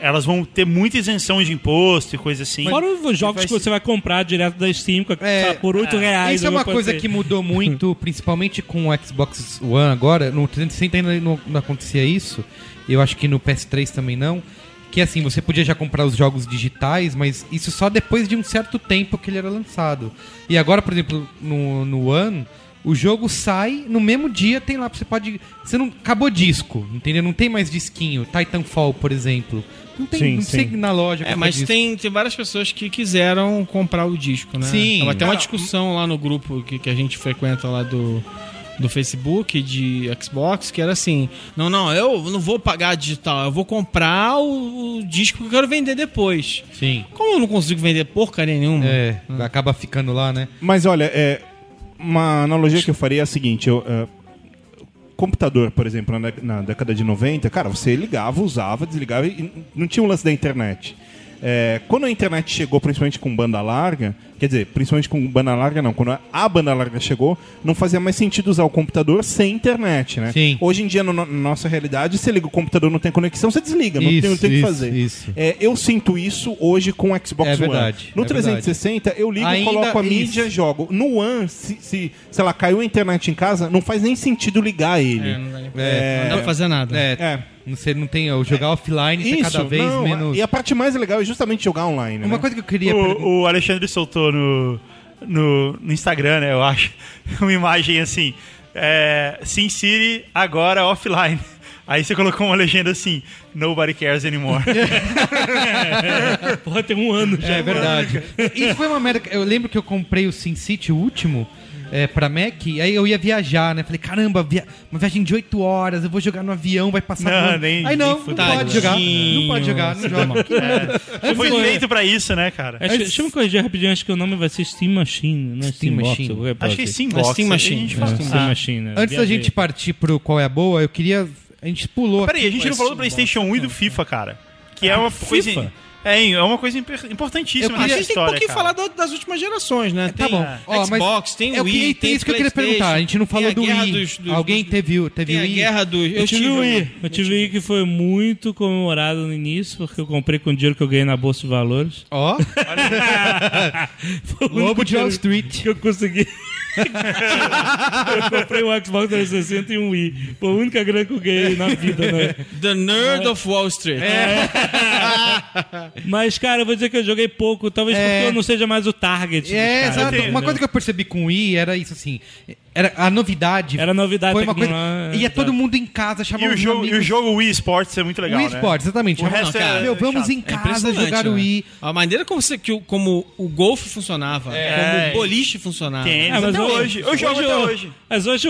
H: elas vão ter muita isenção de imposto e coisa assim.
J: Fora os jogos que você vai comprar direto da Steam com-
E: É,
J: por 8 reais.
E: Isso é uma
J: alguma
E: coisa
J: assim.
E: que
K: *laughs*
E: mudou muito, principalmente com o Xbox One agora. No 360 ainda não, não acontecia isso. Eu acho que no PS3 também não. Que assim, você podia já comprar os jogos digitais, mas isso só depois de um certo tempo que ele era lançado. E agora, por exemplo, no, no One, o jogo sai, no mesmo dia tem lá, você pode. Você não. Acabou disco, entendeu? Não tem mais disquinho. Titanfall, por exemplo. Não tem.
F: Sim,
E: não
F: sim.
E: sei na
K: É,
E: loja. qualquer
K: mas
E: disco.
K: tem, tem várias pessoas que quiseram comprar o disco, né?
E: Sim.
K: Tava até uma
E: Cara,
K: discussão lá no grupo que, que a gente frequenta lá do, do Facebook, de Xbox, que era assim: não, não, eu não vou pagar digital, eu vou comprar o, o disco que eu quero vender depois.
E: Sim.
K: Como eu não consigo vender porcaria nenhuma?
E: É,
K: Hum.
E: acaba ficando lá, né?
F: Mas olha, é, uma analogia que eu faria é a seguinte: eu, é, computador, por exemplo, na, dec- na década de 90, cara, você ligava, usava, desligava e n- não tinha o lance da internet. É, quando a internet chegou, principalmente com banda larga, quer dizer, principalmente com banda larga não, quando a- a banda larga chegou, não fazia mais sentido usar o computador sem internet, né?
E: Sim.
F: Hoje em dia, no- na nossa realidade, você liga o computador, não tem conexão, você desliga, não
E: Isso,
F: tem, não tem o que
E: isso,
F: fazer.
E: isso.
F: É, eu sinto isso hoje com o Xbox
E: É
F: One.
E: verdade,
F: No
E: é
F: 360, eu ligo,
E: Ainda
F: coloco a
E: isso.
F: mídia, jogo. No One, se, se, sei lá, caiu a internet em casa, não faz nem sentido ligar ele.
K: É, não dá,
E: É.
K: não dá pra fazer nada.
E: É,
F: É.
E: Não sei, não tem. ó, Jogar offline isso,
F: Isso, é
E: cada vez
F: não,
E: menos.
F: E a parte mais legal é justamente jogar online,
E: Uma
F: né?
E: coisa que eu queria. perguntar.
H: O, o Alexandre soltou no, no, no Instagram, né, eu acho, *laughs* uma imagem assim, é, Sin City agora offline. *laughs* Aí você colocou uma legenda assim, nobody cares anymore.
J: Porra, tem um ano já.
E: É verdade. Isso foi uma merda. que- Eu lembro que eu comprei o SimCity, o último, é, pra Mac, e aí eu ia viajar, né? Falei, caramba, via- uma viagem de 8 horas, eu vou jogar no avião, vai passar.
H: Não,
E: voando.
H: nem-
E: aí não,
H: nem
E: não
H: fudeu.
E: pode jogar. Não pode jogar, não joga. Que merda.
H: Foi feito pra isso, né, cara?
J: Acho, deixa eu me corrigir rapidinho, acho que o nome vai ser Steam Machine, não é
E: Steam
J: Steam, Box,
E: Machine.
J: alguma coisa
H: Acho que é
J: assim.
H: Steam Box.
K: Steam
H: a
K: Machine,
H: gente
K: é.
H: fala-
J: Steam
H: Ah,
J: Machine. né?
E: Antes da
J: Viajei.
E: gente partir pro qual é a boa, eu queria. A gente pulou. aqui.
H: Peraí, a gente não falou do PlayStation 1 e do FIFA, cara. Que é uma coisa.
J: FIFA?
H: É, hein, é uma coisa imper- importantíssima
E: Eu queria-
K: A
H: nessa
K: gente tem um
H: é história.
K: pouquinho
H: cara.
K: falar da- das últimas gerações, né?
E: Tá
K: Tem
E: bom. Ó, mas
K: Xbox, tem
E: eu
K: Wii,
E: queria-
K: tem
E: isso É que eu queria
K: PlayStation,
E: perguntar. A gente não
K: tem
E: falou
K: a
E: do
K: guerra
E: Wii.
K: dos- dos-
E: Alguém
K: dos-
E: teve, teve
K: Tem a
E: Wii?
K: guerra dos...
J: Eu tive o Wii.
E: um
J: Eu tive o Wii que foi muito comemorado no início, porque eu comprei com o dinheiro que eu ganhei na Bolsa de Valores.
K: *laughs*
E: *laughs* Ó,
J: Foi o único
E: Lobo de Wall
J: dinheiro
E: Street.
J: que eu consegui. eu comprei um Xbox 360 e um Wii. Foi a única grana que eu ganhei na vida, né?
K: The Nerd of Wall Street.
E: É,
K: É,
J: Mas, cara, eu vou dizer que eu joguei pouco, talvez
E: É.
J: porque eu não seja mais o target.
E: É,
J: dos caras,
E: exato. Uma
J: entendeu?
E: coisa que eu percebi com o Wii era isso, assim. Era a novidade.
J: Era novidade
E: Foi uma coisa.
J: tecnológica,
K: é,
E: Ia
J: exato.
E: todo mundo em casa,
H: E
E: chamava
H: o,
E: os
H: jogo, e
E: amigos.
H: o jogo Wii Sports é muito legal,
E: Wii
H: né?
E: Sports, exatamente.
H: O
E: Chamava-
H: resto é-
E: Meu,
H: é
E: vamos
H: chato.
E: em
K: É
E: casa
K: impressionante,
E: jogar o
K: né?
E: Wii.
K: A maneira como, você, que, o- como o golfe funcionava,
E: É.
K: como o boliche funcionava.
H: Tênis,
J: Ah, mas
H: até
J: eu-
H: hoje. Eu jogo até hoje.
J: Mas hoje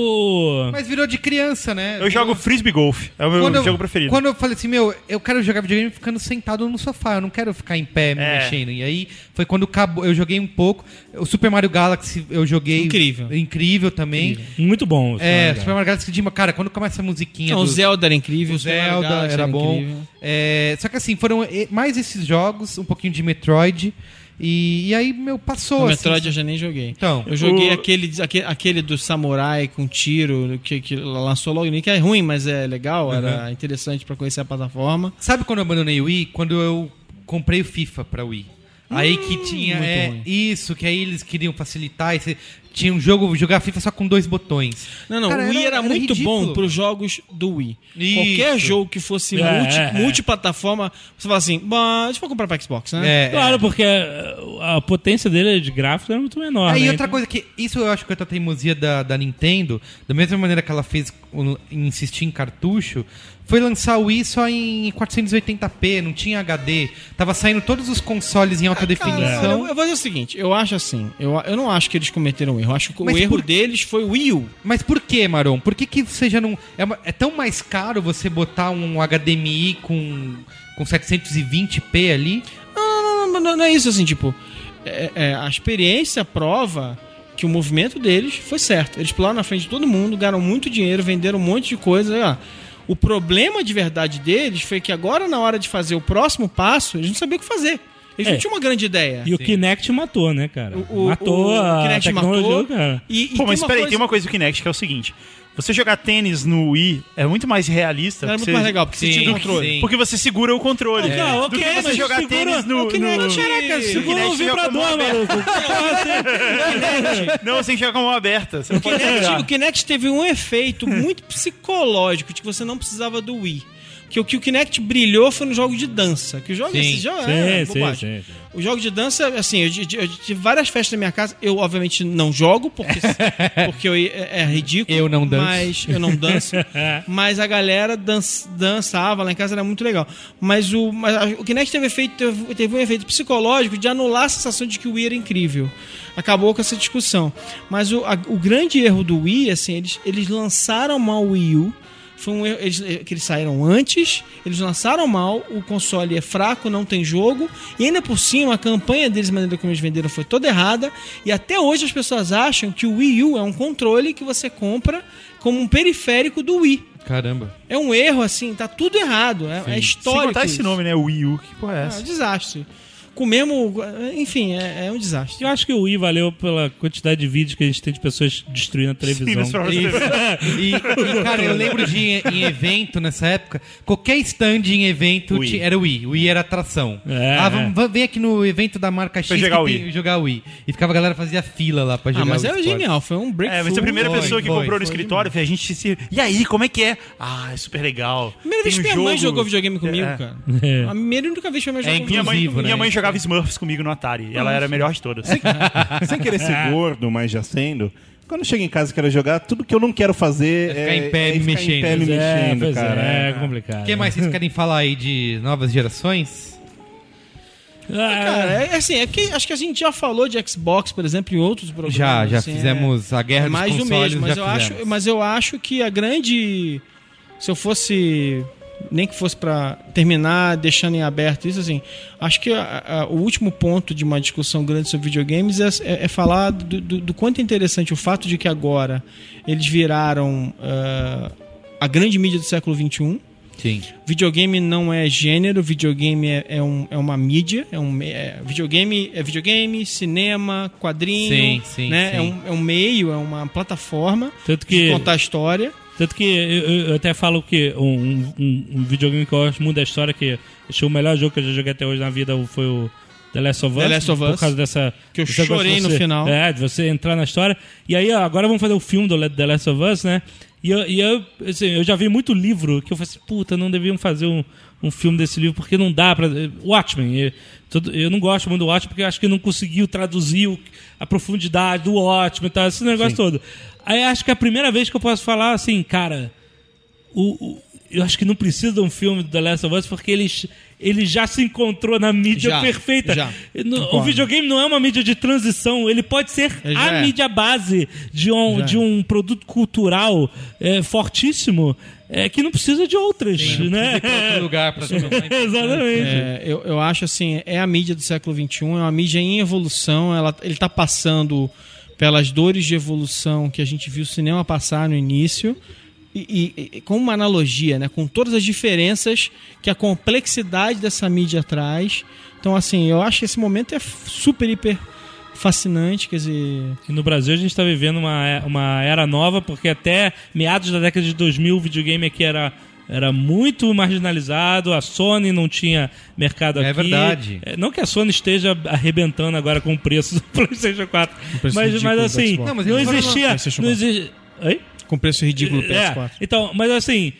J: o.
E: Mas virou de criança, né?
H: Eu jogo frisbee golf. É o meu
E: Quando eu-
H: jogo preferido.
E: Quando eu falei assim, meu, eu quero jogar videogame ficando sentado no sofá, eu não quero ficar em pé me
H: É.
E: mexendo. E aí foi quando acabou, eu joguei um pouco. O Super Mario Galaxy eu joguei.
K: Incrível.
E: Incrível também.
J: Muito bom.
E: É,
J: cara.
E: Super Mario Galaxy, Dima, cara, quando começa a musiquinha.
K: Não, o
E: do-
K: Zelda era incrível.
E: O
K: Super Mario
E: Zelda
K: Galaxy
E: era bom.
K: incrível.
E: É, só que assim, foram eh, mais esses jogos, um pouquinho de Metroid. E, e aí, meu, passou.
K: O
E: assim,
K: Metroid eu
E: assim.
K: já nem joguei.
E: Então.
K: eu joguei
H: o-
K: aquele, aquele, aquele do samurai com tiro, que, que lançou logo no início, que é ruim, mas é legal, era interessante pra conhecer a plataforma.
E: Sabe quando eu abandonei o Wii? Quando eu comprei o FIFA pra Wii. Aí que tinha
K: Hum, muito
E: é,
K: ruim.
E: isso, que aí eles queriam facilitar. E você Tinha um jogo, jogar FIFA só com dois botões.
G: Não, não,
E: Cara,
G: o Wii era, muito
E: ridículo.
G: bom pros jogos do Wii.
E: Isso.
G: Qualquer jogo que fosse
J: É,
G: multi,
J: é.
G: multiplataforma, você fala assim, "Bah, deixa eu comprar pra Xbox,
K: Ah,
G: né?
E: É,
J: Claro, porque a, a potência dele de gráfico era muito menor.
E: Aí
J: né?
E: outra
J: Então-
E: coisa que isso eu acho que é outra teimosia da, da Nintendo, da mesma maneira que ela fez o- em insistir em cartucho, foi lançar o Wii só em 480p, não tinha HD, tava saindo todos os consoles em alta
G: Cara, eu,
E: definição.
G: eu vou dizer o seguinte, eu acho assim, eu, eu não acho que eles cometeram um erro, eu acho que
E: Mas
G: o erro
E: por-
G: deles foi o Wii U.
E: Mas por que, Maron? Por que que você já não é, uma- é tão mais caro você botar um HDMI com com 720p ali?
G: Não, não, não, não é isso, assim, tipo, é- é, a experiência prova que o movimento deles foi certo. Eles pularam na frente de todo mundo, ganharam muito dinheiro, venderam um monte de coisa. aí, ó. O problema de verdade deles foi que agora, na hora de fazer o próximo passo, eles não sabiam o que fazer. Eles
J: É.
G: não tinham uma grande ideia.
J: E o Kinect matou, né, cara?
G: O- o-
J: matou
G: o
J: a
G: Kinect
J: tecnologia,
G: matou.
J: cara.
G: E, e
H: Pô, mas
G: uma
H: peraí,
G: coisa-
H: tem uma coisa do Kinect que é o seguinte. Você jogar tênis no Wii é muito mais realista.
G: Era
H: porque
G: muito
H: você-
G: mais legal, porque você
E: Sim,
G: tinha o controle.
E: sim.
H: Porque você segura o controle.
J: É. Não,
H: do
J: ok,
H: que você
J: mas
H: jogar
J: segura-
H: tênis
G: É
H: no...
J: o Kinect
H: no-
J: Caraca, segura
H: Kinect
J: o
H: joga com a mão
J: vibrador, maluco.
H: Não, você tem que jogar com a mão aberta. Você não
G: O
H: pode jogar.
G: Kinect, o Kinect teve um efeito muito psicológico de que você não precisava do Wii. Porque o que o Kinect brilhou foi no jogo de dança. Que o jogo
E: Sim,
G: esse já é
J: Sim, sim,
G: bobagem.
J: sim, sim.
G: O jogo de dança, assim, eu, ti- eu tive várias festas na minha casa. Eu, obviamente, não jogo,
E: *laughs*
G: porque, porque eu, é, é ridículo.
E: Eu não danço.
G: Mas eu
E: *laughs*
G: não danço. mas a galera dan- dançava lá em casa, era muito legal. Mas o, mas a- o Kinect teve, efeito, teve, teve um efeito psicológico de anular a sensação de que o Wii era incrível. Acabou com essa discussão. Mas o, a- o grande erro do Wii, assim, eles, eles lançaram mal o Wii U. Foi um erro, eles, eh, que eles saíram antes, eles lançaram mal, o console é fraco, não tem jogo, e ainda por cima a campanha deles, a maneira como eles venderam, foi toda errada, e até hoje as pessoas acham que o Wii U é um controle que você compra como um periférico do Wii.
E: Caramba.
G: É um erro, assim, tá tudo errado, é, é
H: Sem
G: histórico.
H: contar esse
G: isso.
H: nome, né? Wii U. Que porra é
G: É um
H: essa? *laughs*
G: desastre. Com o mesmo. Enfim, é, é um desastre.
J: Eu acho que o Wii valeu pela quantidade de vídeos que a gente tem de pessoas destruindo a televisão.
H: Sim, mas-
E: *laughs* E, e, cara, eu lembro de em, em evento nessa época, qualquer stand em evento
H: Wii.
E: ti- era o Wii. O Wii era atração.
J: É.
E: Ah, vamos, va- vem aqui no evento da marca X
H: Pra jogar
E: que
H: o
E: tem-
H: Wii.
E: jogar o Wii. E ficava a galera fazia fila lá pra jogar
G: Ah, mas
E: o
G: era
E: esporte.
G: genial, foi um breakthrough.
H: É, mas a primeira
E: Foi,
H: pessoa que
E: foi,
H: comprou no
E: foi
H: escritório, foi a gente se. E aí, como é que é? Ah, é super legal.
G: Primeira vez
H: Tem
G: que
H: um
G: minha mãe
H: jogo-
G: jogou videogame comigo,
H: É.
G: cara.
J: É.
G: A primeira e única vez que minha mãe
E: É,
G: jogou
H: Minha mãe,
E: Inclusivo, né?
H: minha mãe jogava Smurfs comigo no Atari. Ela era a melhor de todas.
F: Sem querer ser gordo, mas já sendo. Quando eu chego em casa e quero jogar, tudo que eu não quero fazer
E: É ficar em pé me mexendo.
F: Em pé me
J: Pois é,
F: mexendo,
J: pois
F: cara.
J: É, é
F: É.
J: complicado.
E: O que mais vocês querem falar aí de novas gerações?
J: Ah,
G: Cara, é é assim, é que acho que a gente já falou de Xbox, por exemplo, em outros programas.
E: Já, já
G: assim, é-
E: fizemos a guerra
G: é mais
E: dos
G: do
E: consoles.
G: mesmo, mas
E: já
G: eu,
E: fizemos.
G: acho, mas eu acho que a grande. Se eu fosse. Nem que fosse pra terminar deixando em aberto isso, assim. Acho que a- a- o último ponto de uma discussão grande sobre videogames é, é- é falar do, do- do quanto é interessante o fato de que agora eles viraram ah, a grande mídia do século um, XXI.
E: Sim.
G: Videogame não é gênero, videogame é, é um- é uma mídia, é um me- é- videogame é videogame, cinema, quadrinho,
E: Sim, sim,
G: né?
E: sim.
G: É, um, é um meio, é uma plataforma
J: Tanto
G: de
J: que,
G: contar história.
J: tanto que eu, eu- eu até falo que um, um- um videogame que eu gosto muito da história, que achei o melhor jogo que eu já joguei até hoje na vida foi o The Last of Us.
G: The Last of
J: por
G: Us,
J: causa dessa.
G: que eu
J: desse negócio
G: chorei
J: de
G: no
J: Então, você-
G: final.
J: É, de você entrar na história. E aí, ó, agora vamos fazer o filme do Le- The Last of Us, né? E eu, e eu, assim, eu já vi muito livro que eu falei assim, puta, não deviam fazer um, um filme desse livro, porque não dá pra. eh, Watchmen. Eu, todo- eu não gosto muito do Watchmen, porque eu acho que não conseguiu traduzir o- a profundidade do Watchmen e tal, esse negócio todo. Aí acho que é a primeira vez que eu posso falar assim, cara, o- o- eu acho que não precisa de um filme do The Last of Us, porque eles. Ele já se encontrou na mídia
G: Já,
J: perfeita.
G: já.
J: No- o videogame não é uma mídia de transição, ele pode ser
G: Ele já
J: a
G: é.
J: mídia base de um, de um produto cultural é, fortíssimo é, que não precisa de outras, né? *laughs*
E: Outro lugar pra
J: Exatamente.
G: É, eu, eu acho assim, é a mídia do século XXI, é uma mídia em evolução, ela, ele tá passando pelas dores de evolução que a gente viu o cinema passar no início. E, e- e com uma analogia, né? Com todas as diferenças que a complexidade dessa mídia traz. Então, assim, eu acho que esse momento é f- super, hiper fascinante. Quer dizer,
J: E no Brasil a gente tá está é, vivendo uma, uma era nova, porque até meados da década de 2000 o videogame aqui era era muito marginalizado, a Sony não tinha mercado
E: É
J: aqui.
E: verdade.
J: É, Não que a Sony esteja arrebentando agora com o preço do *laughs* PlayStation 4,
K: preço
J: mas,
K: ridículo
J: mas
K: do
J: assim,
K: Xbox.
J: não,
K: Não,
E: mas tá eles
J: existia.
K: falaram- PlayStation
J: Não
K: 4.
J: existia. Oi?
K: Com preço ridículo do PS4.
J: É, então, mas assim,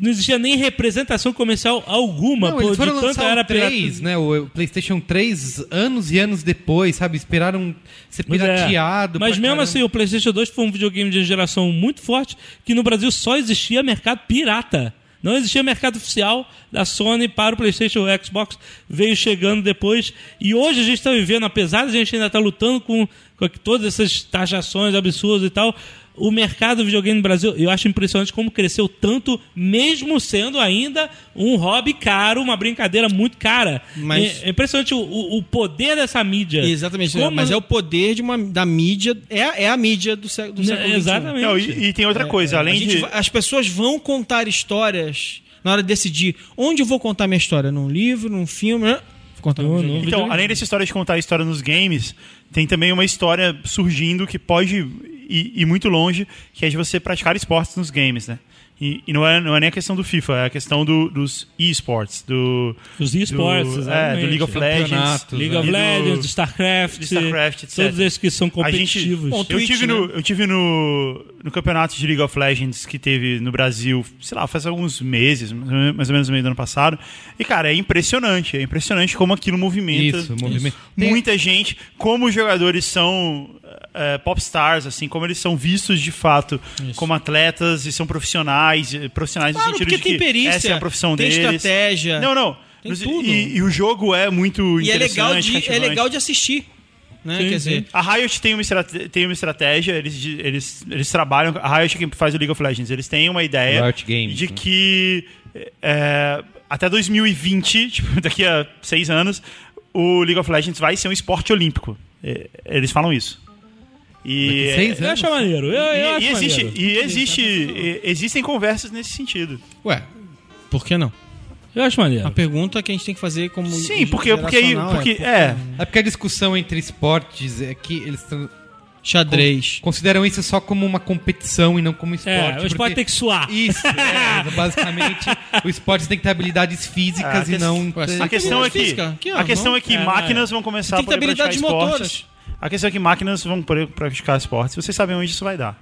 J: não existia nem representação comercial alguma,
E: Não,
J: pô,
E: eles foram
J: de tanto
E: lançar
J: era
E: o 3,
J: pirata-
E: né? O PlayStation 3 anos e anos depois, sabe? Esperaram ser
J: Pois é.
E: pirateado.
J: Mas
E: pra
J: mesmo
E: caramba.
J: assim, o PlayStation 2 foi um videogame de geração muito forte que no Brasil só existia mercado pirata. Não existia mercado oficial da Sony para o PlayStation ou Xbox. Veio chegando depois. E hoje a gente está vivendo, apesar de a gente ainda estar lutando com, com todas essas taxações absurdas e tal, o mercado do videogame no Brasil, eu acho impressionante como cresceu tanto, mesmo sendo ainda um hobby caro, uma brincadeira muito cara.
K: Mas-
J: É impressionante o, o- o poder dessa mídia.
K: Exatamente,
J: Como-
K: mas é o poder de uma, da mídia, é, é a mídia do, sé, do
J: Né,
G: um.
K: século XXI.
J: Exatamente.
H: Não, e, e tem
J: É,
H: outra coisa,
K: A
H: além
K: gente
H: de.
K: va- As pessoas vão contar histórias na hora de decidir onde eu vou contar minha história, num livro, num filme, né? Vou contar
J: Tá,
K: num
J: Não, não.
K: videogame.
H: Então,
J: videogame.
H: além dessa história de contar a história nos games, tem também uma história surgindo que pode ir, ir muito longe, que é de você praticar esportes nos games, né? E, e não, é, não é nem a questão do FIFA, é a questão do- dos esports, do...
J: Os esportes,
H: do- É,
J: exatamente.
H: do League of Legends.
E: Campeonatos,
J: League
H: e
J: of
H: do-
J: Legends, StarCraft,
H: StarCraft, etc.
J: todos esses que são
H: A gente-
J: competitivos.
K: Bom,
H: eu
K: Twitch,
H: tive, no, eu tive no, no campeonato de League of Legends que teve no Brasil, sei lá, faz alguns meses, mais ou menos no meio do ano passado. E, cara, é impressionante. É impressionante como aquilo movimenta
E: Isso, movimento.
H: muita gente, como os jogadores são eh, popstars, assim, como eles são vistos de fato como atletas e são profissionais, eh, profissionais
K: Claro,
H: no sentido
K: porque
H: de que
K: tem perícia,
H: essa é a profissão
K: tem
H: deles.
K: estratégia.
H: Não, não.
K: Tem
H: Nos-
K: tudo.
H: E, e o jogo é muito
K: E é
H: interessante,
K: legal, de, é
H: cativante.
K: legal de assistir. Né?
J: Sim,
K: Quer
J: sim.
K: dizer,
H: A Riot tem uma, estrate- tem uma estratégia, eles, de- eles, eles trabalham. A Riot que faz o League of Legends, eles têm uma ideia
E: Riot Games,
H: de
E: né?
H: que é, até 2020, *laughs* tipo, daqui a seis anos, o League of Legends vai ser um esporte olímpico. É, Eles falam isso. E,
E: Daqui a seis
J: eu acho maneiro. Eu,
H: é, e- e
J: eu acho
H: existe,
J: maneiro.
H: e existe, e- existem conversas nesse sentido.
K: ué, por que não?
J: Eu acho
K: A
H: Ah,
J: maneiro.
K: pergunta que a gente tem que fazer como.
H: Sim, porque, porque, aí-
K: geracional
H: porque é,
E: É porque a discussão entre esportes é que eles tra-
K: Xadrez.
E: consideram isso só como uma competição e não como esporte.
J: É, o esporte
E: porque-
J: tem que suar.
E: Isso, é, basicamente, o esporte tem que ter habilidades físicas
H: É,
E: e não.
K: Ué,
H: A
K: Tem
H: questão é
K: habilidade
H: que,
K: física, que
H: a
K: não,
H: questão
K: não?
H: é que
J: É, não
H: máquinas vão começar a
K: Tem que ter
H: poder praticar
K: habilidades
H: esportes. A questão é que máquinas vão poder praticar esportes. Vocês sabem onde isso vai dar?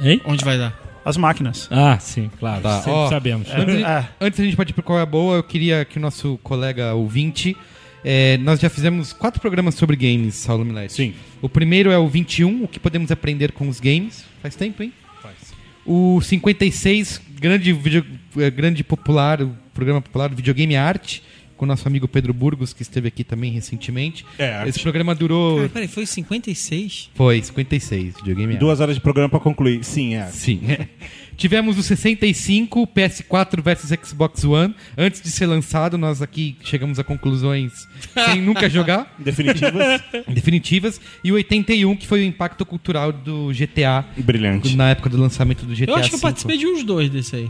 J: Hein?
K: Onde vai dar?
H: As máquinas.
J: Ah, sim, claro.
E: Tá,
J: Sempre
E: ó.
J: sabemos.
E: Antes, a gente-
F: Ah.
H: É.
E: antes a gente partir pro Qual é a Boa, eu queria que o nosso colega ouvinte. é, nós já fizemos quatro programas sobre games, Saulo Milete.
F: Sim.
E: O primeiro é o 21, o que podemos aprender com os games. Faz tempo, hein? Faz. O 56, grande, video, eh, grande popular, o programa popular, Videogame Arte, com o nosso amigo Pedro Burgos, que esteve aqui também recentemente.
F: É, arte.
E: Esse programa durou.
K: Ah, Peraí, foi 56?
E: Foi, 56, Videogame Arte.
F: É. Duas horas de programa pra concluir. Sim, é.
E: Sim. *laughs* Tivemos o 65, PS4 versus Xbox One. Antes de ser lançado, nós aqui chegamos
K: *laughs*
E: a conclusões sem nunca jogar,
F: *laughs* Definitivas.
E: definitivas. E o 81, que foi o impacto cultural do GTA,
F: Brilhante.
E: na época do lançamento do GTA.
K: Eu acho que eu
E: V.
K: participei de uns dois desse aí.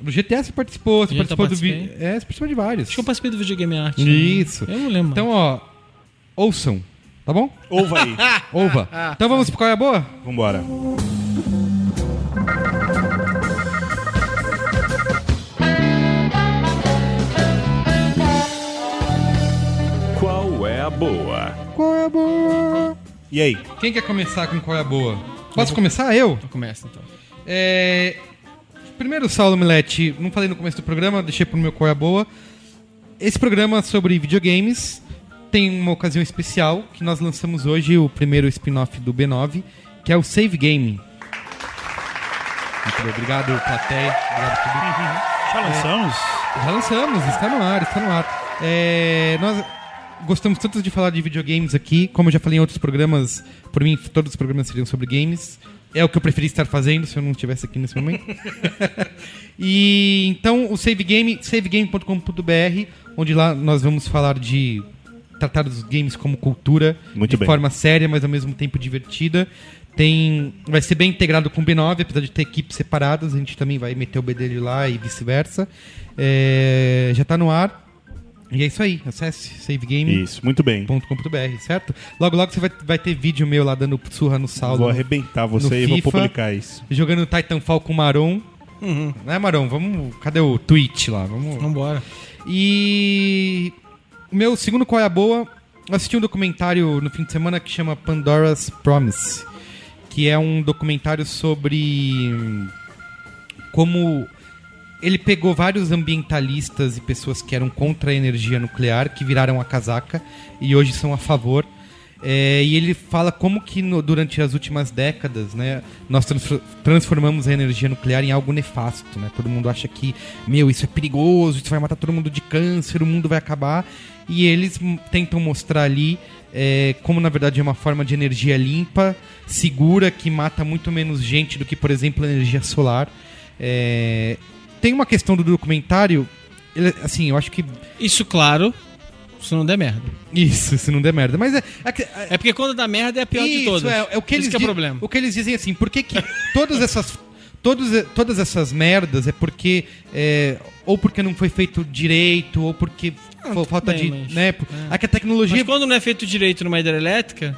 E: Do GTA você participou, você
K: Eu já
E: participou do. Vi...
K: participei.
E: É, você participou de vários.
K: Acho que eu participei do videogame arte. né?
E: Isso.
K: Eu não lembro.
E: Então, ó, ouçam, tá bom?
F: Ouva aí.
E: Ouva.
K: Ah,
E: Então
K: tá.
E: vamos pro Qual é a Boa?
F: Vambora.
I: Qual é a boa?
E: Qual é a Boa?
F: E aí?
E: Quem quer começar com Qual é a Boa? Posso começar eu?
K: começa então.
E: É... Primeiro, Saulo Milete, não falei no começo do programa, deixei pro meu qual é a boa. Esse programa sobre videogames tem uma ocasião especial que nós lançamos hoje o primeiro spin-off do B9, que é o Save Game. Muito bem, obrigado, plateia. Obrigado, público.
H: Já lançamos?
E: Já lançamos, está no ar, está no ar. É, nós gostamos tanto de falar de videogames aqui, como eu já falei em outros programas, por mim todos os programas seriam sobre games. É o que eu preferi estar fazendo se eu não estivesse aqui nesse momento. e então o Save Game, savegame.com.br, onde lá nós vamos falar de tratar dos games como cultura,
F: Muito
E: de
F: bem.
E: forma séria, mas ao mesmo tempo divertida. Tem, vai ser bem integrado com o B9, apesar de ter equipes separadas, a gente também vai meter o B dele lá e vice-versa. É, já tá no ar. E é isso aí, acesse savegame.com.br,
F: Isso, muito bem.
E: certo? Logo, logo você vai, vai ter vídeo meu lá dando surra no Saulo.
F: Vou arrebentar
E: no
F: você e vou
E: FIFA.
F: publicar isso.
E: Jogando Titanfall com o Maron. Né, Marão? Vamos. Cadê o tweet lá? Vamos.
G: Vambora.
E: E o meu segundo qual é a boa, eu assisti um documentário no fim de semana que chama Pandora's Promise, que é um documentário sobre hum, como ele pegou vários ambientalistas e pessoas que eram contra a energia nuclear, que viraram a casaca e hoje são a favor. É, e ele fala como que no- durante as últimas décadas, né, nós transfor- transformamos a energia nuclear em algo nefasto, né? Todo mundo acha que, meu, isso é perigoso, isso vai matar todo mundo de câncer, o mundo vai acabar. E eles m- tentam mostrar ali é, como na verdade é uma forma de energia limpa, segura, que mata muito menos gente do que, por exemplo, a energia solar. É, tem uma questão do documentário, ele- assim, eu acho que
G: Isso, claro, se não der merda.
E: isso, se não der merda, mas é, é que- é-
G: É porque quando dá merda é a pior de
E: isso,
G: todas.
E: É, é o que eles
G: Isso que é o
E: di-
G: problema.
E: O que eles dizem assim, por que, que todas essas. Todos, todas essas merdas é porque. é, ou porque não foi feito direito, ou porque. fo-
G: tudo
E: falta
G: bem,
E: de.
G: Ah, mas-
E: Né, por- é que a tecnologia.
G: Mas quando não é feito direito numa hidrelétrica,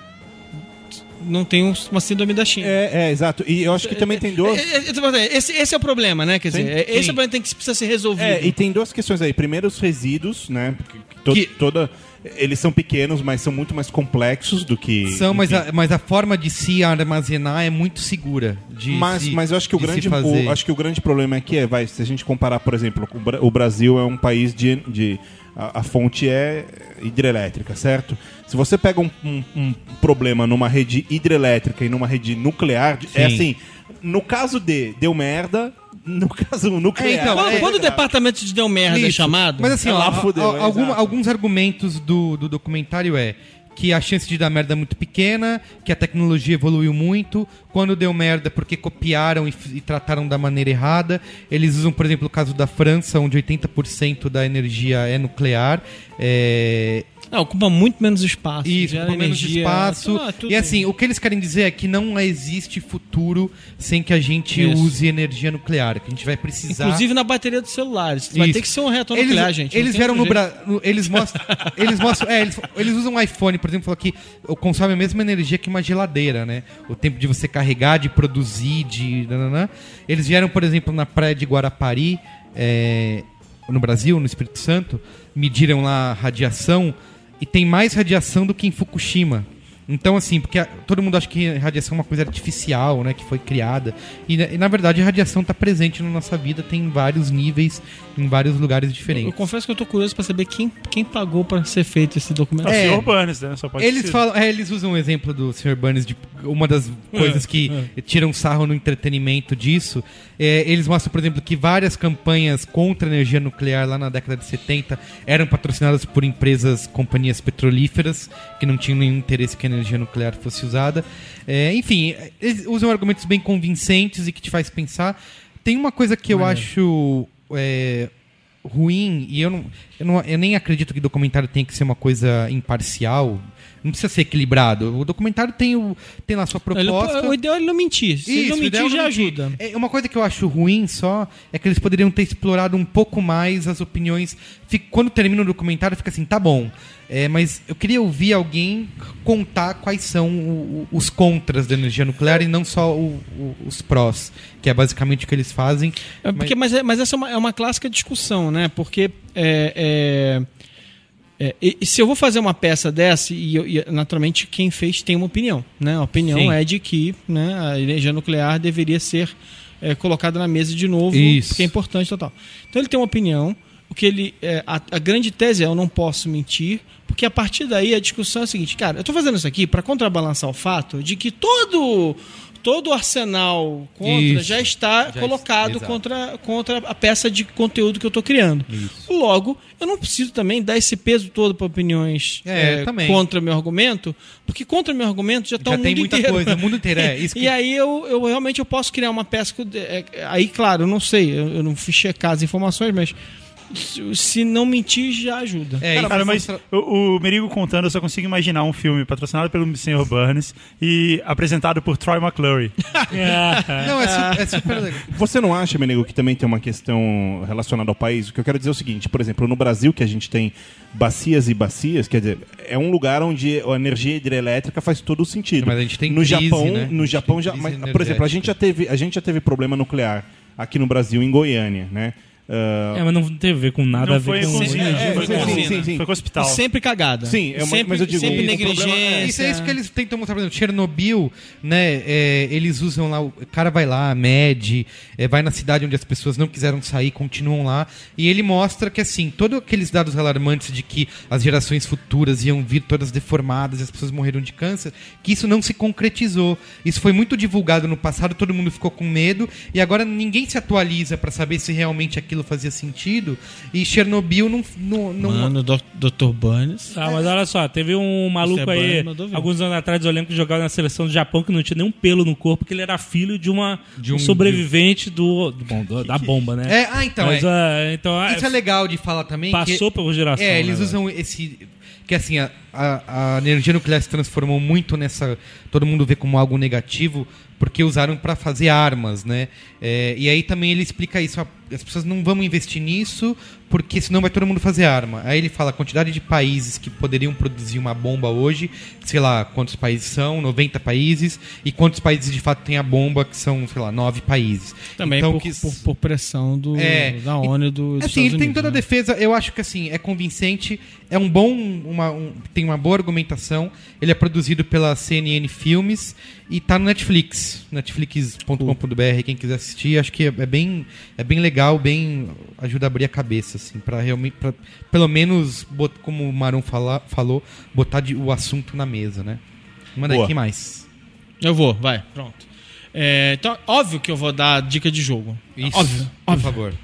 G: não tem um- uma síndrome da China.
F: É, é, exato. E eu acho que também tem duas.
G: É, é, é, eu tô falando, Esse, esse é o problema, né? Quer dizer,
F: Sim,
G: é- esse
F: sim.
G: é o problema que tem que precisa ser resolvido.
F: É, e tem duas questões aí. Primeiro, os resíduos, né? Porque to-
E: Que-
F: toda. Eles são pequenos, mas são muito mais complexos do que.
E: São, mas
F: enfim.
E: a, mas a forma de se armazenar é muito segura. De
F: Mas,
E: se-
F: mas eu acho que o
E: de se
F: grande
E: fazer.
F: o, acho que o grande problema aqui é, vai, se a gente comparar, por exemplo, com o Bra- o Brasil é um país de, de a, a fonte é hidrelétrica, certo? Se você pega um, um- um problema numa rede hidrelétrica e numa rede nuclear, é
E: Sim.
F: assim, no caso de deu merda, no caso nuclear.
E: É, então,
G: Quando,
E: é-
G: quando o departamento de deu merda é
E: Isso.
G: chamado,
E: Mas assim,
F: É
E: ó,
F: lá,
E: a-
F: fudeu,
E: a-
F: é,
E: alguma-
F: exato.
E: alguns argumentos do, do documentário é que a chance de dar merda é muito pequena, que a tecnologia evoluiu muito, quando deu merda é porque copiaram e, f- e trataram da maneira errada. Eles usam, por exemplo, o caso da França, onde 80% da energia é nuclear. É,
G: ah, ocupa muito menos espaço.
E: isso,
G: gera
E: por menos
G: energia,
E: espaço.
G: tudo- ah, tudo
E: e assim, o que eles querem dizer é que não existe futuro sem que a gente
G: Isso.
E: use energia nuclear, que a gente vai precisar.
G: Inclusive na bateria dos celulares. Vai
E: Isso.
G: ter que ser um reator nuclear, gente. não
E: Eles
G: tem
E: vieram no
G: outro jeito.
E: Brasil. Eles mostram. eles mostram. É, eles, eles usam um iPhone, por exemplo, falou que consome a mesma energia que uma geladeira, né? O tempo de você carregar, de produzir, de. nananã. Eles vieram, por exemplo, na praia de Guarapari, é, no Brasil, no Espírito Santo, mediram lá a radiação e tem mais radiação do que em Fukushima. Então, assim, porque a- todo mundo acha que radiação é uma coisa artificial, né? Que foi criada. E, na- e, na verdade, a radiação está presente na nossa vida, tem em vários níveis, em vários lugares
G: Eu
E: diferentes.
G: confesso que eu tô curioso pra saber quem, quem pagou pra ser feito esse documento.
H: É o
E: É.
H: senhor Burns, né? Só pode
E: Eles
H: ser.
E: falam, é, eles usam o exemplo do Sr. Burns de uma das coisas
H: É,
E: que tiram sarro no entretenimento disso. É, eles mostram, por exemplo, que várias campanhas contra a energia nuclear lá na década de 70 eram patrocinadas por empresas, companhias petrolíferas que não tinham nenhum interesse que a energia nuclear fosse usada. É, enfim, eles usam argumentos bem convincentes e que te faz pensar. Tem uma coisa que eu acho é, ruim, e eu, não, eu, não- eu nem acredito que documentário tenha que ser uma coisa imparcial. Não precisa ser equilibrado. O documentário tem, o, tem lá a sua
G: Ele-
E: proposta.
G: o ideal é ele não mentir. Se ele não
E: Isso, o ideal
G: mentir,
E: é
G: já
E: não mentir.
G: ajuda.
E: É, uma coisa que eu acho ruim só é que eles poderiam ter explorado um pouco mais as opiniões. Fica- quando termina o documentário, fica assim, tá bom. é, mas eu queria ouvir alguém contar quais são o- o- os contras da energia nuclear e não só o- o- os prós, que é basicamente o que eles fazem.
G: É porque, mas, é- mas essa é uma, é uma clássica discussão, né? Porque é, é, é, e- e se eu vou fazer uma peça dessa, e, eu- e, naturalmente quem fez tem uma opinião, né? A opinião
L: Sim.
G: é de que né, a energia nuclear deveria ser é, colocada na mesa de novo,
E: Isso.
G: porque é importante, total. Então ele tem uma opinião. O que ele, é, a, a grande tese é eu não posso mentir, porque a partir daí a discussão é a seguinte, cara, eu estou fazendo isso aqui para contrabalançar o fato de que todo todo o arsenal contra
E: Isso.
G: já está
E: Já
G: colocado
E: está,
G: contra, contra a peça de conteúdo que eu estou criando. Logo, eu não preciso também dar esse peso todo para opiniões
E: É, também.
G: contra meu argumento, porque contra meu argumento já está o
E: Já
G: mundo
E: tem muita
G: inteiro.
E: coisa, o mundo inteiro, é, isso que-
G: *laughs* E aí eu, eu realmente eu posso criar uma peça que eu de- é, aí claro, eu não sei, eu, eu não fui checar as informações, mas se, se não mentir já ajuda.
E: É,
H: Cara,
E: isso
H: cara,
E: eles
H: mas
E: mostram-
H: o, o Merigo contando, eu só consigo imaginar um filme patrocinado pelo Sr. Burns e apresentado por Troy McClure.
E: Não, é, su- é super legal.
F: Você não acha, Menego, que também tem uma questão relacionada ao país? O que eu quero dizer é o seguinte, por exemplo, no Brasil, que a gente tem bacias e bacias, quer dizer, é um lugar onde a energia hidrelétrica faz todo o sentido.
E: Mas a gente tem
F: no
E: crise,
F: Japão,
E: né? A
F: No
E: gente
F: Japão
E: tem
F: já,
E: crise
F: mas, por
E: energética.
F: exemplo, a gente já teve, a gente já teve problema nuclear aqui no Brasil, em Goiânia, né? Ah,
J: É, mas não tem a ver com nada a
H: Não
J: ver
H: foi assim, né?
J: com...
H: com não
J: origem.
H: foi
F: sim,
H: com
F: sim,
H: usina,
F: sim.
H: Foi com hospital.
G: Tá Sempre cagada.
F: Sim, é uma-
G: sempre,
F: mas eu digo,
G: sempre
F: o
G: negligência.
E: Isso é isso
G: tá.
E: que eles tentam mostrar, por exemplo, Chernobyl, né? é, eles usam lá, o cara vai lá, mede, é, vai na cidade onde as pessoas não quiseram sair, continuam lá. E ele mostra que, assim, todos aqueles dados alarmantes de que as gerações futuras iam vir todas deformadas e as pessoas morreram de câncer, que isso não se concretizou. Isso foi muito divulgado no passado, todo mundo ficou com medo, e agora ninguém se atualiza pra saber se realmente aquilo fazia sentido. E Chernobyl não. não, não-
G: Mano, Dr. Dr. Burns.
J: Ah, mas olha só, teve
H: é
J: um maluco
G: Esteban
J: aí,
G: mandou ver.
J: alguns anos atrás, eu lembro que jogava na seleção do Japão, que não tinha nenhum pelo no corpo, que ele era filho de uma
E: De um-
J: um sobrevivente do, do- bom, do- da bomba, né?
E: É, ah, então.
J: Mas,
E: é.
J: ah, então ah,
E: Isso é legal de falar também.
J: Passou
E: que,
J: por geração,
E: É,
J: né,
E: eles
J: velho?
E: usam esse. Que assim, a, a- a energia nuclear se transformou muito nessa. Todo mundo vê como algo negativo, porque usaram para fazer armas, né? É, e aí também ele explica isso. a- As pessoas não vão investir nisso, porque senão vai todo mundo fazer arma. Aí ele fala a quantidade de países que poderiam produzir uma bomba hoje, sei lá quantos países são, 90 países, e quantos países de fato tem a bomba, que são, sei lá, 9 países.
G: Também
E: Então,
G: por,
E: que-
G: por- por pressão do,
E: É,
G: da ONU e do. dos
E: Assim, ele
G: Estados
E: tem
G: Unidos,
E: toda a
G: né?
E: defesa, eu acho que assim, é convincente, é um bom, uma, um- tem uma boa argumentação, ele é produzido pela CNN Filmes e tá no Netflix, netflix.com.br, quem quiser assistir, acho que é, é bem, é bem legal, bem, ajuda a abrir a cabeça, assim, pra realmente, pra, pelo menos, bot- como o Maron fala, falou, botar de- o assunto na mesa, né? Manda aí,
F: Boa.
E: quem mais?
G: Eu vou, vai, pronto. É, então, óbvio que eu vou dar dica de jogo. Óbvio.
E: por favor.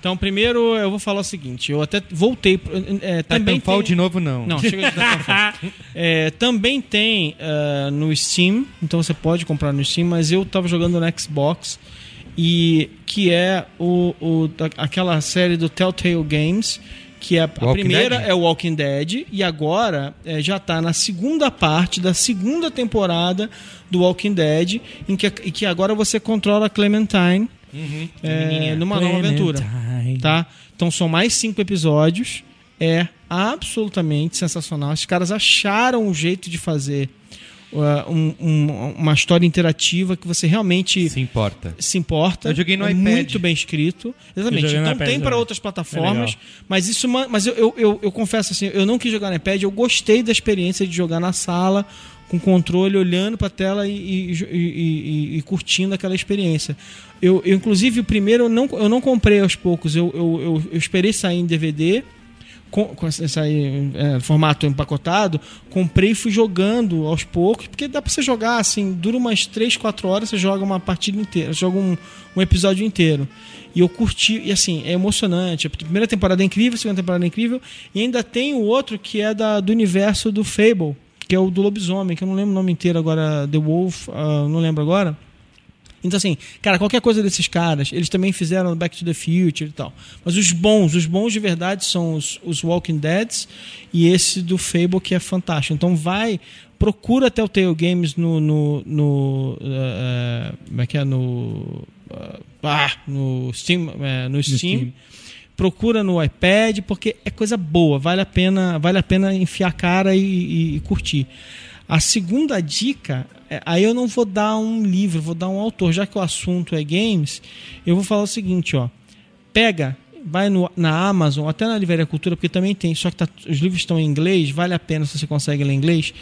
G: Então, primeiro eu vou falar o seguinte: eu até voltei. pro- É, também
E: Titanfall um
G: tem...
E: de novo, não.
G: Não, chega de
E: *laughs*
G: Titanfall. é, também tem ah, no Steam, então você pode comprar no Steam, mas eu tava jogando no Xbox, e que é o, o- da- aquela série do Telltale Games, que é a
E: Walking
G: primeira
E: Dead?
G: é o Walking Dead, e agora é, já tá na segunda parte da segunda temporada do Walking Dead, em que, e que agora você controla a Clementine
E: Uhum.
G: é, numa nova aventura
J: Clementine.
G: tá? Então são mais cinco episódios. É absolutamente sensacional. Os caras acharam um jeito de fazer uh, um- um- uma história interativa que você realmente
E: Se importa.
G: se importa.
E: Eu joguei no
G: é
E: iPad.
G: Muito bem escrito. Exatamente.
J: Eu joguei no
G: Então
J: iPad
G: tem para
J: também.
G: outras
J: É
G: plataformas,
J: legal.
G: mas isso, ma- mas eu, eu, eu, eu confesso assim, eu não quis jogar no iPad, eu gostei da experiência de jogar na sala com controle, olhando para a tela e, e, e- e- e curtindo aquela experiência. Eu, eu, inclusive o primeiro eu não, eu não comprei aos poucos, eu, eu, eu, eu esperei sair em DVD. Com, com essa- essa aí, é, formato empacotado, comprei e fui jogando aos poucos, porque dá pra você jogar assim, dura umas 3, 4 horas, você joga uma partida inteira, joga um, um episódio inteiro. E eu curti, e assim, é emocionante. A primeira temporada é incrível, a segunda temporada é incrível, e ainda tem o outro que é da, do universo do Fable, que é o do lobisomem, que eu não lembro o nome inteiro agora, The Wolf, ah, não lembro agora. Então, assim, cara, qualquer coisa desses caras, eles também fizeram Back to the Future e tal. Mas os bons, os bons de verdade são os, os Walking Deads e esse do Fable que é fantástico. Então vai, procura até o Tale Games no. no, no eh, eh, como é que é? No. eh, ah, no Steam. eh, no Steam. Procura no iPad, porque é coisa boa, vale a pena, vale a pena enfiar a cara e- e- e curtir. A segunda dica, é- aí eu não vou dar um livro, vou dar um autor, já que o assunto é games, eu vou falar o seguinte, ó. Pega, vai no- na Amazon, até na Livraria Cultura, porque também tem, só que tá- os livros estão em inglês, vale a pena se você consegue ler inglês.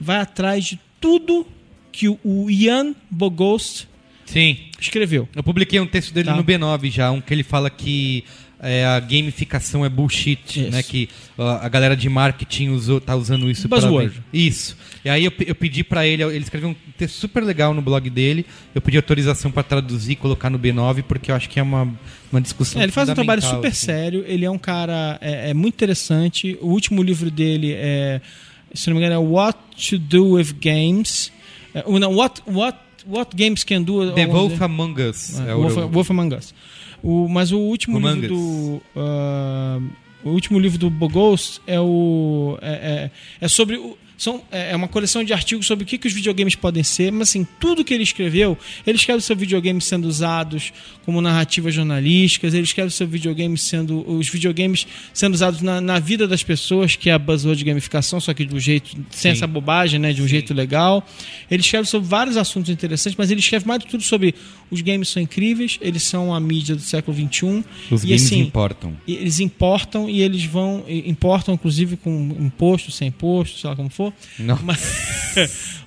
G: Vai atrás de tudo que o- o Ian Bogost
E: Sim.
G: escreveu.
E: Eu publiquei um texto dele
G: Tá.
E: no B9 já, um que ele fala que é, a gamificação é bullshit,
G: Isso.
E: né? Que ó, a galera de marketing usou, tá usando isso
G: Buzzword.
E: pra... Isso. E aí eu, pe- eu pedi pra ele, ele escreveu um texto super legal no blog dele, eu pedi autorização pra traduzir e colocar no B9, porque eu acho que é uma, uma discussão
G: É, ele faz um trabalho super
E: assim.
G: sério, ele é um cara é, é muito interessante. O último livro dele é, se não me engano, é What to Do with Games. É, ou não, what, what, what Games Can Do.
E: The
G: alguma
E: Wolf
G: coisa-
E: Among Us.
G: é,
E: é o-
G: Wolf, Wolf Among Us. O, mas o último
E: Among
G: livro do. ah, o último livro do Bogost é o. É, é- é sobre o. São, é é uma coleção de artigos sobre o que, que os videogames podem ser, mas assim, tudo que ele escreveu, ele escreve sobre videogames sendo usados como narrativas jornalísticas, ele escreve sobre videogames sendo. os videogames sendo usados na, na vida das pessoas, que é a buzzword de gamificação, só que de um jeito, sem essa bobagem, né? De um jeito legal. Ele escreve sobre vários assuntos interessantes, mas ele escreve mais do que tudo sobre os games são incríveis, eles são a mídia do século XXI.
E: Os
G: e,
E: games
G: assim,
E: importam.
G: e eles importam e eles vão. e Importam, inclusive, com imposto, sem imposto, sei lá como for.
E: Não.
G: Mas,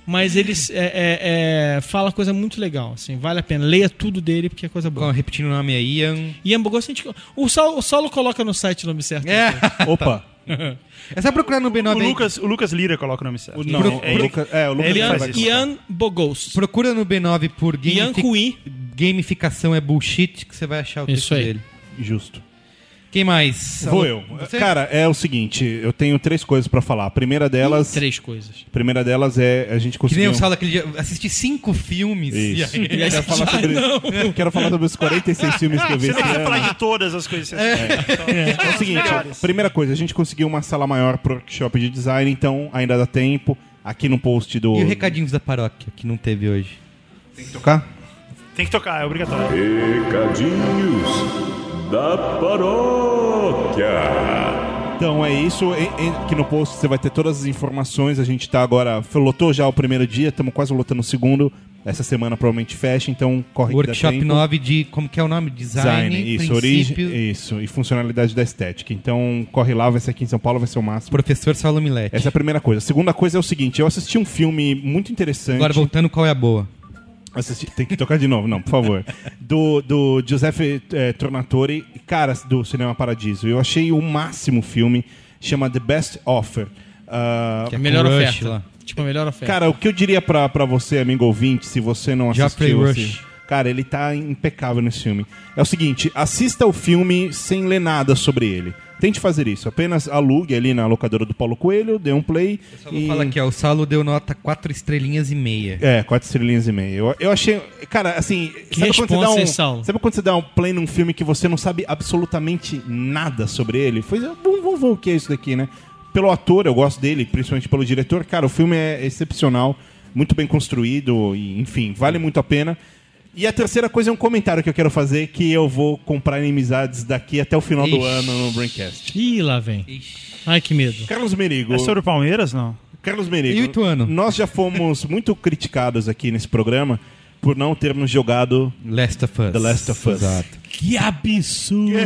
G: *laughs* mas eles é, é, é, fala coisa muito legal, assim, vale a pena. Leia tudo dele, porque é coisa boa.
E: Bom, repetindo o nome é Ian.
G: E Ambogosto, a gente. O, Saulo, o Saulo coloca no site o nome certo.
E: É,
F: Opa.
E: é só procurar no
H: O
E: B9 aí.
H: Lucas, o Lucas Lira coloca o nome certo.
F: Não,
H: Pro-
F: o Lucas, é, o Lucas
H: ele
F: que
G: Ian,
H: faz isso.
G: Ian Bogost.
E: Procura no B9 por
G: Ian
E: gamifi-
G: Cui.
E: gamificação é bullshit que você vai achar o texto
G: Isso aí.
E: dele.
F: Justo.
E: Quem mais?
F: Vou eu.
E: Você?
F: Cara, é o seguinte, eu tenho três coisas pra falar. A primeira delas,
G: Três coisas.
F: a primeira delas é a gente
E: que
F: conseguiu
E: nem
F: *laughs*
E: o Saulo aquele dia. Assisti cinco filmes.
F: Isso.
E: E aí-
F: Quero falar sobre Quero falar sobre os 46 filmes que eu é. vi
H: Você não
F: esse
H: precisa
F: ano.
H: falar de todas as coisas. que você assistiu.
F: É o seguinte, ó, primeira coisa, a gente conseguiu uma sala maior pro workshop de design, então ainda dá tempo. Aqui no post do
E: E os recadinhos da paróquia que não teve hoje.
F: tocar.
H: Tem que tocar, é obrigatório.
B: Recadinhos da paróquia.
F: Então é isso. Em- em- Aqui no post você vai ter todas as informações. A gente tá agora. Lotou já o primeiro dia, estamos quase lotando o segundo. Essa semana provavelmente fecha, então corre que dá
E: Workshop
F: tempo.
E: 9 de. Como que é o nome? Design.
F: isso,
E: princípio.
F: origem, isso, e funcionalidade da estética. Então, corre lá, vai ser aqui em São Paulo, vai ser o máximo.
E: Professor Saulo Milete.
F: Essa é a primeira coisa. A segunda coisa é o seguinte, eu assisti um filme muito interessante.
E: Agora voltando, qual é a boa?
F: Assisti- Tem que tocar de novo, não, por favor. Do, do Giuseppe eh, Tornatore, cara do Cinema Paradiso. Eu achei o máximo filme, chama The Best Offer. Ah,
E: Que é
G: Melhor
E: com Rush
G: oferta.
E: lá.
G: Tipo, a melhor oferta.
F: cara, o que eu diria pra, pra você, amigo ouvinte, se você não
E: Geoffrey
F: assistiu...
E: Rush.
F: assim, cara, ele tá impecável nesse filme. É o seguinte, assista o filme sem ler nada sobre ele. Tente fazer isso. Apenas alugue ali na locadora do Paulo Coelho, dê um play...
E: Só vou falar aqui, ó. O Saulo deu nota 4 estrelinhas e meia.
F: É, quatro estrelinhas e meia. Eu, eu achei. Cara, assim.
G: responsa,
F: um,
G: hein, Saulo?
F: sabe quando você dá um play num filme que você não sabe absolutamente nada sobre ele? Foi. Vamos, vamos ver o que é isso daqui, né? Pelo ator, eu gosto dele, principalmente pelo diretor. Cara, o filme é excepcional, muito bem construído, e, enfim, vale muito a pena. E a terceira coisa é um comentário que eu quero fazer, que eu vou comprar inimizades daqui até o final do
E: Ixi.
F: ano no Braincast.
G: Ih, lá vem. Ai, que medo.
F: Carlos Merigo.
H: É sobre o Palmeiras, não?
F: Carlos Merigo.
E: E o Ituano?
F: Nós já fomos muito criticados aqui nesse programa por não termos jogado
E: Last of Us.
F: The Last of Us.
E: Exato.
J: Que absurdo!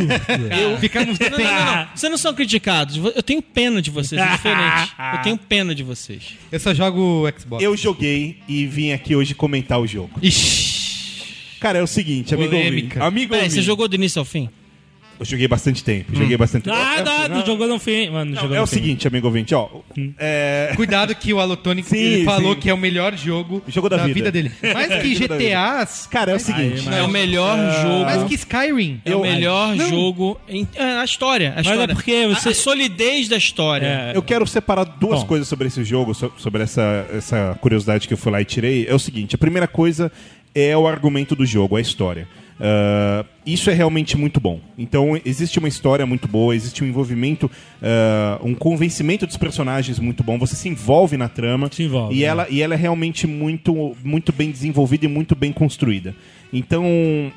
E: Ficamos
G: Não, não, não, não. Vocês não são criticados. Vo- Eu tenho pena de vocês, é diferente.
E: *laughs*
G: Eu tenho pena de vocês.
E: Eu só jogo o
F: *laughs*
E: Xbox.
F: Eu joguei e vim aqui hoje comentar o jogo. Cara, é o seguinte, amigo
E: Polêmica.
F: ouvinte. Amigo
G: Peraí, você
F: ouvinte.
G: jogou do início ao fim?
F: Eu joguei bastante tempo, joguei bastante tempo.
J: Ah,
F: é,
J: não, não jogou no fim, mano.
F: é
J: jogou
F: o
J: no fim.
F: seguinte, amigo ouvinte, ó. É,
E: Cuidado que o Alotone
F: Sim,
E: ele falou
F: sim.
E: que é o melhor jogo,
F: Jogo da vida.
J: *laughs*
E: dele. Mais que
F: Jogo da
E: GTAs,
F: cara, é o seguinte.
G: é o melhor jogo.
E: mais que Skyrim. né?
J: Ah.
G: é o melhor jogo. Em, é, a história. A
J: é
G: história. Ah,
J: porque você-
G: a, a solidez da história.
J: É,
F: Eu quero separar duas
J: Bom.
F: coisas sobre esse jogo, so- sobre essa, essa curiosidade que eu fui lá e tirei. É o seguinte: a primeira coisa é o argumento do jogo, a história. Ah, isso é realmente muito bom. Então, existe uma história muito boa, existe um envolvimento, ah, um convencimento dos personagens muito bom. Você se envolve na trama.
J: Se envolve,
F: E
J: né?
F: ela, e ela é realmente muito, muito bem desenvolvida e muito bem construída. Então,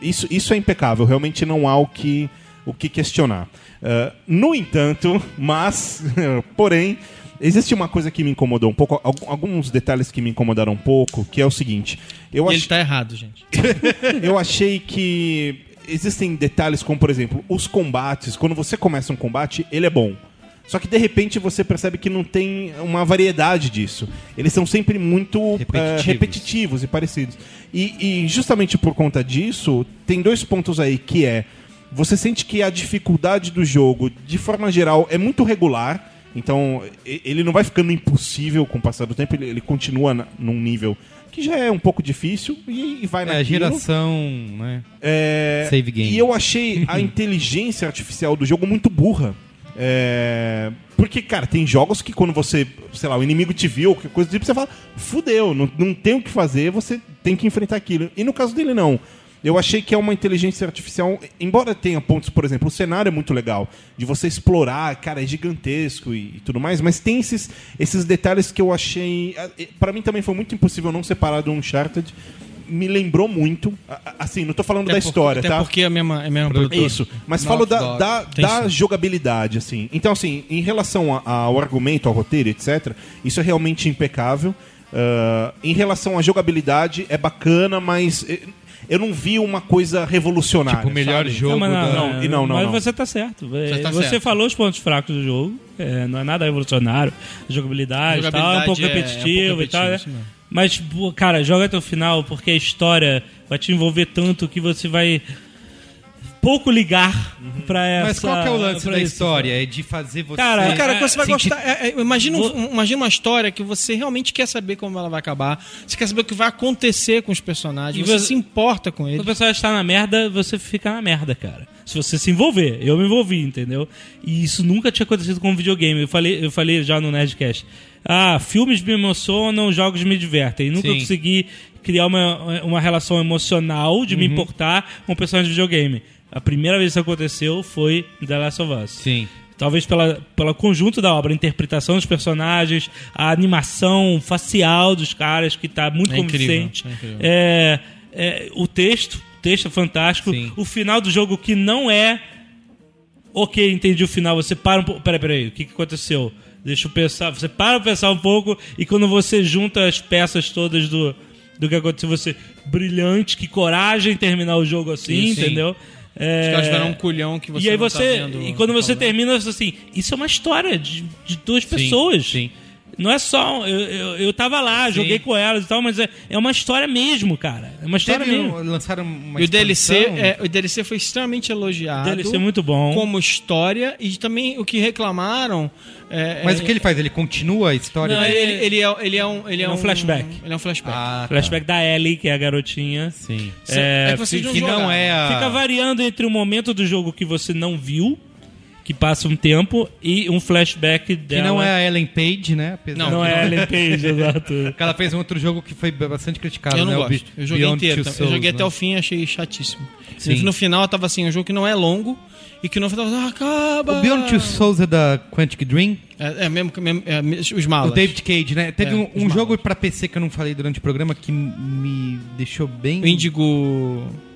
F: isso, isso é impecável. Realmente não há o que, o que questionar. Ah, no entanto, *laughs* mas, porém, existe uma coisa que me incomodou um pouco, al- alguns detalhes que me incomodaram um pouco, que é o seguinte. Eu
G: E
F: acho
G: ele tá errado, gente.
F: *laughs* eu achei que existem detalhes como, por exemplo, os combates. Quando você começa um combate, ele é bom. Só que de repente você percebe que não tem uma variedade disso. Eles são sempre muito
E: Repetitivos.
F: eh, repetitivos e parecidos. E, e justamente por conta disso, tem dois pontos aí que é você sente que a dificuldade do jogo, de forma geral, é muito regular. Então, e- ele não vai ficando impossível com o passar do tempo, ele, ele continua na- num nível que já é um pouco difícil e, e vai
E: É
F: naquilo.
E: a geração, né?
F: É,
E: Save game.
F: E eu achei
E: *laughs*
F: a inteligência artificial do jogo muito burra. É, porque, cara, tem jogos que quando você, sei lá, o inimigo te viu, qualquer coisa do tipo, você fala, fudeu, não, não tem o que fazer, você tem que enfrentar aquilo. E no caso dele, não. Eu achei que é uma inteligência artificial, embora tenha pontos, por exemplo, o cenário é muito legal, de você explorar, cara, é gigantesco e, e tudo mais, mas tem esses, esses detalhes que eu achei. ah, e Pra mim também foi muito impossível não separar do Uncharted. Me lembrou muito. a- a- Assim, não tô falando da
G: Até por-
F: história,
G: até
F: tá?
G: porque é a mesma, é a mesma
F: É
G: produtora.
F: Isso, mas
G: Naughty
F: falo da,
G: Dog.
F: da,
G: Tem
F: da
G: isso.
F: jogabilidade, assim. Então, assim, em relação a- ao argumento, ao roteiro, etc., isso é realmente impecável. Ah, em relação à jogabilidade, é bacana, mas eh, eu não vi uma coisa revolucionária.
E: Tipo, o melhor
F: sabe?
E: jogo
J: É Não, mas não,
E: da-
J: não,
F: e não, não,
J: tá
F: não.
J: mas você tá certo. É, Você,
G: tá certo.
J: falou os pontos fracos do jogo. é, não é nada revolucionário. A jogabilidade, e tal, é um
G: Jogabilidade
J: pouco
G: é- é um pouco
J: repetitivo e tal.
G: repetitivo,
J: né?
G: isso mesmo.
J: Mas, pô, cara, joga até o final, porque a história vai te envolver tanto que você vai pouco ligar pra essa.
E: Mas qual que é o lance
J: pra
E: da
J: isso.
E: história? É de fazer você.
J: Cara,
G: Cara, que você vai
E: sentir-
G: gostar. é, é, imagina, um- um- imagina uma história que você realmente quer saber como ela vai acabar. Você quer saber o que vai acontecer com os personagens.
J: E
G: Você,
J: você-
G: se importa com
J: Quando o
G: eles.
J: pessoal está na merda, você fica na merda, cara. Se você se envolver, eu me envolvi, entendeu? E isso nunca tinha acontecido com videogame. Eu falei, eu falei já no Nerdcast. Ah, filmes me emocionam, jogos me divertem. E nunca
E: Sim.
J: consegui criar uma, uma relação emocional de me
E: Uhum.
J: importar com personagens de videogame. A primeira vez que isso aconteceu foi em The Last of Us.
E: Sim.
J: Talvez pela, pelo conjunto da obra, a interpretação dos personagens, a animação facial dos caras, que tá muito
G: É incrível,
J: convincente.
G: é incrível.
J: É, é, o texto, o texto é fantástico.
E: Sim.
J: O final do jogo que não é. Ok, entendi o final. Você para um pouco. Peraí, peraí, o que, que aconteceu? Deixa eu pensar. Você para pra pensar um pouco e quando você junta as peças todas do, do que aconteceu, você. Brilhante, que coragem terminar o jogo assim,
E: Sim, sim.
J: entendeu? É,
G: Os caras tiveram um culhão que você
J: e aí
G: não
J: você.
G: tá vendo
J: e quando você
G: falando.
J: termina, você assim, isso é uma história de, de duas pessoas.
E: sim.
J: Não é só. Eu, eu, eu tava lá, joguei com elas e tal, mas é, é uma história mesmo, cara. É uma história
E: Teve
J: mesmo.
E: um, lançaram uma
G: E o DLC,
E: expansão?
G: é, o DLC foi extremamente elogiado.
J: DLC é muito
E: Então-
J: bom.
G: Como história. E também o que reclamaram. é,
E: Mas
G: é-
E: o que ele faz? Ele continua a história? né?
G: Não,
E: dele?
G: ele, ele é, ele é um. Ele é
J: É um
G: um
J: flashback.
G: Ele é um flashback.
E: Ah, tá.
J: Flashback da Ellie, que é a garotinha.
E: Sim.
J: É,
G: é que vocês não
E: que não
G: jogaram.
E: é a.
J: Fica variando entre o momento do jogo que você não viu, que passa um tempo, e um flashback
E: que
J: dela.
E: não é a Ellen Page, né? Apesar
J: Não,
E: de-
J: é a Ellen Page, exato.
E: Porque ela fez um outro jogo que foi bastante criticado,
G: é. Eu
E: né?
G: não
E: O
G: gosto.
E: Be-
G: Eu joguei
E: Beyond
G: inteiro.
E: Two
G: tá? eu
E: Souls,
G: joguei até
E: né?
G: o fim e achei chatíssimo.
E: Sim.
G: No final eu tava assim, um jogo que não é longo e que no final eu tava, ah, acaba.
E: né? O Beyond Two Souls é da Quantic Dream.
G: É, é mesmo, que- mesmo- é, me- os malas.
E: O David Cage, né? Teve
G: É,
E: um, um
G: os
E: jogo pra PC que eu não falei durante o programa que me deixou bem.
G: O Indigo.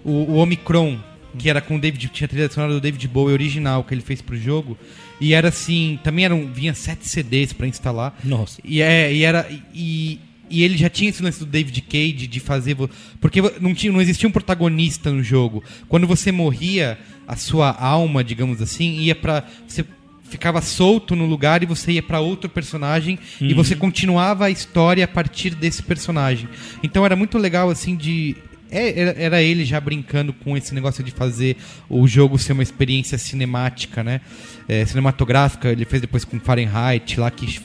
E: O, o Omicron, que era com o David. Tinha a trilha sonora do David Bowie original que ele fez pro jogo. E era assim. Também era um, vinha sete CDs pra instalar.
J: Nossa.
E: E, é, e era. E, e ele já tinha esse lance do David Cage de fazer. vo- Porque vo- não, tinha, não existia um protagonista no jogo. Quando você morria, a sua alma, digamos assim, ia pra. Você ficava solto no lugar e você ia pra outro personagem e você continuava a história a partir desse personagem. Então era muito legal, assim, de. é, era- Era ele já brincando com esse negócio de fazer o jogo ser uma experiência cinemática, né? É, cinematográfica. Ele fez depois com Fahrenheit, lá que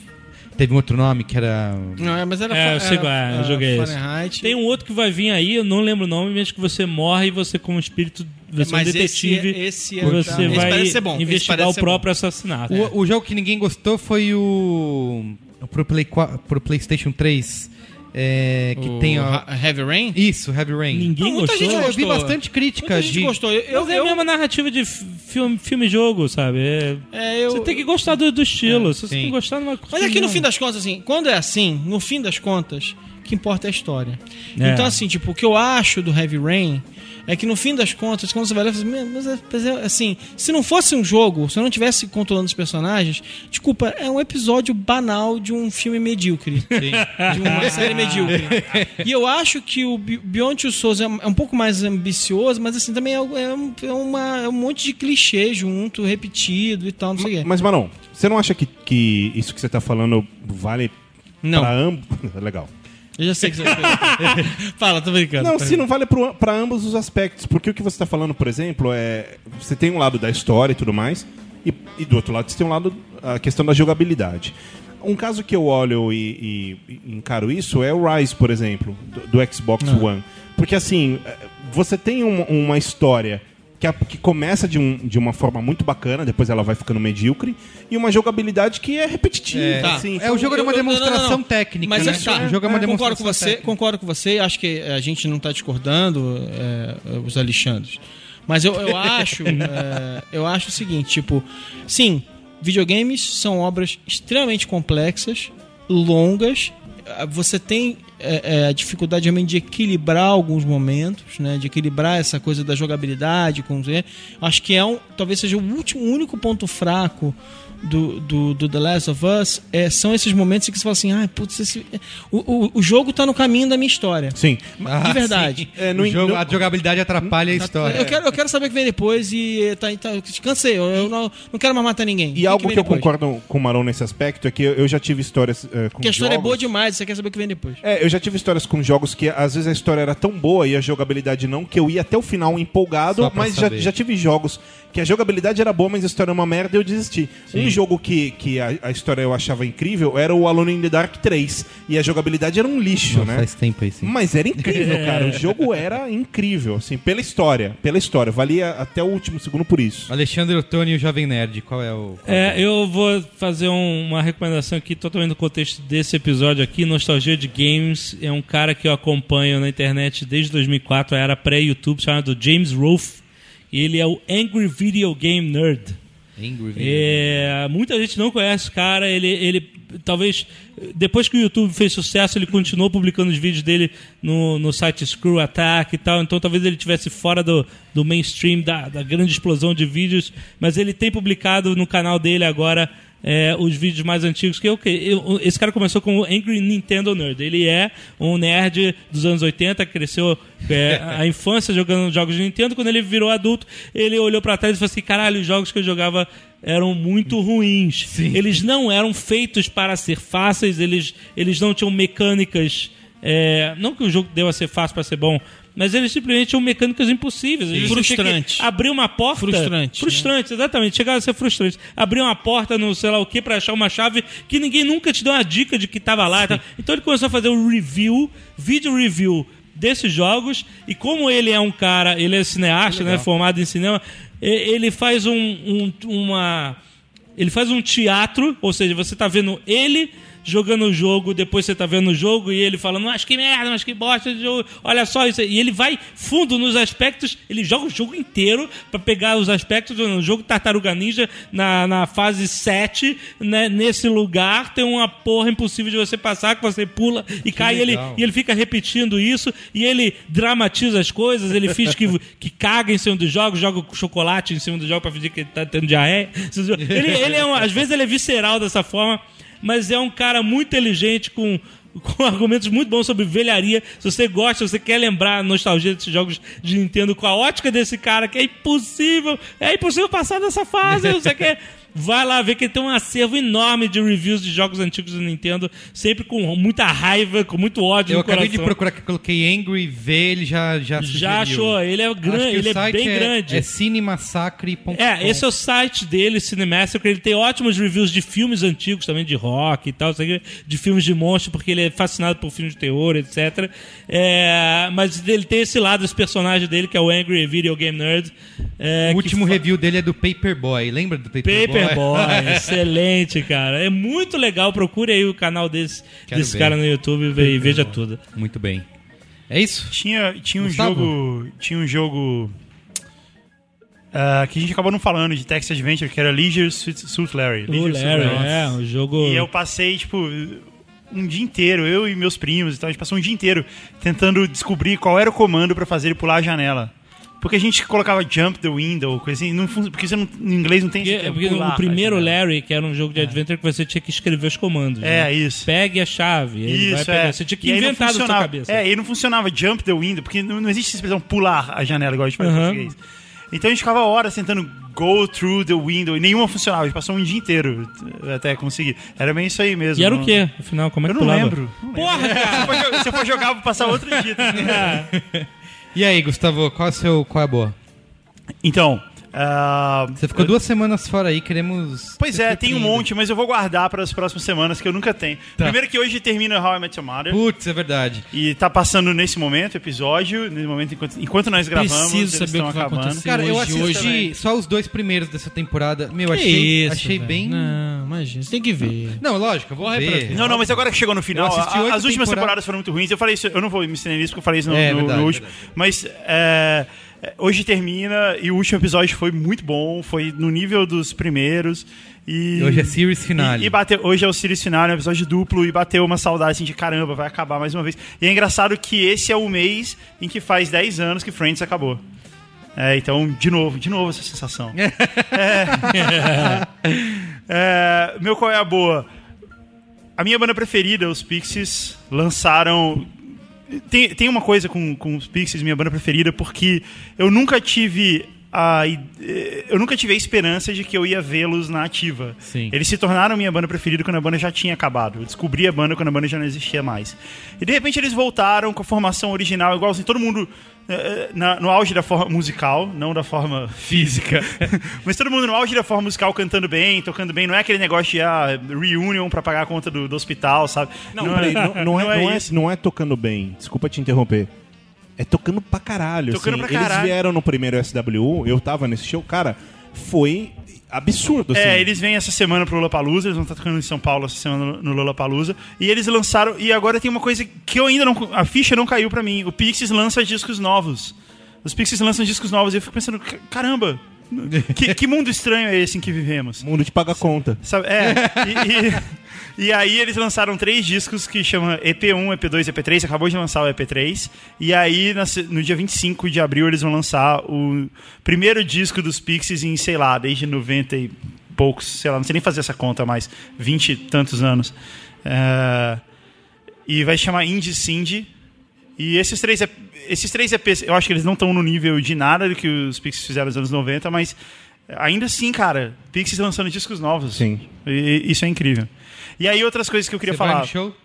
E: Teve um outro nome que era.
G: Não, é, mas era
J: É,
G: fa-
J: eu sei qual é, eu
G: era
J: joguei esse.
G: Fahrenheit.
J: Tem um outro que vai vir aí, eu não lembro o nome, mas que você morre e você, como espírito, você é um
G: Mas esse
J: detetive.
G: é- esse é-
J: você
G: esse
J: vai
G: parece ser bom, esse
J: investigar
G: parece
J: o
G: ser
J: próprio assassinato.
E: O, o jogo que ninguém gostou foi o. o Pro, Play, qua- pro PlayStation 3. é, que
G: O
E: tem. ó-
G: Ha- Heavy Rain?
E: Isso, Heavy Rain. Então,
J: Ninguém
G: Não, muita
J: gostou.
G: gente
E: Eu vi
G: gostou.
E: bastante crítica
G: Muita gente
E: de.
G: gostou. Eu, eu,
J: Mas é a mesma narrativa de f- filme, filme e jogo, sabe? É-
G: é, eu- É,
J: você tem que gostar do, do estilo. Se você
E: sim.
J: não gostar, não vai curtir.
G: Mas aqui no
J: não.
G: fim das contas, assim, quando é assim, no fim das contas, o que importa é a história.
J: É.
G: Então, assim, tipo, o que eu acho do Heavy Rain é que no fim das contas, quando você vai lá, você fala, "Meu, mas, é- mas é, assim, se não fosse um jogo, se eu não tivesse controlando os personagens, desculpa, é um episódio banal de um filme medíocre. De uma série medíocre. E eu acho que o Be- Beyond Two Souls é um é um pouco mais ambicioso, mas assim, também é, um- é um- é uma- é um monte de clichê junto, repetido e tal, não sei o quê.
F: Mas, Manon, você não acha que, que isso que você tá falando vale
G: Não.
F: pra ambos? *laughs* Legal.
G: Eu já sei que você vai perguntar. Fala, tô brincando.
F: Não, se não vale pro- pra ambos os aspectos. Porque o que você tá falando, por exemplo, é. Você tem um lado da história e tudo mais, e, e do outro lado você tem um lado. a questão da jogabilidade. Um caso que eu olho e, e- e encaro isso é o Rise, por
E: Ah.
F: exemplo, do, do Xbox One. Porque assim, é, você tem um- uma história que, a- que começa de, um- de uma forma muito bacana, depois ela vai ficando medíocre, e uma jogabilidade que é repetitiva.
E: É,
F: assim.
E: é, o jogo é uma
G: Tá. Eu- eu- não, não, não,
E: demonstração
G: não.
E: técnica,
G: Mas
E: né?
G: é que tá.
E: O jogo é uma
G: concordo
E: demonstração
G: com você,
E: técnica.
G: concordo com você. Acho que a gente não está discordando é, os Alexandres. Mas eu,
E: *laughs*
G: eu acho, é, eu acho o seguinte, tipo, sim, videogames são obras extremamente complexas, longas. Ah, Você tem é, é, a dificuldade realmente de equilibrar alguns momentos, né? De equilibrar essa coisa da jogabilidade com é, Acho que é um, talvez seja o último, único ponto fraco do, do, do The Last of Us é, são esses momentos em que você fala assim: ah, putz, esse- o, o, o jogo tá no caminho da minha história.
F: Sim.
E: Ah,
G: de verdade.
E: sim.
F: É, no
E: O jogo-
F: no-
E: A jogabilidade atrapalha a história.
G: Eu quero, eu quero saber o que vem depois e tá, tá, cansei, eu, eu não, não quero mais matar ninguém. O
F: E algo
G: vem
F: que eu
G: depois?
F: concordo com o Marão nesse aspecto é que eu eu já tive histórias eh, com
G: Porque a história é
F: jogos-
G: boa demais, você quer saber o que vem depois.
F: É, eu já tive histórias com jogos que às vezes a história era tão boa e a jogabilidade não, que eu ia até o final empolgado,
E: Só pra
F: mas já,
E: saber.
F: já tive jogos que a jogabilidade era boa, mas a história é uma merda e eu desisti. Um jogo que, que a, a história eu achava incrível era o Alone in the Dark 3. E a jogabilidade era um lixo,
E: Nossa,
F: né?
E: Faz tempo aí, sim.
F: Mas era incrível, cara. O jogo era incrível, assim, pela história. Pela história. Valia até o último segundo por isso.
E: Alexandre Ottoni e o Jovem Nerd, qual é o... qual
J: É, eu vou fazer um- uma recomendação aqui totalmente no contexto desse episódio aqui. Nostalgia de Games é um cara que eu acompanho na internet desde 2004, era pré-YouTube, chamado James Rolfe. E ele é o Angry Video Game Nerd.
E: Angry Video.
J: É, muita gente não conhece o cara. Ele, ele talvez depois que o YouTube fez sucesso, ele continuou publicando os vídeos dele no, no site Screw Attack e tal. Então talvez ele estivesse fora do, do mainstream da, da grande explosão de vídeos, mas ele tem publicado no canal dele agora é, os vídeos mais antigos que eu, que eu- esse cara começou com o Angry Nintendo Nerd. Ele é um nerd dos anos 80, cresceu é, a infância jogando jogos de Nintendo. Quando ele virou adulto, ele olhou pra trás e falou assim: "Caralho, os jogos que eu jogava eram muito ruins. Eles não eram feitos para ser fáceis, eles, eles não tinham mecânicas. é, não que o jogo deva ser fácil para ser bom, mas eles simplesmente tinham mecânicas impossíveis. Eles tinham que
G: Frustrante.
J: Abrir uma porta.
G: Frustrante, né?
J: Frustrante, exatamente. Chegava a ser frustrante. Abrir uma porta no sei lá o que pra achar uma chave que ninguém nunca te deu uma dica de que tava lá. e tal. Então ele começou a fazer um review, vídeo review desses jogos. E como ele é um cara, ele é cineasta, né? Formado em cinema, e- ele faz um, um- uma. Ele faz um teatro, ou seja, você tá vendo ele jogando o jogo, depois você tá vendo o jogo e ele falando, mas que merda, mas que bosta de jogo, olha só isso. aí." E ele vai fundo nos aspectos, ele joga o jogo inteiro pra pegar os aspectos do jogo Tartaruga Ninja na, na fase 7, né, nesse lugar tem uma porra impossível de você passar, que você pula e cai, e ele,
E: legal.
J: e ele fica repetindo isso, e ele dramatiza as coisas, ele finge que, que caga em cima dos jogos, joga chocolate em cima do jogo pra fingir que ele tá tendo diarreia. Ele, ele é um- às vezes ele é visceral dessa forma, mas é um cara muito inteligente com com argumentos muito bons sobre velharia. Se você gosta, se você quer lembrar a nostalgia desses jogos de Nintendo com a ótica desse cara, que é impossível, é impossível passar dessa fase, você quer... Vai lá ver que tem um acervo enorme de reviews de jogos antigos do Nintendo, sempre com muita raiva, com muito ódio
E: Eu
J: no coração.
E: acabei de procurar que eu coloquei Angry V, ele já já
J: Já
E: sugeriu.
J: achou, ele é grande,
E: Acho que o
J: ele é
E: site
J: bem grande.
E: É cinemassacre.com.
J: É, esse é o site dele, Cinemassacre. Ele tem ótimos reviews de filmes antigos também, de rock e tal, sabe? de filmes de monstro, porque ele é fascinado por filmes de terror, etc. É, mas ele tem esse lado, esse personagem dele, que é o Angry Video Game Nerd. é,
E: O
J: que
E: último
J: fa-
E: review dele é do Paperboy. Lembra do Paperboy? *laughs*
J: Paperboy, excelente, cara. É muito legal. Procure aí o canal desse,
E: Quero
J: desse
E: ver.
J: cara no YouTube e ve- e veja tudo.
E: Muito bem. É isso?
H: Tinha, tinha um
E: Gustavo?
H: jogo. Tinha um jogo. ah, que a gente acabou não falando de Text Adventure, que era Leisure Suit, Suit Larry.
J: O
H: Leisure Suit
J: Larry, é, o jogo.
H: E eu passei, tipo, um dia inteiro, eu e meus primos e tal, a gente passou um dia inteiro tentando descobrir qual era o comando pra fazer ele pular a janela. Porque a gente colocava jump the window, coisa assim, não fun- porque você não, em inglês não tem
J: Porque, é
H: esse termo,
J: porque
H: pular
J: o
H: a
J: primeiro
H: janela.
J: Larry, que era um jogo de adventure que você tinha que escrever os comandos. né?
H: É, isso.
J: Pegue a chave. ele vai
H: Isso,
J: pegar.
H: é.
J: Você tinha que
H: E aí não
J: inventar da sua
H: funcionava.
J: cabeça.
H: É, e não funcionava jump the window, porque não, não existe essa expressão pular a janela, igual a gente faz em
J: Aham.
H: português. Então a gente ficava horas tentando go through the window e nenhuma funcionava. A gente passou um dia inteiro t- até conseguir. Era bem isso aí mesmo.
J: e era o
H: Não-
J: quê? Afinal, como é
H: Eu
J: que
H: não
J: pulava?
H: lembro. Não lembro.
J: Porra, cara! É.
H: Se for jo- Se eu for jogar, eu vou passar outro dia.
J: *laughs*
E: E aí, Gustavo, qual é, o seu, qual é a boa?
H: Então, Ah,
E: Você ficou duas semanas fora aí, queremos.
H: Pois é, tem um
E: surpreender.
H: monte, mas eu vou guardar para as próximas semanas, que eu nunca tenho.
J: Tá.
H: Primeiro que hoje termina How I Met Your Mother.
E: Putz, é verdade.
H: E tá passando nesse momento, episódio, nesse momento, enquanto, enquanto nós gravamos,
G: Preciso
H: eles
G: saber
H: estão
G: o que vai
H: acabando.
G: acontecer.
E: Cara, eu
G: Hoje,
E: assisti
H: hoje-
E: só os dois primeiros dessa temporada. Meu,
G: Que
E: achei,
G: isso,
E: achei
G: velho.
E: bem. Não.
G: Não, imagina, você tem que ver.
E: lógico, eu vou
G: Corre pra
E: ver.
G: ver.
H: Não, não, mas agora que chegou no final,
E: Eu assisti
H: a-
E: oito
H: as últimas
E: temporadas.
H: temporadas foram muito ruins. Eu falei isso, eu não vou me estender nisso, porque eu falei isso no,
E: É,
H: no-
E: verdade,
H: no último. Mas é, é, hoje termina e o último episódio foi muito bom, foi no nível dos primeiros. E,
E: E hoje é series finale.
H: E, e bateu, hoje é o series finale, um episódio duplo, e bateu uma saudade assim de caramba, vai acabar mais uma vez. E é engraçado que esse é o mês em que faz 10 anos que Friends acabou. É, então, de novo, de novo essa sensação. É, meu qual é a boa? A minha banda preferida, os Pixies, lançaram. Tem, tem uma coisa com, com os Pixies, minha banda preferida, porque eu nunca tive a. i- eh, Eu nunca tive a esperança de que eu ia vê-los na ativa.
J: Sim.
H: Eles se tornaram minha banda preferida quando a banda já tinha acabado. Eu descobri a banda quando a banda já não existia mais. E de repente eles voltaram com a formação original, igual assim, todo mundo. eh, eh, na- no auge da forma musical, não da forma *laughs* física, mas todo mundo no auge da forma musical cantando bem, tocando bem. Não é aquele negócio de ah, reunion pra pagar a conta do, do hospital, sabe?
F: Não, peraí, não,
H: *laughs*
F: não é, não, é, não é tocando bem, desculpa te interromper. É tocando pra caralho.
H: Tocando
F: assim.
H: pra caralho.
F: Eles vieram no primeiro SWU, eu tava nesse show, cara, foi absurdo. Assim.
H: É, eles vêm essa semana pro Lollapalooza, eles vão estar tocando em São Paulo essa semana no- no Lollapalooza, e eles lançaram, e agora tem uma coisa que eu ainda não, a ficha não caiu pra mim, o Pixies lança discos novos. Os Pixies lançam discos novos, e eu fico pensando, "Ca- caramba, que, que mundo estranho é esse em que vivemos?
F: Mundo te paga conta.
H: Sabe, é, e, e- e aí eles lançaram três discos que chama EP1, EP2 EP3. Acabou de lançar o EP3. E aí, na se- no dia 25 de abril, eles vão lançar o primeiro disco dos Pixies em, sei lá, desde 90 e poucos, sei lá, não sei nem fazer essa conta mais, 20 e tantos anos. É, e vai chamar Indie Cindy. E esses três, EP esses três EPs, eu acho que eles não estão no nível de nada do que os Pixies fizeram nos anos 90, mas ainda assim, cara, Pixies lançando discos novos.
F: Sim.
H: E- e- isso é incrível. E aí, outras coisas que eu queria
E: Você vai
H: falar.
E: no show?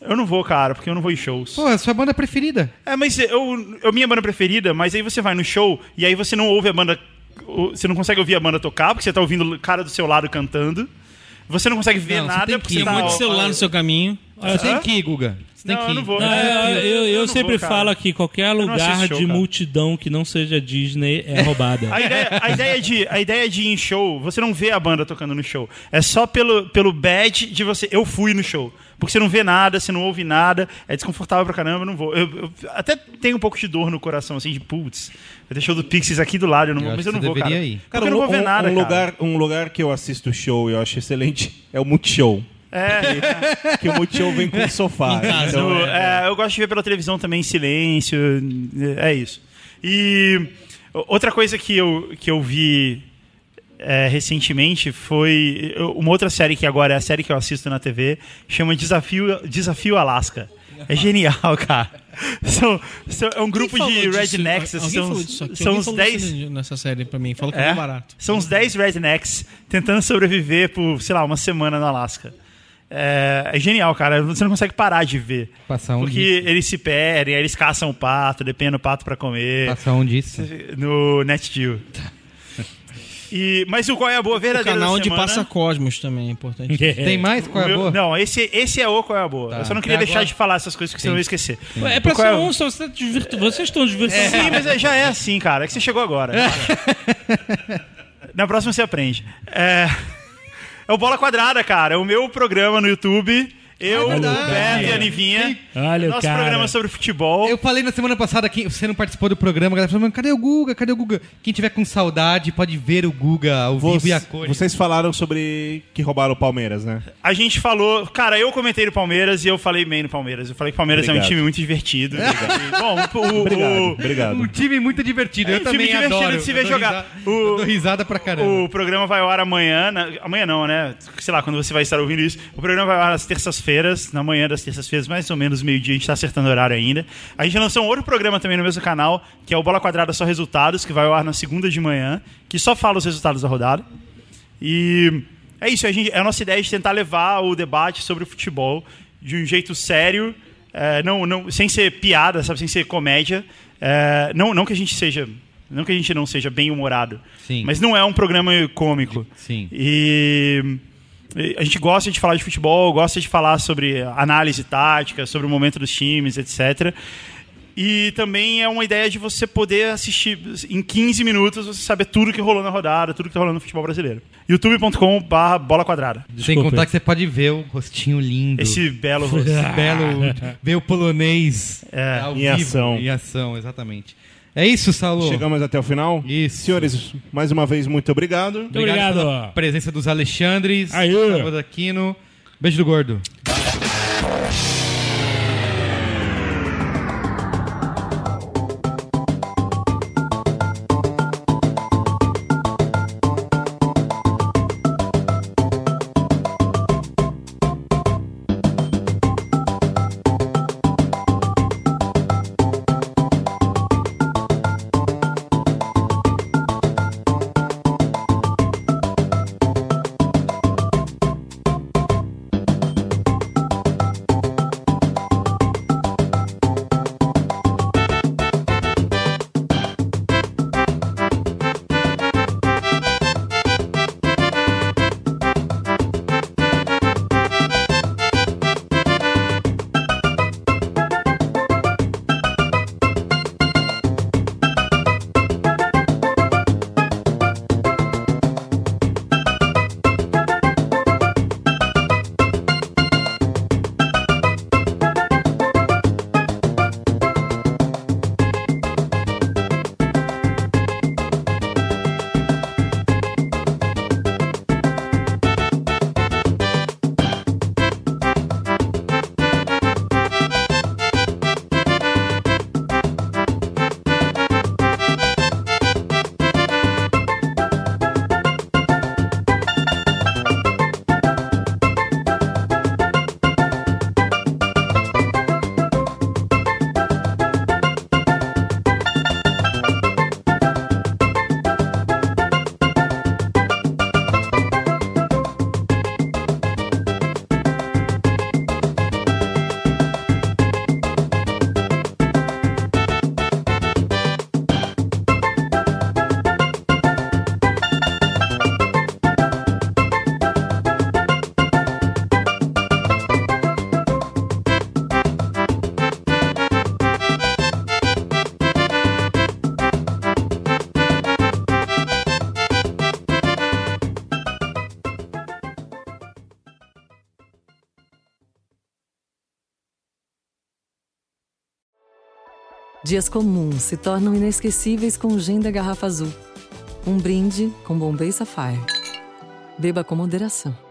H: Eu não vou, cara, porque eu não vou em shows.
E: Pô, é a sua banda preferida.
H: É, mas eu, eu minha banda preferida, mas aí você vai no show e aí você não ouve a banda. o- Você não consegue ouvir a banda tocar, porque você tá ouvindo o cara do seu lado cantando. Você não consegue ver
E: Não, você
H: nada,
E: tem que
H: porque você
E: ir.
H: tá.
E: Tem
G: Muito
E: ó,
G: celular no seu caminho.
E: Você tem que ir, Guga. Você tem
H: Não,
E: que
H: eu
E: ir.
H: não vou.
J: Não, É, eu, eu- eu
H: não
J: sempre
H: vou, cara.
J: falo aqui, qualquer
H: não
J: lugar
H: assisto show,
J: de
H: cara.
J: multidão que não seja Disney é roubada.
H: *laughs* A ideia, a, ideia de, a ideia de ir em show, você não vê a banda tocando no show. É só pelo, pelo badge de você. Eu fui no show. Porque você não vê nada, você não ouve nada, é desconfortável pra caramba, eu não vou. Eu, eu até tenho um pouco de dor no coração, assim, de putz. Vai ter show do Pixies aqui do lado, eu não
E: Eu
H: vou,
E: acho
H: mas eu
E: que
H: não
E: você
H: vou, cara.
E: deveria ir.
H: Porque eu não vou ver
F: um-
H: nada,
F: um,
H: cara.
F: lugar, um lugar que eu assisto show e eu acho excelente *laughs* é o Multishow. É. Que o Multishow vem com o sofá. então,
H: Eu- é, eu gosto de ver pela televisão também em silêncio. É isso. E outra coisa que eu, que eu vi é, recentemente foi eu- uma outra série que agora é a série que eu assisto na TV, chama Desafio, Desafio Alaska. É genial, *laughs* cara. São, são- é um grupo
G: Quem falou
H: de
G: disso?
H: rednecks. assim,
G: Alguém
H: São,
G: falou disso aqui?
H: são
G: Alguém
H: uns
G: falou
H: 10.
G: disso Nessa série pra mim, falou que
H: É?
G: é barato.
H: São uns 10 rednecks tentando sobreviver por, sei lá, uma semana no Alasca. É, é genial, cara. Você não consegue parar de ver.
E: Passar um
H: Porque eles se perdem, aí eles caçam o pato, dependem do pato pra comer.
E: Passar onde isso.
H: No NetGeo. E, mas o qual é a boa
G: O
H: verdadeira
G: canal
H: da
G: onde
H: semana?
G: passa Cosmos também é importante.
E: Tem mais? Qual é a
H: Eu-
E: boa?
H: Não, esse, esse é o qual é a boa. Eu só não queria
E: Até
H: deixar
E: agora.
H: de falar essas coisas, porque senão eu ia esquecer.
J: Ué, É pra
H: O qual
J: ser
H: é a-
J: um, só você tá divirtu- vocês estão divertindo.
H: Sim, mas é- já é assim, cara. É que você chegou agora. *laughs* Na próxima você aprende. É, é o Bola Quadrada, cara. É o meu programa no YouTube. Eu, o Beto e a Nivinha. É
J: Olha o
H: Nosso
J: cara.
H: programa sobre futebol.
E: Eu falei na semana passada que você não participou do programa, a galera falou, "Mas cadê o Guga? Cadê o Guga? Quem tiver com saudade pode ver o Guga ao vivo e a
F: vo-
E: cores.
F: vocês falaram sobre que roubaram o Palmeiras, né?
H: A gente falou... Cara, eu comentei no Palmeiras e eu falei bem no Palmeiras. Eu falei que o Palmeiras é um
F: Obrigado.
H: time muito divertido. E, Bom, o... o-
F: Obrigado,
H: o-
E: Um
F: obrigado.
E: time muito divertido,
H: É
E: eu
H: um time
E: também
H: divertido
E: adoro.
H: de se
E: Eu
H: ver
E: dou
H: jogar.
E: risada-
H: O-
E: eu dou risada pra caramba.
H: O programa vai ao ar amanhã. na- Amanhã não, né? Sei lá, quando você vai estar ouvindo isso. O programa vai ao ar às terças-feiras. Na manhã das terças-feiras, mais ou menos meio-dia. A gente está acertando o horário ainda. A gente lançou um outro programa também no mesmo canal, que é o Bola Quadrada Só Resultados, que vai ao ar na segunda de manhã, que só fala os resultados da rodada. E é isso. A gente, é a nossa ideia de tentar levar o debate sobre o futebol de um jeito sério, é, não, não, sem ser piada, sabe? Sem ser comédia. É, não, não que a gente seja Não que a gente não seja bem humorado,
E: Sim.
H: mas não é um programa cômico.
E: Sim.
H: E e a gente gosta de falar de futebol, gosta de falar sobre análise tática, sobre o momento dos times, etc. E também é uma ideia de você poder assistir em 15 minutos, você saber tudo que rolou na rodada, tudo que tá rolando no futebol brasileiro. youtube.com barra bola quadrada.
E: Sem contar que você pode ver o rostinho lindo.
H: Esse belo
E: *laughs*
H: rosto.
E: Esse belo. *laughs* ver o polonês.
H: É,
E: ao
F: em ação.
E: Em ação, exatamente. É isso, Saulo.
F: Chegamos até o final.
E: Isso.
F: Senhores, mais uma vez, muito obrigado.
J: Muito obrigado.
E: pela presença dos Alexandres.
J: Aê.
E: Sábado Aquino. Beijo do gordo.
A: Dias comuns se tornam inesquecíveis com o gin da garrafa azul. Um brinde com Bombay Sapphire. Beba com moderação.